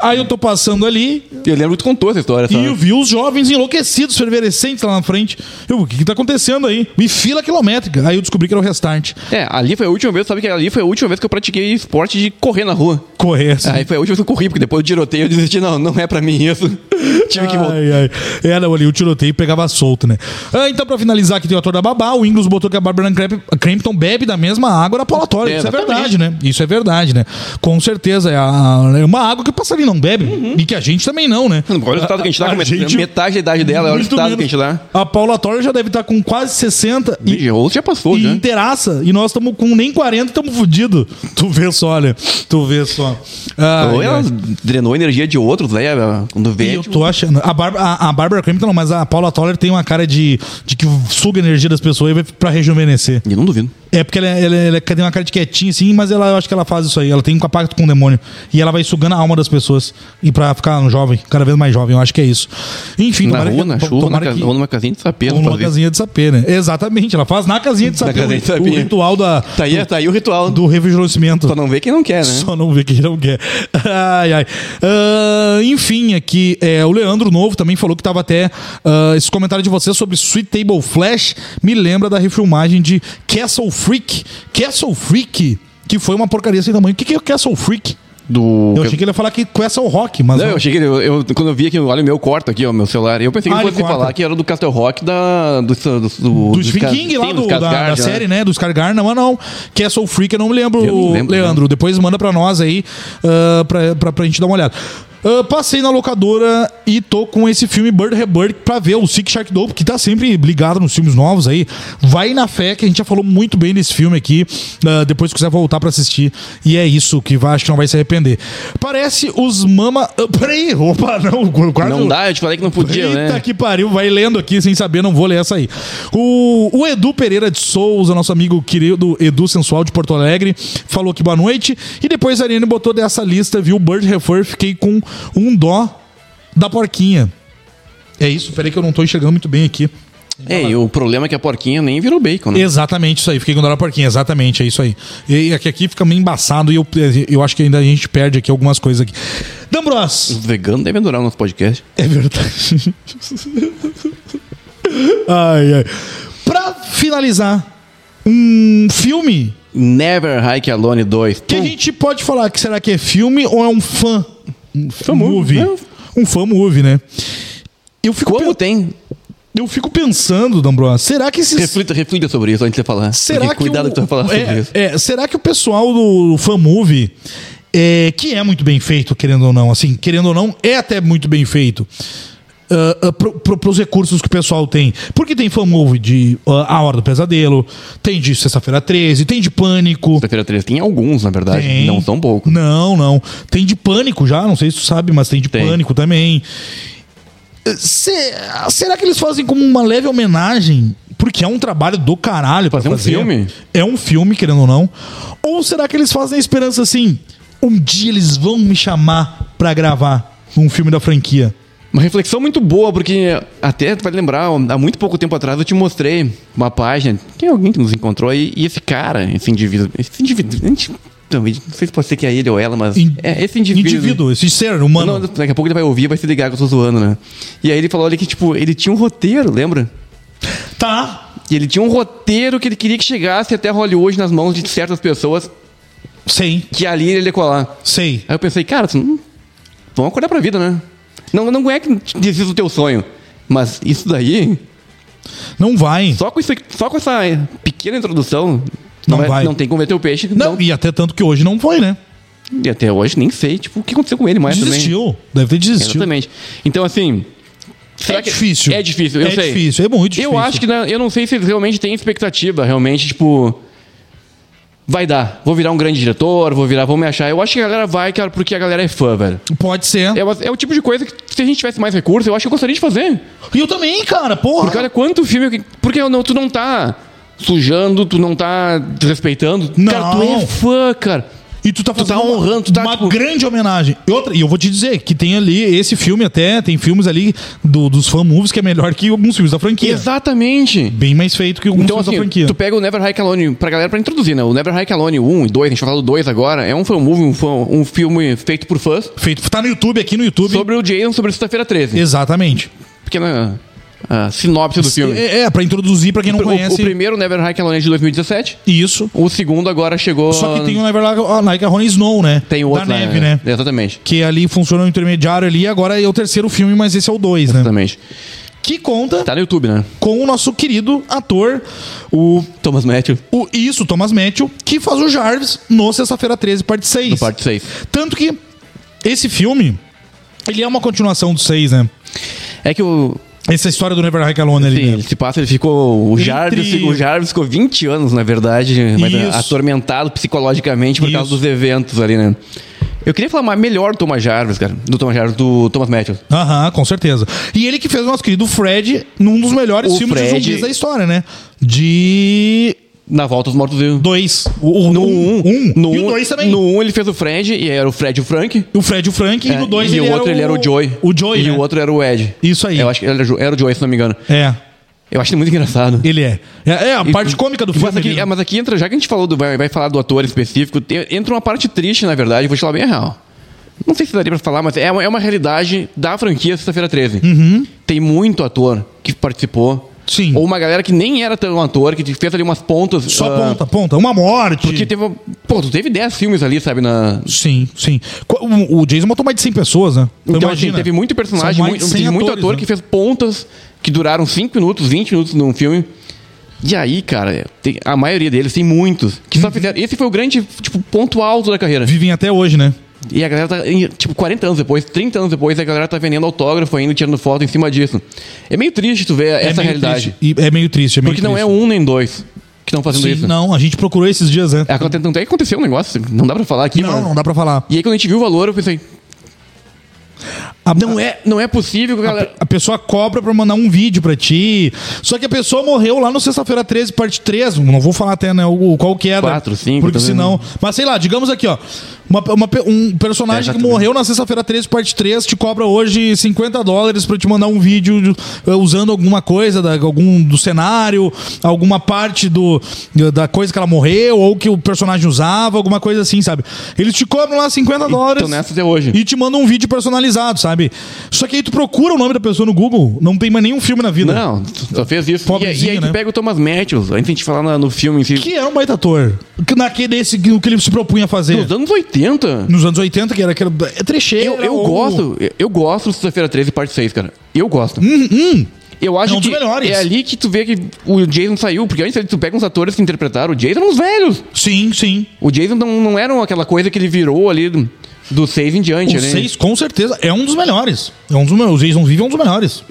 Speaker 1: Aí eu tô passando ali
Speaker 2: Eu lembro que tu contou essa história,
Speaker 1: É. e
Speaker 2: sabe?
Speaker 1: eu vi os jovens enlouquecidos, fervescentes lá na frente. Eu, o que, que tá acontecendo aí? Me fila quilométrica. Aí eu descobri que era o restart.
Speaker 2: É, ali foi a última vez, sabe que ali foi a última vez que eu pratiquei esporte de correr na rua.
Speaker 1: Correr. assim.
Speaker 2: Aí foi a última vez que eu corri, porque depois do tiroteio eu desisti, não, não é pra mim isso. Tive que voltar.
Speaker 1: Ai, ai. É, não, ali o tiroteio pegava solto, né? Ah, então, pra finalizar, aqui tem o ator da babá. O Ingles botou que a Barbara Crap- Crampton bebe da mesma água da polatória.
Speaker 2: É,
Speaker 1: Isso é
Speaker 2: exatamente.
Speaker 1: verdade, né? Isso é verdade, né? Com certeza. É, a- é uma água que o passarinho não bebe. E que a gente também não, né?
Speaker 2: Olha o estado que Uhum. a gente tá,
Speaker 1: A
Speaker 2: com
Speaker 1: gente-
Speaker 2: metade da idade dela, olha o
Speaker 1: Muito
Speaker 2: estado que a
Speaker 1: menos.
Speaker 2: gente tá.
Speaker 1: A Paula Torre já deve estar com quase 60 e,
Speaker 2: Ih, Ou já passou,
Speaker 1: e
Speaker 2: já.
Speaker 1: inteiraça. E nós estamos com nem 40 e estamos fodidos. Tu vê só, olha. Tu vê só. Ah,
Speaker 2: Ou é ela
Speaker 1: ai.
Speaker 2: drenou a energia de outros, né? Quando
Speaker 1: E
Speaker 2: vê.
Speaker 1: eu
Speaker 2: tipo,
Speaker 1: tô achando. A, Barbara a, a Bárbara Crampton, não, mas a Paula Toller tem uma cara de, de que suga a energia das pessoas e vai pra rejuvenescer.
Speaker 2: Eu não duvido.
Speaker 1: É porque ela, ela, ela tem uma cara de quietinha, assim, mas ela, eu acho que ela faz isso aí. Ela tem um pacto com o demônio. E ela vai sugando a alma das pessoas. E pra ficar um jovem, cada vez mais jovem, eu acho que é isso. Enfim,
Speaker 2: Na
Speaker 1: tomara
Speaker 2: rua,
Speaker 1: que-
Speaker 2: na
Speaker 1: to-
Speaker 2: chuva, na
Speaker 1: tomara
Speaker 2: casa,
Speaker 1: que-
Speaker 2: ou numa casinha de sapê.
Speaker 1: ou numa casinha de sapê, né? Exatamente, ela faz na casinha de sapê.
Speaker 2: casinha de
Speaker 1: o-
Speaker 2: sapê.
Speaker 1: O ritual da,
Speaker 2: Tá aí, tá aí o ritual.
Speaker 1: do rejuvenescimento.
Speaker 2: Só não vê quem não quer, né?
Speaker 1: Só não vê quem não quer. Ai, ai. Ah, enfim, aqui é, o Leandro Novo também falou que tava até. ah, esse comentário de você sobre Sweet Table Flash me lembra da refilmagem de Castle Freak. Castle Freak, que foi uma porcaria sem tamanho. O que, que é o Castle Freak?
Speaker 2: Do...
Speaker 1: Eu achei que ele ia falar que Castle Rock, mas.
Speaker 2: Não,
Speaker 1: não.
Speaker 2: eu cheguei, eu, eu- quando eu vi aqui, olha o meu corta aqui, ó, meu celular. Eu pensei que
Speaker 1: Ah,
Speaker 2: ah,
Speaker 1: ele
Speaker 2: fosse
Speaker 1: corta.
Speaker 2: falar que era do Castle Rock da, do, do, do,
Speaker 1: Do Stephen King lá do, da, da série, né? Do Scargar, não, mas não. Castle Freak, eu não me lembro,
Speaker 2: Eu não lembro, né?
Speaker 1: Leandro. Depois manda pra nós aí, ah, pra, pra, pra gente dar uma olhada. Ah, passei na locadora e tô com esse filme Bird Rebirth pra ver o Sick Shark Dope, que tá sempre ligado nos filmes novos aí. Vai na fé, que a gente já falou muito bem desse filme aqui. ah, depois se quiser voltar pra assistir. E é isso que vai, acho que não vai se arrepender. Parece os Mama. ah, peraí, opa, não, quase
Speaker 2: Não dá, eu te falei que não podia,
Speaker 1: Eita
Speaker 2: né?
Speaker 1: que pariu, vai lendo aqui sem saber, não vou ler essa aí. O, o Edu Pereira de Souza, nosso amigo querido Edu Sensual de Porto Alegre, falou que boa noite. E depois a Ariane botou dessa lista, viu? Bird Refer, fiquei com um dó da porquinha. É isso, peraí que eu não tô enxergando muito bem aqui.
Speaker 2: É, e o problema é que a porquinha nem virou bacon, né?
Speaker 1: Exatamente isso aí, fiquei com um dó da porquinha, exatamente, é isso aí. E aqui, aqui fica meio embaçado e eu, eu acho que ainda a gente perde aqui algumas coisas aqui. Dambros!
Speaker 2: Os veganos devem adorar o nosso podcast.
Speaker 1: É verdade. ai, ai. Pra finalizar, um filme
Speaker 2: Never Hike Alone 2.
Speaker 1: que a
Speaker 2: Pum.
Speaker 1: gente pode falar que será que é filme ou é um fã um fã
Speaker 2: movie,
Speaker 1: movie?
Speaker 2: né?
Speaker 1: Um fã movie, né? Eu fico,
Speaker 2: Como
Speaker 1: pe-
Speaker 2: tem?
Speaker 1: eu fico pensando, Dambro, será que esses
Speaker 2: Reflita, reflita sobre isso antes de você falar.
Speaker 1: Será
Speaker 2: Porque
Speaker 1: que
Speaker 2: cuidado
Speaker 1: o,
Speaker 2: que tu vai falar
Speaker 1: é,
Speaker 2: sobre isso.
Speaker 1: é, será que o pessoal do fan movie é, que é muito bem feito, querendo ou não, assim, querendo ou não, é até muito bem feito. ah, ah, pro, pro, pros recursos que o pessoal tem. Porque tem fan movie de ah, A Hora do Pesadelo, tem de Sexta-feira 13, tem de Pânico.
Speaker 2: Sexta-feira 13 tem alguns, na verdade.
Speaker 1: Tem.
Speaker 2: Não são poucos.
Speaker 1: Não, não. Tem de Pânico já, não sei se tu sabe, mas tem de
Speaker 2: Tem.
Speaker 1: Pânico também. Eh, se- será que eles fazem como uma leve homenagem? Porque é um trabalho do caralho pra
Speaker 2: Fazer um
Speaker 1: fazer.
Speaker 2: filme.
Speaker 1: É um filme, querendo ou não. Ou será que eles fazem a esperança assim? Um dia eles vão me chamar pra gravar um filme da franquia.
Speaker 2: Uma reflexão muito boa, porque até tu vai lembrar, há muito pouco tempo atrás eu te mostrei uma página, que é alguém que nos encontrou aí, e esse cara, esse indivíduo, esse indivíduo, a gente- não sei se pode ser que é ele ou ela, mas
Speaker 1: In-
Speaker 2: é esse indivíduo.
Speaker 1: Indivíduo, esse ser humano.
Speaker 2: Não, daqui a pouco ele vai ouvir e vai se ligar que eu tô zoando, né? E aí ele falou ali que, tipo, ele tinha um roteiro, lembra?
Speaker 1: Tá.
Speaker 2: E ele tinha um roteiro que ele queria que chegasse até Hollywood nas mãos de certas pessoas,
Speaker 1: Sei,
Speaker 2: que ali ele ia colar.
Speaker 1: sei.
Speaker 2: Aí eu pensei, cara, tu não- vamos acordar pra vida, né? Não, não é que desista do teu sonho, mas isso daí
Speaker 1: Não vai.
Speaker 2: Só com, isso, aqui- só com essa eh, pequena introdução,
Speaker 1: Não
Speaker 2: não, é-
Speaker 1: vai.
Speaker 2: não tem como ver teu peixe.
Speaker 1: Não,
Speaker 2: Não.
Speaker 1: e até tanto que hoje não foi, né?
Speaker 2: E até hoje nem sei tipo, o que aconteceu com ele mais também.
Speaker 1: Desistiu. Deve ter desistido.
Speaker 2: Exatamente. Então, assim. será que-
Speaker 1: difícil.
Speaker 2: É difícil, eu
Speaker 1: é
Speaker 2: sei.
Speaker 1: difícil, é muito difícil.
Speaker 2: Eu acho que. não- eu não sei se eles realmente têm expectativa, realmente, tipo. Vai dar. Vou virar um grande diretor, vou virar, vou me achar. Eu acho que a galera vai, cara, porque a galera é fã, velho.
Speaker 1: Pode ser.
Speaker 2: É, uma- é o tipo de coisa que, se a gente tivesse mais recursos, eu acho que eu gostaria de fazer.
Speaker 1: E eu também, cara, porra.
Speaker 2: Porque olha quanto filme. que- Porque não, tu não tá sujando, tu não tá desrespeitando.
Speaker 1: Não.
Speaker 2: Cara, tu é fã, cara.
Speaker 1: E tu tá fazendo
Speaker 2: tá honrando, tu tá,
Speaker 1: uma
Speaker 2: tipo-
Speaker 1: grande homenagem. E, outra, e eu vou te dizer que tem ali, esse filme até, tem filmes ali do, dos fan movies que é melhor que alguns filmes da franquia.
Speaker 2: Exatamente.
Speaker 1: Bem mais feito que alguns
Speaker 2: Então,
Speaker 1: filmes da
Speaker 2: assim,
Speaker 1: é franquia.
Speaker 2: tu pega o Never Hike Alone pra galera pra introduzir, né? O Never Hike Alone 1 e 2, a gente vai falar do 2 agora, é um fan movie, um, fã- um filme feito por fãs
Speaker 1: Feito. Tá no YouTube, aqui no YouTube.
Speaker 2: sobre o Jason, sobre Sexta-feira 13.
Speaker 1: Exatamente.
Speaker 2: Pequena ah, sinopse do filme.
Speaker 1: É, é, pra introduzir pra quem não
Speaker 2: O- o,
Speaker 1: conhece.
Speaker 2: primeiro Never Hike Alone é de 2017,
Speaker 1: Isso.
Speaker 2: o segundo agora chegou...
Speaker 1: Só que tem o Never Like a Like a Rolling Snow, né?
Speaker 2: Ah. tem o outro,
Speaker 1: Da neve, né?
Speaker 2: Exatamente.
Speaker 1: Que ali funciona o intermediário ali. Agora é o terceiro filme, mas esse é o dois, né?
Speaker 2: Exatamente.
Speaker 1: Que conta
Speaker 2: Tá no YouTube, né?
Speaker 1: com o nosso querido ator, o
Speaker 2: Thomas Matthews,
Speaker 1: O, isso, Thomas Matthew, que faz o Jarvis no Sexta-feira 13, parte 6.
Speaker 2: do parte 6.
Speaker 1: Tanto que esse filme, ele é uma continuação do 6, né?
Speaker 2: É que o.
Speaker 1: Essa história do Never Hike Alone ali.
Speaker 2: Sim,
Speaker 1: né?
Speaker 2: ele se passa, ele ficou. O Jarvis, o Jarvis ficou 20 anos, na verdade, mas
Speaker 1: Isso.
Speaker 2: atormentado psicologicamente por causa
Speaker 1: Isso.
Speaker 2: dos eventos ali, né? Eu queria falar mais melhor do Thomas Jarvis, cara. Do Thomas Jarvis, do Thomas Matthews.
Speaker 1: Aham, com certeza. E ele que fez o nosso querido Fred num dos melhores
Speaker 2: O
Speaker 1: filmes de
Speaker 2: Fred-
Speaker 1: zumbis da história, né? De.
Speaker 2: Na volta os mortos vivos.
Speaker 1: Dois. O, o-
Speaker 2: No
Speaker 1: um,
Speaker 2: 1.
Speaker 1: um.
Speaker 2: No
Speaker 1: e o
Speaker 2: um-
Speaker 1: dois também.
Speaker 2: No 1 um ele fez o Fred, e era o Fred e o Frank.
Speaker 1: O Fred e o Frank, e
Speaker 2: É,
Speaker 1: no dois
Speaker 2: e
Speaker 1: ele
Speaker 2: o outro
Speaker 1: era
Speaker 2: ele era o Joey.
Speaker 1: O Joey,
Speaker 2: E
Speaker 1: né?
Speaker 2: o outro era o Ed.
Speaker 1: Isso aí.
Speaker 2: Eu acho que era, o Jo- era o Joey, se não me engano.
Speaker 1: É,
Speaker 2: Eu acho muito engraçado.
Speaker 1: ele é. É, é, a
Speaker 2: E-
Speaker 1: parte cômica do
Speaker 2: mas
Speaker 1: filme. né?
Speaker 2: Aqui,
Speaker 1: ele-
Speaker 2: é, mas aqui entra, já que a gente falou do, vai, vai falar do ator específico, te- entra uma parte triste, na verdade, vou te falar bem a real. Não sei se daria pra falar, mas é uma, é uma realidade da franquia Sexta-feira 13. Tem muito ator que participou.
Speaker 1: Uhum. Sim.
Speaker 2: Ou uma galera que nem era tão ator, que fez ali umas pontas.
Speaker 1: Só
Speaker 2: ah,
Speaker 1: ponta, ponta. Uma morte.
Speaker 2: Porque teve. uma- Pô, tu teve 10 filmes ali, sabe? Na,
Speaker 1: Sim, sim. Co- O, o Jason matou mais de 100 pessoas, né?
Speaker 2: Então, assim, teve muito personagem,
Speaker 1: São mais
Speaker 2: muito,
Speaker 1: de 100
Speaker 2: tem muito
Speaker 1: atores,
Speaker 2: ator
Speaker 1: né?
Speaker 2: que fez pontas que duraram 5 minutos, 20 minutos num filme. E aí, cara, é, tem- a maioria deles, tem muitos, que
Speaker 1: Uhum.
Speaker 2: só fizeram. Esse foi o grande, tipo, ponto alto da carreira.
Speaker 1: Vivem até hoje, né?
Speaker 2: E a galera tá, em, tipo, 40 anos depois, 30 anos depois, a galera tá vendendo autógrafo ainda, tirando foto em cima disso. É meio triste tu ver essa
Speaker 1: meio
Speaker 2: realidade.
Speaker 1: triste. E é meio triste, é meio
Speaker 2: Porque não é
Speaker 1: triste.
Speaker 2: um nem dois que estão fazendo
Speaker 1: Sim,
Speaker 2: isso.
Speaker 1: Não, a gente procurou esses dias, né?
Speaker 2: É, aconte- Tanto é que aconteceu um negócio, não dá pra falar aqui,
Speaker 1: não,
Speaker 2: mas-
Speaker 1: não dá pra falar.
Speaker 2: E aí quando a gente viu o valor, eu pensei,
Speaker 1: A-
Speaker 2: não é, não é possível que a galera.
Speaker 1: A pessoa cobra pra mandar um vídeo pra ti. Só que a pessoa morreu lá no sexta-feira 13, parte 3. Não vou falar até, né? O, qual que era.
Speaker 2: Quatro, cinco, né?
Speaker 1: Porque
Speaker 2: talvez,
Speaker 1: senão. Mas sei lá, digamos aqui, ó. Uma, uma pe- um
Speaker 2: É,
Speaker 1: personagem que
Speaker 2: exatamente.
Speaker 1: morreu na sexta-feira 13, parte 3, te cobra hoje 50 dólares pra te mandar um vídeo de- eh, usando alguma coisa, da, algum do cenário, alguma parte do, da coisa que ela morreu, ou que o personagem usava, alguma coisa assim, sabe? Eles te cobram lá 50 dólares.
Speaker 2: Estão Então, nessa até hoje.
Speaker 1: E te manda um vídeo personalizado, sabe? Só que aí tu procura o nome da pessoa no Google, não tem mais nenhum filme na vida.
Speaker 2: Não, tu só fez isso. E,
Speaker 1: Pobrezinho,
Speaker 2: e aí
Speaker 1: né?
Speaker 2: tu pega o Thomas Matthews, antes de a gente falar na- no filme em si.
Speaker 1: Que é um baita ator. Que Naquele desse, que- o que ele se propunha a fazer.
Speaker 2: Nos anos 80.
Speaker 1: Nos anos 80, que era aquele. É trecheiro.
Speaker 2: Eu, eu gosto, eu, eu gosto do Sexta-feira 13, parte 6, cara. Eu gosto. Eu acho
Speaker 1: Hum, É um dos
Speaker 2: que
Speaker 1: melhores.
Speaker 2: é ali que tu vê que o Jason saiu, porque antes tu pega uns atores que interpretaram o Jason, eram uns velhos.
Speaker 1: Sim, sim.
Speaker 2: O Jason não, não era aquela coisa que ele virou ali do, do 6 em diante,
Speaker 1: O
Speaker 2: né?
Speaker 1: 6, com certeza, é um dos melhores. É um dos melhores. O Jason Vive é um dos melhores.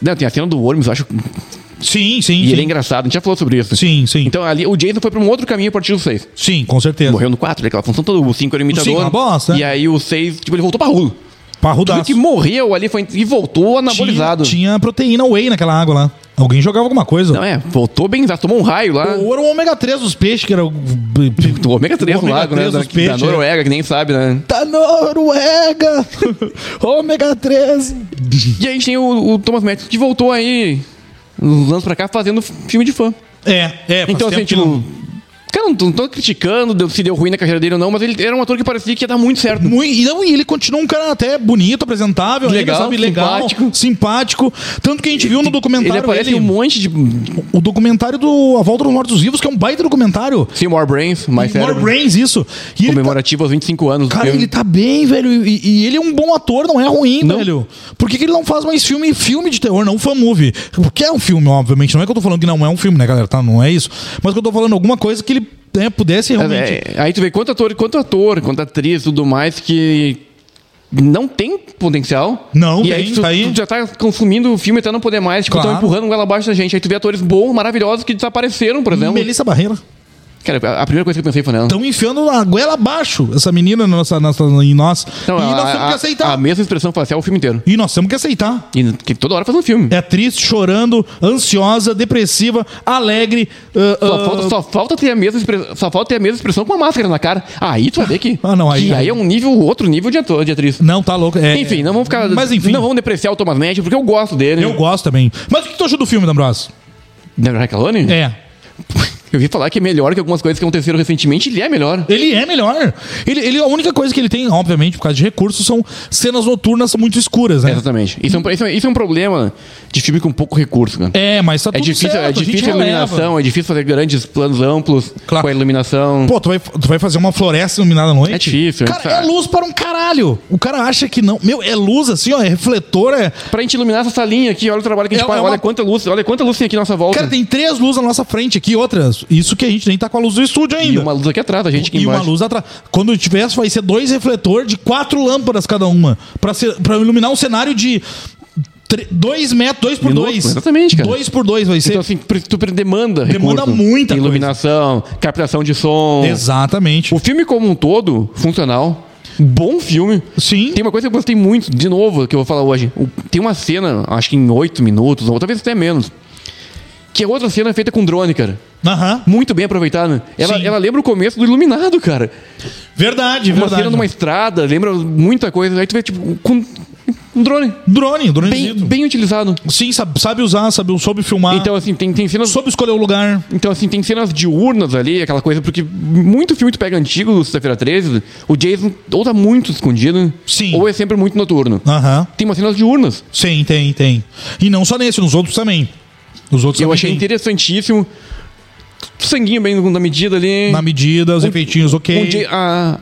Speaker 2: Não, tem a cena do Worms, eu acho.
Speaker 1: Sim, sim. sim.
Speaker 2: E ele é engraçado, a gente já falou sobre isso.
Speaker 1: Sim, sim.
Speaker 2: Então ali o Jason foi pra um outro caminho a partir do 6.
Speaker 1: Sim, com certeza.
Speaker 2: Morreu no 4, aquela função toda. O 5 era imitador.
Speaker 1: cinco é uma bosta, né?
Speaker 2: E aí o 6, tipo, ele voltou pra rua. Tudo
Speaker 1: Parrudaço.
Speaker 2: que morreu ali foi e voltou
Speaker 1: Tinha,
Speaker 2: anabolizado.
Speaker 1: tinha proteína whey naquela água lá. Alguém jogava alguma coisa.
Speaker 2: Não é, voltou bem, exato, tomou um raio lá.
Speaker 1: Ou era o ômega 3 dos peixes, que era o.
Speaker 2: Do ômega 3
Speaker 1: O
Speaker 2: do
Speaker 1: ômega
Speaker 2: lago, né?
Speaker 1: três
Speaker 2: Da,
Speaker 1: dos peixes,
Speaker 2: da Noruega, que nem sabe, né?
Speaker 1: da Tá Noruega! ômega 3!
Speaker 2: E aí a gente tem o, o Thomas Matthews que voltou aí uns anos pra cá fazendo filme de fã.
Speaker 1: É, é, faz
Speaker 2: Então,
Speaker 1: tempo
Speaker 2: assim,
Speaker 1: que
Speaker 2: tipo. Cara, não tô, não tô criticando deu- se deu ruim na carreira dele ou não, mas ele era um ator que parecia que ia dar muito certo.
Speaker 1: Muito, e não, e ele continua um cara até bonito, apresentável, ainda,
Speaker 2: Legal,
Speaker 1: sabe? Legal, simpático.
Speaker 2: simpático.
Speaker 1: Tanto que a gente viu no documentário.
Speaker 2: Ele aparece em um monte de
Speaker 1: O documentário do A Volta dos Mortos Vivos, que é um baita documentário.
Speaker 2: Seymour Brains, mais
Speaker 1: More
Speaker 2: É sério. né?
Speaker 1: Brains, isso. E ele tá-
Speaker 2: Comemorativo aos 25 anos. do
Speaker 1: cara,
Speaker 2: filme.
Speaker 1: ele tá bem, velho. E, e ele é um bom ator, não é ruim,
Speaker 2: Não.
Speaker 1: velho. Por que, que ele não faz mais filme filme de terror, não fan movie? Porque é um filme, obviamente. Não é que eu tô falando que não é um filme, né, galera? Tá? Não é isso. Mas que eu tô falando alguma coisa que ele né, pudesse realmente.
Speaker 2: É, aí tu vê quanto ator, quanto ator, quanto atriz, tudo mais que não tem potencial.
Speaker 1: Não
Speaker 2: e
Speaker 1: tem,
Speaker 2: aí tu,
Speaker 1: tá aí.
Speaker 2: tu já tá consumindo o filme até não poder mais, tipo, estão
Speaker 1: Claro.
Speaker 2: empurrando ela abaixo da gente. Aí tu vê atores bons, maravilhosos que desapareceram, por exemplo.
Speaker 1: Melissa Barreira.
Speaker 2: Cara, a- a primeira coisa que eu pensei foi nela.
Speaker 1: Estão enfiando a goela abaixo essa menina na nossa, nossa- em nós.
Speaker 2: Então,
Speaker 1: e nós
Speaker 2: a,
Speaker 1: temos
Speaker 2: a-
Speaker 1: que aceitar.
Speaker 2: a mesma expressão facial o filme inteiro.
Speaker 1: E nós temos que aceitar.
Speaker 2: E que toda hora faz um filme.
Speaker 1: É triste, chorando, ansiosa, depressiva, alegre. ah,
Speaker 2: Só,
Speaker 1: ah,
Speaker 2: falta, só falta ter a mesma expressão, só falta ter a mesma expressão com uma máscara na cara. Aí tu vai ver que,
Speaker 1: Ah, não, aí-
Speaker 2: que aí é um nível, outro nível de ator, de atriz.
Speaker 1: Não, tá louco. É,
Speaker 2: Enfim, não vamos ficar.
Speaker 1: Mas enfim,
Speaker 2: Não vamos depreciar o Thomas Matthews, porque eu gosto dele.
Speaker 1: eu gosto também. Mas o que tu achou do filme, D'Ambrosio?
Speaker 2: Da Recalone?
Speaker 1: É.
Speaker 2: Eu vi falar que é melhor que algumas coisas que aconteceram recentemente, ele é melhor.
Speaker 1: Ele é melhor. Ele, ele, a única coisa que ele tem, obviamente, por causa de recursos, são cenas noturnas muito escuras, né?
Speaker 2: Exatamente. Isso é, um, isso, é, isso é um problema de filme com pouco recurso, cara.
Speaker 1: É, mas tá
Speaker 2: É
Speaker 1: tudo
Speaker 2: difícil,
Speaker 1: certo,
Speaker 2: é
Speaker 1: gente
Speaker 2: difícil a,
Speaker 1: releva.
Speaker 2: iluminação, é difícil fazer grandes planos amplos
Speaker 1: Claro.
Speaker 2: com a iluminação.
Speaker 1: Pô, tu vai, tu vai fazer uma floresta iluminada à noite?
Speaker 2: É difícil,
Speaker 1: Cara,
Speaker 2: é
Speaker 1: é
Speaker 2: difícil.
Speaker 1: luz para um caralho. O cara acha que não. Meu, é luz assim, ó, é refletor, é...
Speaker 2: Pra gente iluminar essa salinha aqui, olha o trabalho que a gente
Speaker 1: É-
Speaker 2: faz,
Speaker 1: é
Speaker 2: olha
Speaker 1: uma-
Speaker 2: quanta luz, olha quanta luz tem aqui na nossa volta.
Speaker 1: Cara, tem três luzes na nossa frente aqui, outras. Isso que a gente nem tá com a luz do estúdio ainda.
Speaker 2: E uma luz aqui atrás, a gente aqui
Speaker 1: E uma
Speaker 2: embaixo.
Speaker 1: luz atrás. Quando tiver, vai ser dois refletores de quatro lâmpadas cada uma. Pra, ser, pra iluminar um cenário de 2 metros, dois por
Speaker 2: Minúsculo,
Speaker 1: dois.
Speaker 2: exatamente, cara.
Speaker 1: Dois por dois vai ser.
Speaker 2: Então, assim, pre- tu pre- demanda
Speaker 1: Demanda
Speaker 2: recurso.
Speaker 1: muita coisa.
Speaker 2: Iluminação, captação de som.
Speaker 1: Exatamente.
Speaker 2: assim, O filme como um todo, funcional, bom filme.
Speaker 1: Sim.
Speaker 2: Tem uma coisa que eu gostei muito, de novo, que eu vou falar hoje. O- Tem uma cena, acho que em oito minutos, ou talvez até menos, que é outra cena feita com drone, cara.
Speaker 1: Aham.
Speaker 2: Muito bem aproveitada. Ela,
Speaker 1: Sim.
Speaker 2: ela lembra o começo do Iluminado, cara.
Speaker 1: Verdade,
Speaker 2: Uma cena
Speaker 1: verdade.
Speaker 2: numa estrada, lembra muita coisa. Aí tu vê, tipo, com um drone
Speaker 1: Drone, drone.
Speaker 2: bem, bem utilizado.
Speaker 1: Sim, sabe, sabe usar, sabe, soube filmar,
Speaker 2: Então, assim, tem, tem cenas.
Speaker 1: soube escolher o lugar.
Speaker 2: Então, assim, tem cenas diurnas ali, aquela coisa, porque muito filme tu pega antigo, do Sexta-feira 13, o Jason ou tá muito escondido,
Speaker 1: Sim.
Speaker 2: ou é sempre muito noturno.
Speaker 1: Aham.
Speaker 2: Tem umas cenas diurnas.
Speaker 1: Sim, tem, tem. E não só nesse, nos outros também. Nos outros
Speaker 2: eu
Speaker 1: também
Speaker 2: achei
Speaker 1: tem.
Speaker 2: interessantíssimo. Sanguinho bem na medida ali.
Speaker 1: Na medida, os
Speaker 2: Um
Speaker 1: efeitinhos, ok.
Speaker 2: O Ja- a-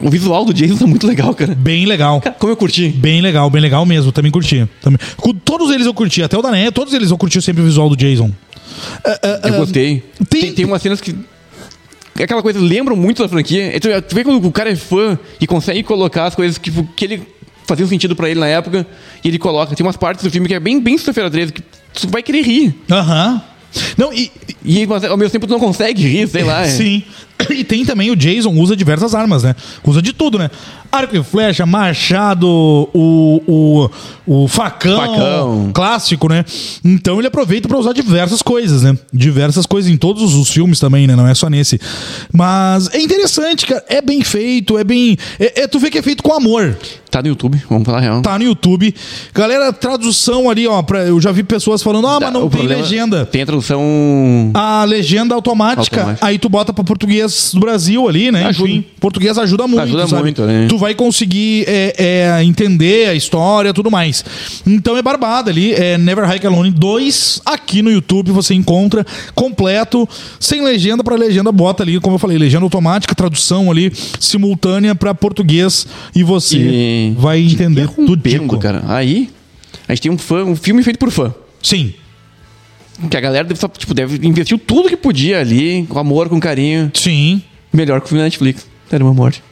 Speaker 2: o visual do Jason tá muito legal, cara.
Speaker 1: Bem legal.
Speaker 2: Cara, como eu curti.
Speaker 1: Bem legal, bem legal mesmo. Também curti. Também. Com Todos eles eu curti, até o da NEA, todos eles eu curti sempre o visual do Jason.
Speaker 2: Eu gostei.
Speaker 1: Ah, tem-
Speaker 2: Tem... Tem, umas cenas que. é Aquela coisa lembram muito da franquia. E Tu, tu vê quando o cara é fã e consegue colocar as coisas que, que ele fazia sentido pra ele na época. E ele coloca. Tem umas partes do filme que é bem, bem sexta-feira 13 que tu vai querer rir.
Speaker 1: Aham. Não, e.
Speaker 2: E mas, ao mesmo tempo tu não consegue rir, sei lá. é.
Speaker 1: Sim. E tem também o Jason usa diversas armas, né? Usa de tudo, né? Arco e flecha, machado, o, o, o facão,
Speaker 2: Facão.
Speaker 1: clássico, né? Então ele aproveita pra usar diversas coisas, né? Diversas coisas em todos os filmes também, né? Não é só nesse. Mas é interessante, cara. É bem feito, é bem. É, é- tu vê que é feito com amor.
Speaker 2: Tá no YouTube, vamos falar a real.
Speaker 1: Tá no YouTube. Galera, tradução ali, ó. Pra, eu já vi pessoas falando, ah, mas não tem
Speaker 2: é
Speaker 1: legenda
Speaker 2: Tá, Tem a tradução.
Speaker 1: a legenda automática,
Speaker 2: Automática.
Speaker 1: aí tu bota pra português do Brasil ali, né?
Speaker 2: Ajuda.
Speaker 1: Enfim, português ajuda muito,
Speaker 2: Ajuda
Speaker 1: sabe?
Speaker 2: muito, né?
Speaker 1: Tu vai conseguir é, é, entender a história e tudo mais. Então é barbada ali, é Never Hike Alone 2, aqui no YouTube você encontra completo, sem legenda pra legenda, bota ali, como eu falei, legenda automática, tradução ali, simultânea pra português e você
Speaker 2: E- é
Speaker 1: vai entender Ah, é tudo.
Speaker 2: Pendo, cara. Aí, a gente tem um fã, um filme feito por fã.
Speaker 1: Sim,
Speaker 2: Que a galera deve, só, tipo, deve investiu tudo que podia ali, com amor, com carinho.
Speaker 1: sim.
Speaker 2: Melhor que o filme da Netflix. Era uma morte.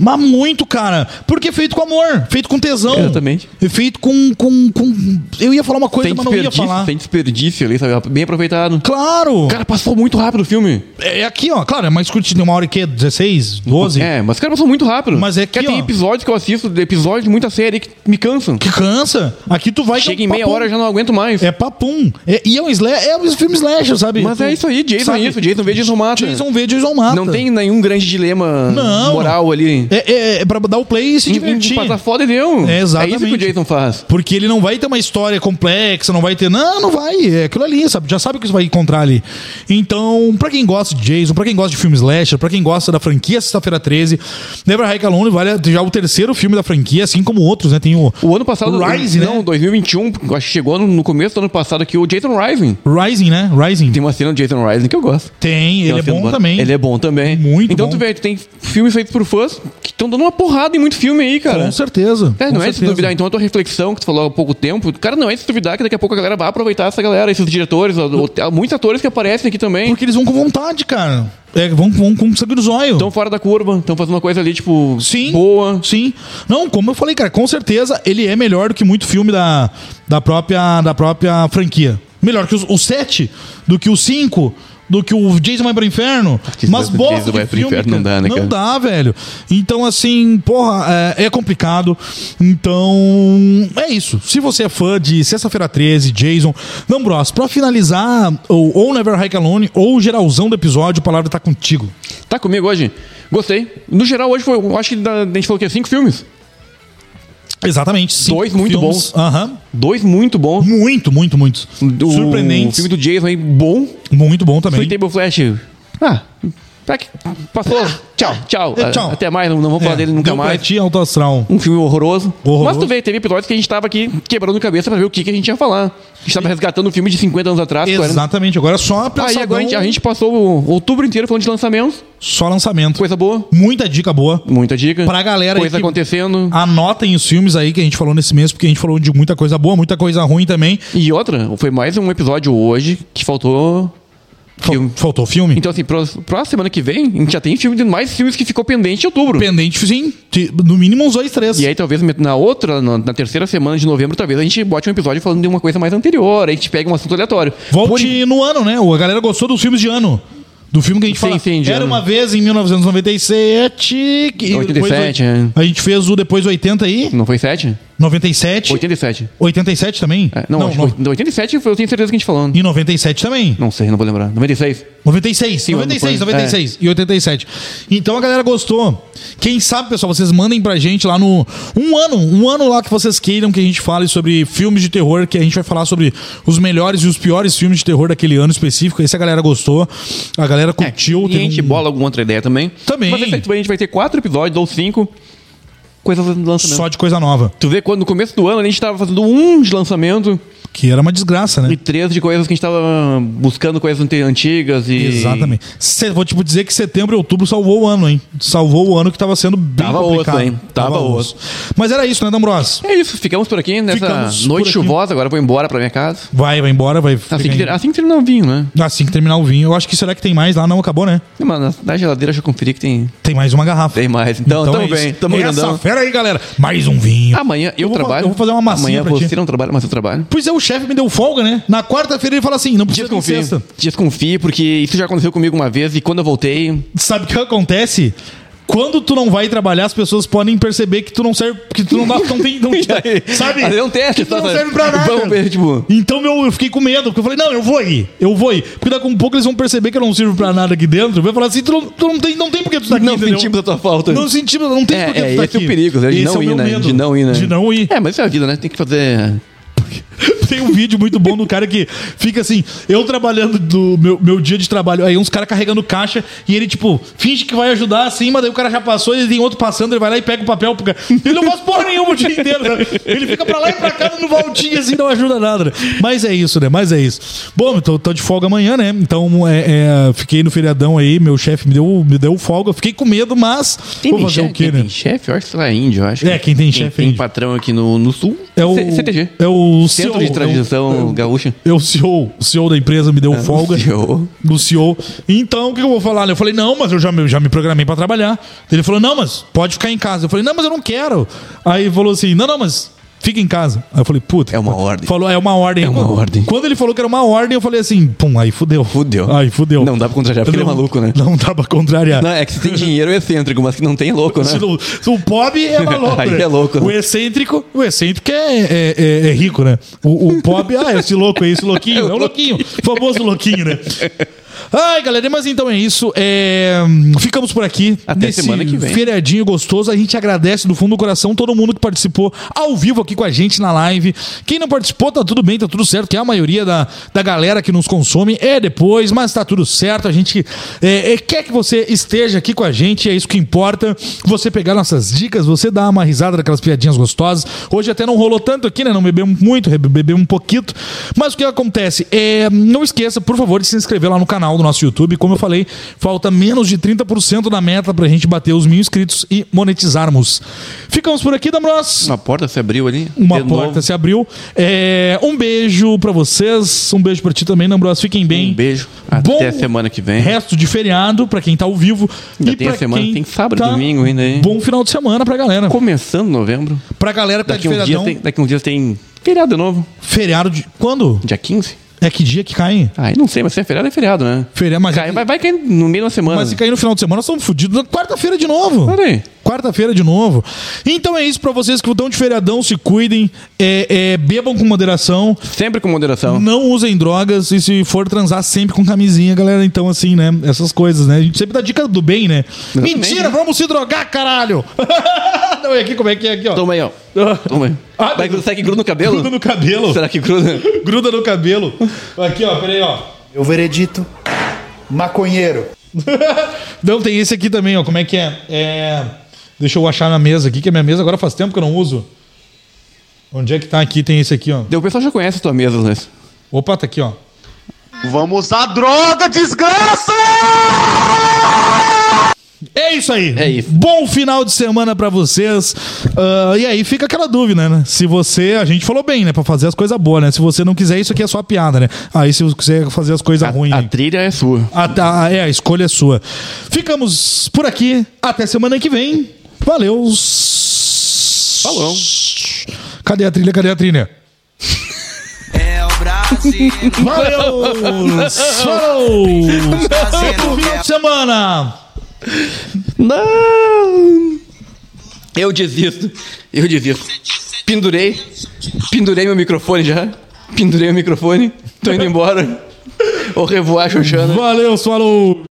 Speaker 1: Mas muito, cara. Porque é feito com amor, feito com tesão.
Speaker 2: Exatamente.
Speaker 1: É feito com. com, com... Eu ia falar uma coisa,
Speaker 2: Tem
Speaker 1: mas não ia
Speaker 2: desperdício,
Speaker 1: falar.
Speaker 2: tem desperdício ali, sabe? Bem aproveitado.
Speaker 1: Claro!
Speaker 2: Cara, passou muito rápido o filme.
Speaker 1: É aqui, ó. Claro, é mais curtinho, tem uma hora e quê? 16? 12?
Speaker 2: É, mas cara, passou muito rápido.
Speaker 1: Mas é
Speaker 2: Cara,
Speaker 1: que,
Speaker 2: tem
Speaker 1: ó.
Speaker 2: episódios que eu assisto, episódios de muita série que me cansam.
Speaker 1: Que cansa. Aqui tu vai. é
Speaker 2: Chega em
Speaker 1: um
Speaker 2: meia
Speaker 1: papum.
Speaker 2: hora, eu já não aguento mais.
Speaker 1: É papum. É, e é um, sla... é um filme slasher, sabe?
Speaker 2: Mas é isso aí, Jason é isso, Jason vê, Jason mata.
Speaker 1: Jason vê, Jason mata.
Speaker 2: Não tem nenhum grande dilema
Speaker 1: Não.
Speaker 2: moral ali.
Speaker 1: É, é, é pra dar o play e se divertir.
Speaker 2: Passar foda e deu.
Speaker 1: É,
Speaker 2: É isso que
Speaker 1: exatamente.
Speaker 2: o Jason faz.
Speaker 1: Porque ele não vai ter uma história complexa, não vai ter. Não, não vai. É aquilo ali, sabe? Já sabe o que você vai encontrar ali. Então, pra quem gosta de Jason, pra quem gosta de filme slasher, pra quem gosta da franquia Sexta-feira 13, Never Hike Alone vale já o terceiro filme da franquia, assim como outros, né? Tem o,
Speaker 2: O ano passado.
Speaker 1: Rising,
Speaker 2: não,
Speaker 1: né?
Speaker 2: 2021, eu acho que chegou no, no começo do ano passado aqui o Jason Rising.
Speaker 1: Rising, né? Rising.
Speaker 2: Tem
Speaker 1: Tem,
Speaker 2: uma cena do Jason Rising que eu gosto. Tem
Speaker 1: ele
Speaker 2: uma
Speaker 1: é
Speaker 2: cena
Speaker 1: bom
Speaker 2: boa.
Speaker 1: também.
Speaker 2: Ele é bom também.
Speaker 1: Muito
Speaker 2: então
Speaker 1: bom.
Speaker 2: tu vê, tu tem filmes feitos por fãs que estão dando uma porrada em muito filme aí, cara.
Speaker 1: Com certeza.
Speaker 2: É,
Speaker 1: com
Speaker 2: não é de se
Speaker 1: certeza.
Speaker 2: duvidar. Então a tua reflexão que tu falou há pouco tempo, cara, não é de se duvidar que daqui a pouco a galera vai aproveitar essa galera, esses diretores, ou- ou- há muitos atores que aparecem aqui também.
Speaker 1: Porque eles vão com vontade, cara. É, vão, vão com sangue nos olhos.
Speaker 2: Estão fora da curva, estão fazendo uma coisa ali, tipo,
Speaker 1: Sim.
Speaker 2: boa.
Speaker 1: Sim. Não, como eu falei, cara, com certeza ele é melhor do que muito filme da, da, própria, da própria franquia. Melhor que os- o 7, do que o 5, do que o Jason vai pro inferno.
Speaker 2: Jason
Speaker 1: Mas
Speaker 2: vai-
Speaker 1: bosta
Speaker 2: Jason
Speaker 1: de
Speaker 2: vai pro
Speaker 1: filme,
Speaker 2: inferno não dá, né,
Speaker 1: Não
Speaker 2: cara?
Speaker 1: dá, velho. Então, assim, porra, é, é complicado. Então, é isso. Se você é fã de Sexta-feira 13, Jason, não, Bros, pra finalizar, ou, ou Never Hike Alone, ou o geralzão do episódio, a palavra tá contigo.
Speaker 2: Tá comigo hoje? Gostei. No geral, hoje foi, eu acho que da- a gente falou que é cinco filmes.
Speaker 1: Exatamente. cinco
Speaker 2: Dois muito
Speaker 1: filmes.
Speaker 2: bons.
Speaker 1: Aham.
Speaker 2: Dois muito bons.
Speaker 1: Muito, muito, muito.
Speaker 2: Do- O
Speaker 1: Surpreendentes.
Speaker 2: filme do Jason aí, bom.
Speaker 1: Muito bom também.
Speaker 2: Free Table Flash. Ah, pra que- passou. Tchau, tchau.
Speaker 1: É, Ah. tchau.
Speaker 2: Até mais, não, não vou falar
Speaker 1: É,
Speaker 2: dele nunca
Speaker 1: deu pra
Speaker 2: mais.
Speaker 1: ti, alto astral.
Speaker 2: Um filme horroroso.
Speaker 1: Horroroso.
Speaker 2: Mas tu vê, teve episódios que a gente tava aqui quebrando cabeça pra ver o que, que a gente ia falar. A gente tava resgatando um filme de 50 anos atrás. 40.
Speaker 1: Exatamente. Agora só pra
Speaker 2: Aí agora a gente, a gente passou o outubro inteiro falando de lançamentos.
Speaker 1: só lançamento.
Speaker 2: Coisa boa.
Speaker 1: Muita dica boa.
Speaker 2: Muita dica.
Speaker 1: Pra galera aí
Speaker 2: Coisa
Speaker 1: que-
Speaker 2: acontecendo.
Speaker 1: Anotem os filmes aí que a gente falou nesse mês, porque a gente falou de muita coisa boa, muita coisa ruim também.
Speaker 2: E outra, foi mais um episódio hoje que faltou.
Speaker 1: Fal-
Speaker 2: Filme.
Speaker 1: Faltou filme.
Speaker 2: Então, assim, pra, pra semana que vem, a gente já tem filme de mais filmes que ficou pendente em outubro.
Speaker 1: Pendente, sim. Te- No mínimo uns dois, três.
Speaker 2: E aí, talvez na outra, na, na terceira semana de novembro, talvez a gente bote um episódio falando de uma coisa mais anterior. Aí a gente pega um assunto aleatório. Por
Speaker 1: Volte no ano, né? A galera gostou dos filmes de ano. Do filme que a gente
Speaker 2: Sim,
Speaker 1: fala.
Speaker 2: sim, de
Speaker 1: Era
Speaker 2: ano.
Speaker 1: uma vez em 1997. Que depois
Speaker 2: 87, é.
Speaker 1: a gente fez o depois 80 aí.
Speaker 2: Não foi sete?
Speaker 1: 97.
Speaker 2: 87.
Speaker 1: 87 também?
Speaker 2: É, não, acho
Speaker 1: no-
Speaker 2: que 87 foi- eu tenho certeza que a gente falou.
Speaker 1: E 97 também.
Speaker 2: Não sei, não vou lembrar. 96.
Speaker 1: 96,
Speaker 2: Sim, o ano
Speaker 1: 96,
Speaker 2: foi-
Speaker 1: 96 e 87. Então a galera gostou. Quem sabe, pessoal, vocês mandem pra gente lá no. Um ano, um ano lá que vocês queiram que a gente fale sobre filmes de terror, que a gente vai falar sobre os melhores e os piores filmes de terror daquele ano específico. Esse a galera gostou, a galera curtiu.
Speaker 2: É, E a gente
Speaker 1: um-
Speaker 2: bola alguma outra ideia também.
Speaker 1: Também.
Speaker 2: Mas aí, a gente vai ter quatro episódios ou cinco coisas de lançamento.
Speaker 1: Só de coisa nova.
Speaker 2: Tu vê quando no começo do ano a gente tava fazendo um de lançamento
Speaker 1: Que era uma desgraça, né?
Speaker 2: e três de coisas que a gente tava buscando coisas ante- antigas e.
Speaker 1: Exatamente. Cê- vou tipo dizer que setembro e outubro salvou o ano, hein? Salvou o ano que tava sendo bem
Speaker 2: Tava osso,
Speaker 1: complicado.
Speaker 2: hein? Tava osso.
Speaker 1: Mas era isso, né, Dambrós?
Speaker 2: É isso, ficamos por aqui nessa
Speaker 1: Ficamos por
Speaker 2: noite
Speaker 1: aqui.
Speaker 2: chuvosa. Agora eu vou embora pra minha casa.
Speaker 1: Vai, vai embora, vai. fica
Speaker 2: Assim que,
Speaker 1: aí.
Speaker 2: ter- assim que terminar o vinho, né?
Speaker 1: Assim que terminar o vinho, eu acho que será que tem mais lá? Não, acabou, né?
Speaker 2: Não, Mano, na geladeira deixa eu conferir que tem,
Speaker 1: Tem mais uma garrafa.
Speaker 2: tem mais. Então, tamo
Speaker 1: é
Speaker 2: bem,
Speaker 1: isso.
Speaker 2: tamo
Speaker 1: Essa
Speaker 2: grandão.
Speaker 1: fera aí, galera. Mais um vinho.
Speaker 2: Amanhã eu,
Speaker 1: vou fa-
Speaker 2: trabalho.
Speaker 1: eu vou fazer uma massinha
Speaker 2: Amanhã
Speaker 1: pra
Speaker 2: você
Speaker 1: ti.
Speaker 2: não trabalha, mas eu trabalho.
Speaker 1: Pois é, o chefe me deu folga, né? Na quarta-feira ele fala assim, não precisa de
Speaker 2: Desconfie.
Speaker 1: sexta.
Speaker 2: Desconfie, porque isso já aconteceu comigo uma vez e quando eu voltei.
Speaker 1: Sabe o que acontece? Quando tu não vai trabalhar, as pessoas podem perceber que tu não serve, que tu não dá, não tem, não, sabe?
Speaker 2: Fazer um teste,
Speaker 1: que tu
Speaker 2: só,
Speaker 1: não
Speaker 2: sabe?
Speaker 1: serve pra nada.
Speaker 2: Vamos ver, tipo-
Speaker 1: Então meu, eu fiquei com medo, porque eu falei, não, eu vou ir, eu vou ir. Porque daqui a um pouco eles vão perceber que eu não sirvo pra nada aqui dentro. Vai falar assim, tu não, tu não tem, não tem porque tu tá aqui,
Speaker 2: não
Speaker 1: entendeu?
Speaker 2: sentimos a tua falta.
Speaker 1: Não sentimos, não tem
Speaker 2: é,
Speaker 1: porque
Speaker 2: é,
Speaker 1: tu tá
Speaker 2: esse é
Speaker 1: aqui.
Speaker 2: o perigo, né? De
Speaker 1: Esse é
Speaker 2: não
Speaker 1: o
Speaker 2: ir,
Speaker 1: meu
Speaker 2: né?
Speaker 1: medo.
Speaker 2: De não ir, né?
Speaker 1: De não ir.
Speaker 2: É, mas isso é a vida, né? Tem que fazer.
Speaker 1: Tem um vídeo muito bom do cara que fica assim, eu trabalhando do meu, meu dia de trabalho, aí uns caras carregando caixa e ele, tipo, finge que vai ajudar assim, mas daí o cara já passou e tem outro passando, ele vai lá e pega o papel pro cara. Ele não faz porra nenhuma o dia inteiro, né? Ele fica pra lá e pra cá no voltinho assim, não ajuda nada, né? Mas é isso, né? Mas é isso. Bom, eu tô, tô de folga amanhã, né? Então, é, é, fiquei no feriadão aí, meu chefe me deu, me deu folga, fiquei com medo, mas
Speaker 2: Quem
Speaker 1: vou
Speaker 2: tem
Speaker 1: fazer
Speaker 2: chefe,
Speaker 1: o quê,
Speaker 2: quem
Speaker 1: né?
Speaker 2: tem chefe, eu acho que lá é índio, eu acho.
Speaker 1: É, quem tem chefe é
Speaker 2: Tem
Speaker 1: índio.
Speaker 2: patrão aqui no, no sul.
Speaker 1: É o
Speaker 2: C- CTG.
Speaker 1: É o
Speaker 2: Centro
Speaker 1: CEO, é
Speaker 2: de
Speaker 1: o-
Speaker 2: Tradição Gaúcha.
Speaker 1: Eu, o CEO, o CEO da empresa me deu
Speaker 2: É,
Speaker 1: folga.
Speaker 2: CEO.
Speaker 1: Do CEO. Então, o que eu vou falar? né? Eu falei, não, mas eu já, me- já me programei pra trabalhar. Ele falou, não, mas pode ficar em casa. Eu falei, não, mas eu não quero. Aí ele falou assim, não, não, mas fica em casa. Aí eu falei, puta.
Speaker 2: É uma
Speaker 1: que-
Speaker 2: ordem.
Speaker 1: Falou, é uma ordem.
Speaker 2: É uma
Speaker 1: Quando-
Speaker 2: ordem.
Speaker 1: Quando ele falou que era uma ordem, eu falei assim, pum, aí fudeu.
Speaker 2: Fudeu.
Speaker 1: Aí fudeu.
Speaker 2: Não dá pra contrariar, porque ele é
Speaker 1: Não-
Speaker 2: maluco, né?
Speaker 1: Não dá pra contrariar.
Speaker 2: Não, é que se tem dinheiro é excêntrico, mas que não tem é louco, né?
Speaker 1: Se, não- se o pobre é maluco.
Speaker 2: Aí
Speaker 1: né?
Speaker 2: é louco, né?
Speaker 1: O excêntrico, o excêntrico é, é- é- é rico, né? O, o pobre, ah, esse louco aí, esse louquinho. É o louquinho. O famoso louquinho, né? Ai, galera, mas então é isso. É, Ficamos por aqui.
Speaker 2: Até semana que vem.
Speaker 1: Feriadinho gostoso. A gente agradece do fundo do coração todo mundo que participou ao vivo aqui com a gente na live. Quem não participou, tá tudo bem, tá tudo certo, que a maioria da, da galera que nos consome é depois, mas tá tudo certo. A gente é, é, quer que você esteja aqui com a gente, é isso que importa. Você pegar nossas dicas, você dar uma risada daquelas piadinhas gostosas. Hoje até não rolou tanto aqui, né? Não bebemos muito, rebe- bebemos um pouquinho. Mas o que acontece? É, não esqueça, por favor, de se inscrever lá no canal do nosso YouTube. Como eu falei, falta menos de 30% da meta pra gente bater os mil inscritos e monetizarmos. Ficamos por aqui, Damros.
Speaker 2: Uma porta se abriu ali.
Speaker 1: Uma
Speaker 2: de novo.
Speaker 1: porta se abriu. É, um beijo pra vocês. Um beijo pra ti também, Damros. Fiquem bem.
Speaker 2: Um beijo. Até
Speaker 1: Bom
Speaker 2: semana que vem.
Speaker 1: Resto de feriado pra quem tá ao vivo.
Speaker 2: Ainda
Speaker 1: e
Speaker 2: tem a
Speaker 1: pra
Speaker 2: semana,
Speaker 1: quem
Speaker 2: tem sábado e
Speaker 1: tá-
Speaker 2: domingo ainda, hein?
Speaker 1: Bom final de semana pra galera.
Speaker 2: Começando novembro.
Speaker 1: Pra galera que tá de
Speaker 2: Daqui uns, dias
Speaker 1: feriadão.
Speaker 2: tem, daqui uns dias tem feriado de novo.
Speaker 1: Feriado de. Quando?
Speaker 2: Dia 15.
Speaker 1: É que dia que cai?
Speaker 2: Ah, eu não sei, mas se é feriado, é feriado, né?
Speaker 1: Feriado, mas,
Speaker 2: Cai, vai, vai cair no meio da semana.
Speaker 1: mas se cair no final de semana, nós estamos fodidos. Na Quarta-feira de novo.
Speaker 2: Olha aí.
Speaker 1: Quarta-feira de novo. Então é isso pra vocês que estão de feriadão, se cuidem, é, é, bebam com moderação,
Speaker 2: Sempre com moderação.
Speaker 1: não usem drogas e se for transar sempre com camisinha, galera. Então, assim, né? Essas coisas, né? A gente sempre dá dica do bem, né?
Speaker 2: Exatamente,
Speaker 1: Mentira,
Speaker 2: né?
Speaker 1: vamos se drogar, caralho! não, é aqui, como é que é aqui, ó?
Speaker 2: Toma aí, ó. Toma aí.
Speaker 1: Ah,
Speaker 2: vai,
Speaker 1: meu-
Speaker 2: será que tá gruda no cabelo?
Speaker 1: Gruda no cabelo.
Speaker 2: Será que gruda?
Speaker 1: Gruda no cabelo. Aqui, ó, peraí, ó.
Speaker 3: Meu veredito, maconheiro.
Speaker 1: Não, tem esse aqui também, ó. Como é que é? É, Deixa eu achar na mesa aqui, que a minha mesa agora faz tempo que eu não uso. Onde é que tá aqui? Tem esse aqui, ó.
Speaker 2: O pessoal já conhece a tua mesa, né?
Speaker 1: Opa, tá aqui, ó.
Speaker 4: Vamos usar droga, desgraça!
Speaker 1: É isso aí.
Speaker 2: É isso.
Speaker 1: Bom final de semana pra vocês. Ah, e aí fica aquela dúvida, né? Se você. A gente falou bem, né? Pra fazer as coisas boas, né? Se você não quiser, isso aqui é só piada, né? Aí se você quiser fazer as coisas
Speaker 2: A,
Speaker 1: ruins. né?
Speaker 2: a trilha é sua.
Speaker 1: A, a- é, a escolha é sua. Ficamos por aqui. Até semana que vem. Valeu.
Speaker 2: Falou.
Speaker 1: Cadê a trilha? Cadê a trilha?
Speaker 5: É o Brasil,
Speaker 1: Valeu! Falou! Bom final de semana!
Speaker 2: Não! Eu desisto. Eu desisto. Pendurei. Pendurei meu microfone já. Pendurei o microfone. Tô indo embora. Au revoir, Xoxana.
Speaker 1: Valeu, falou!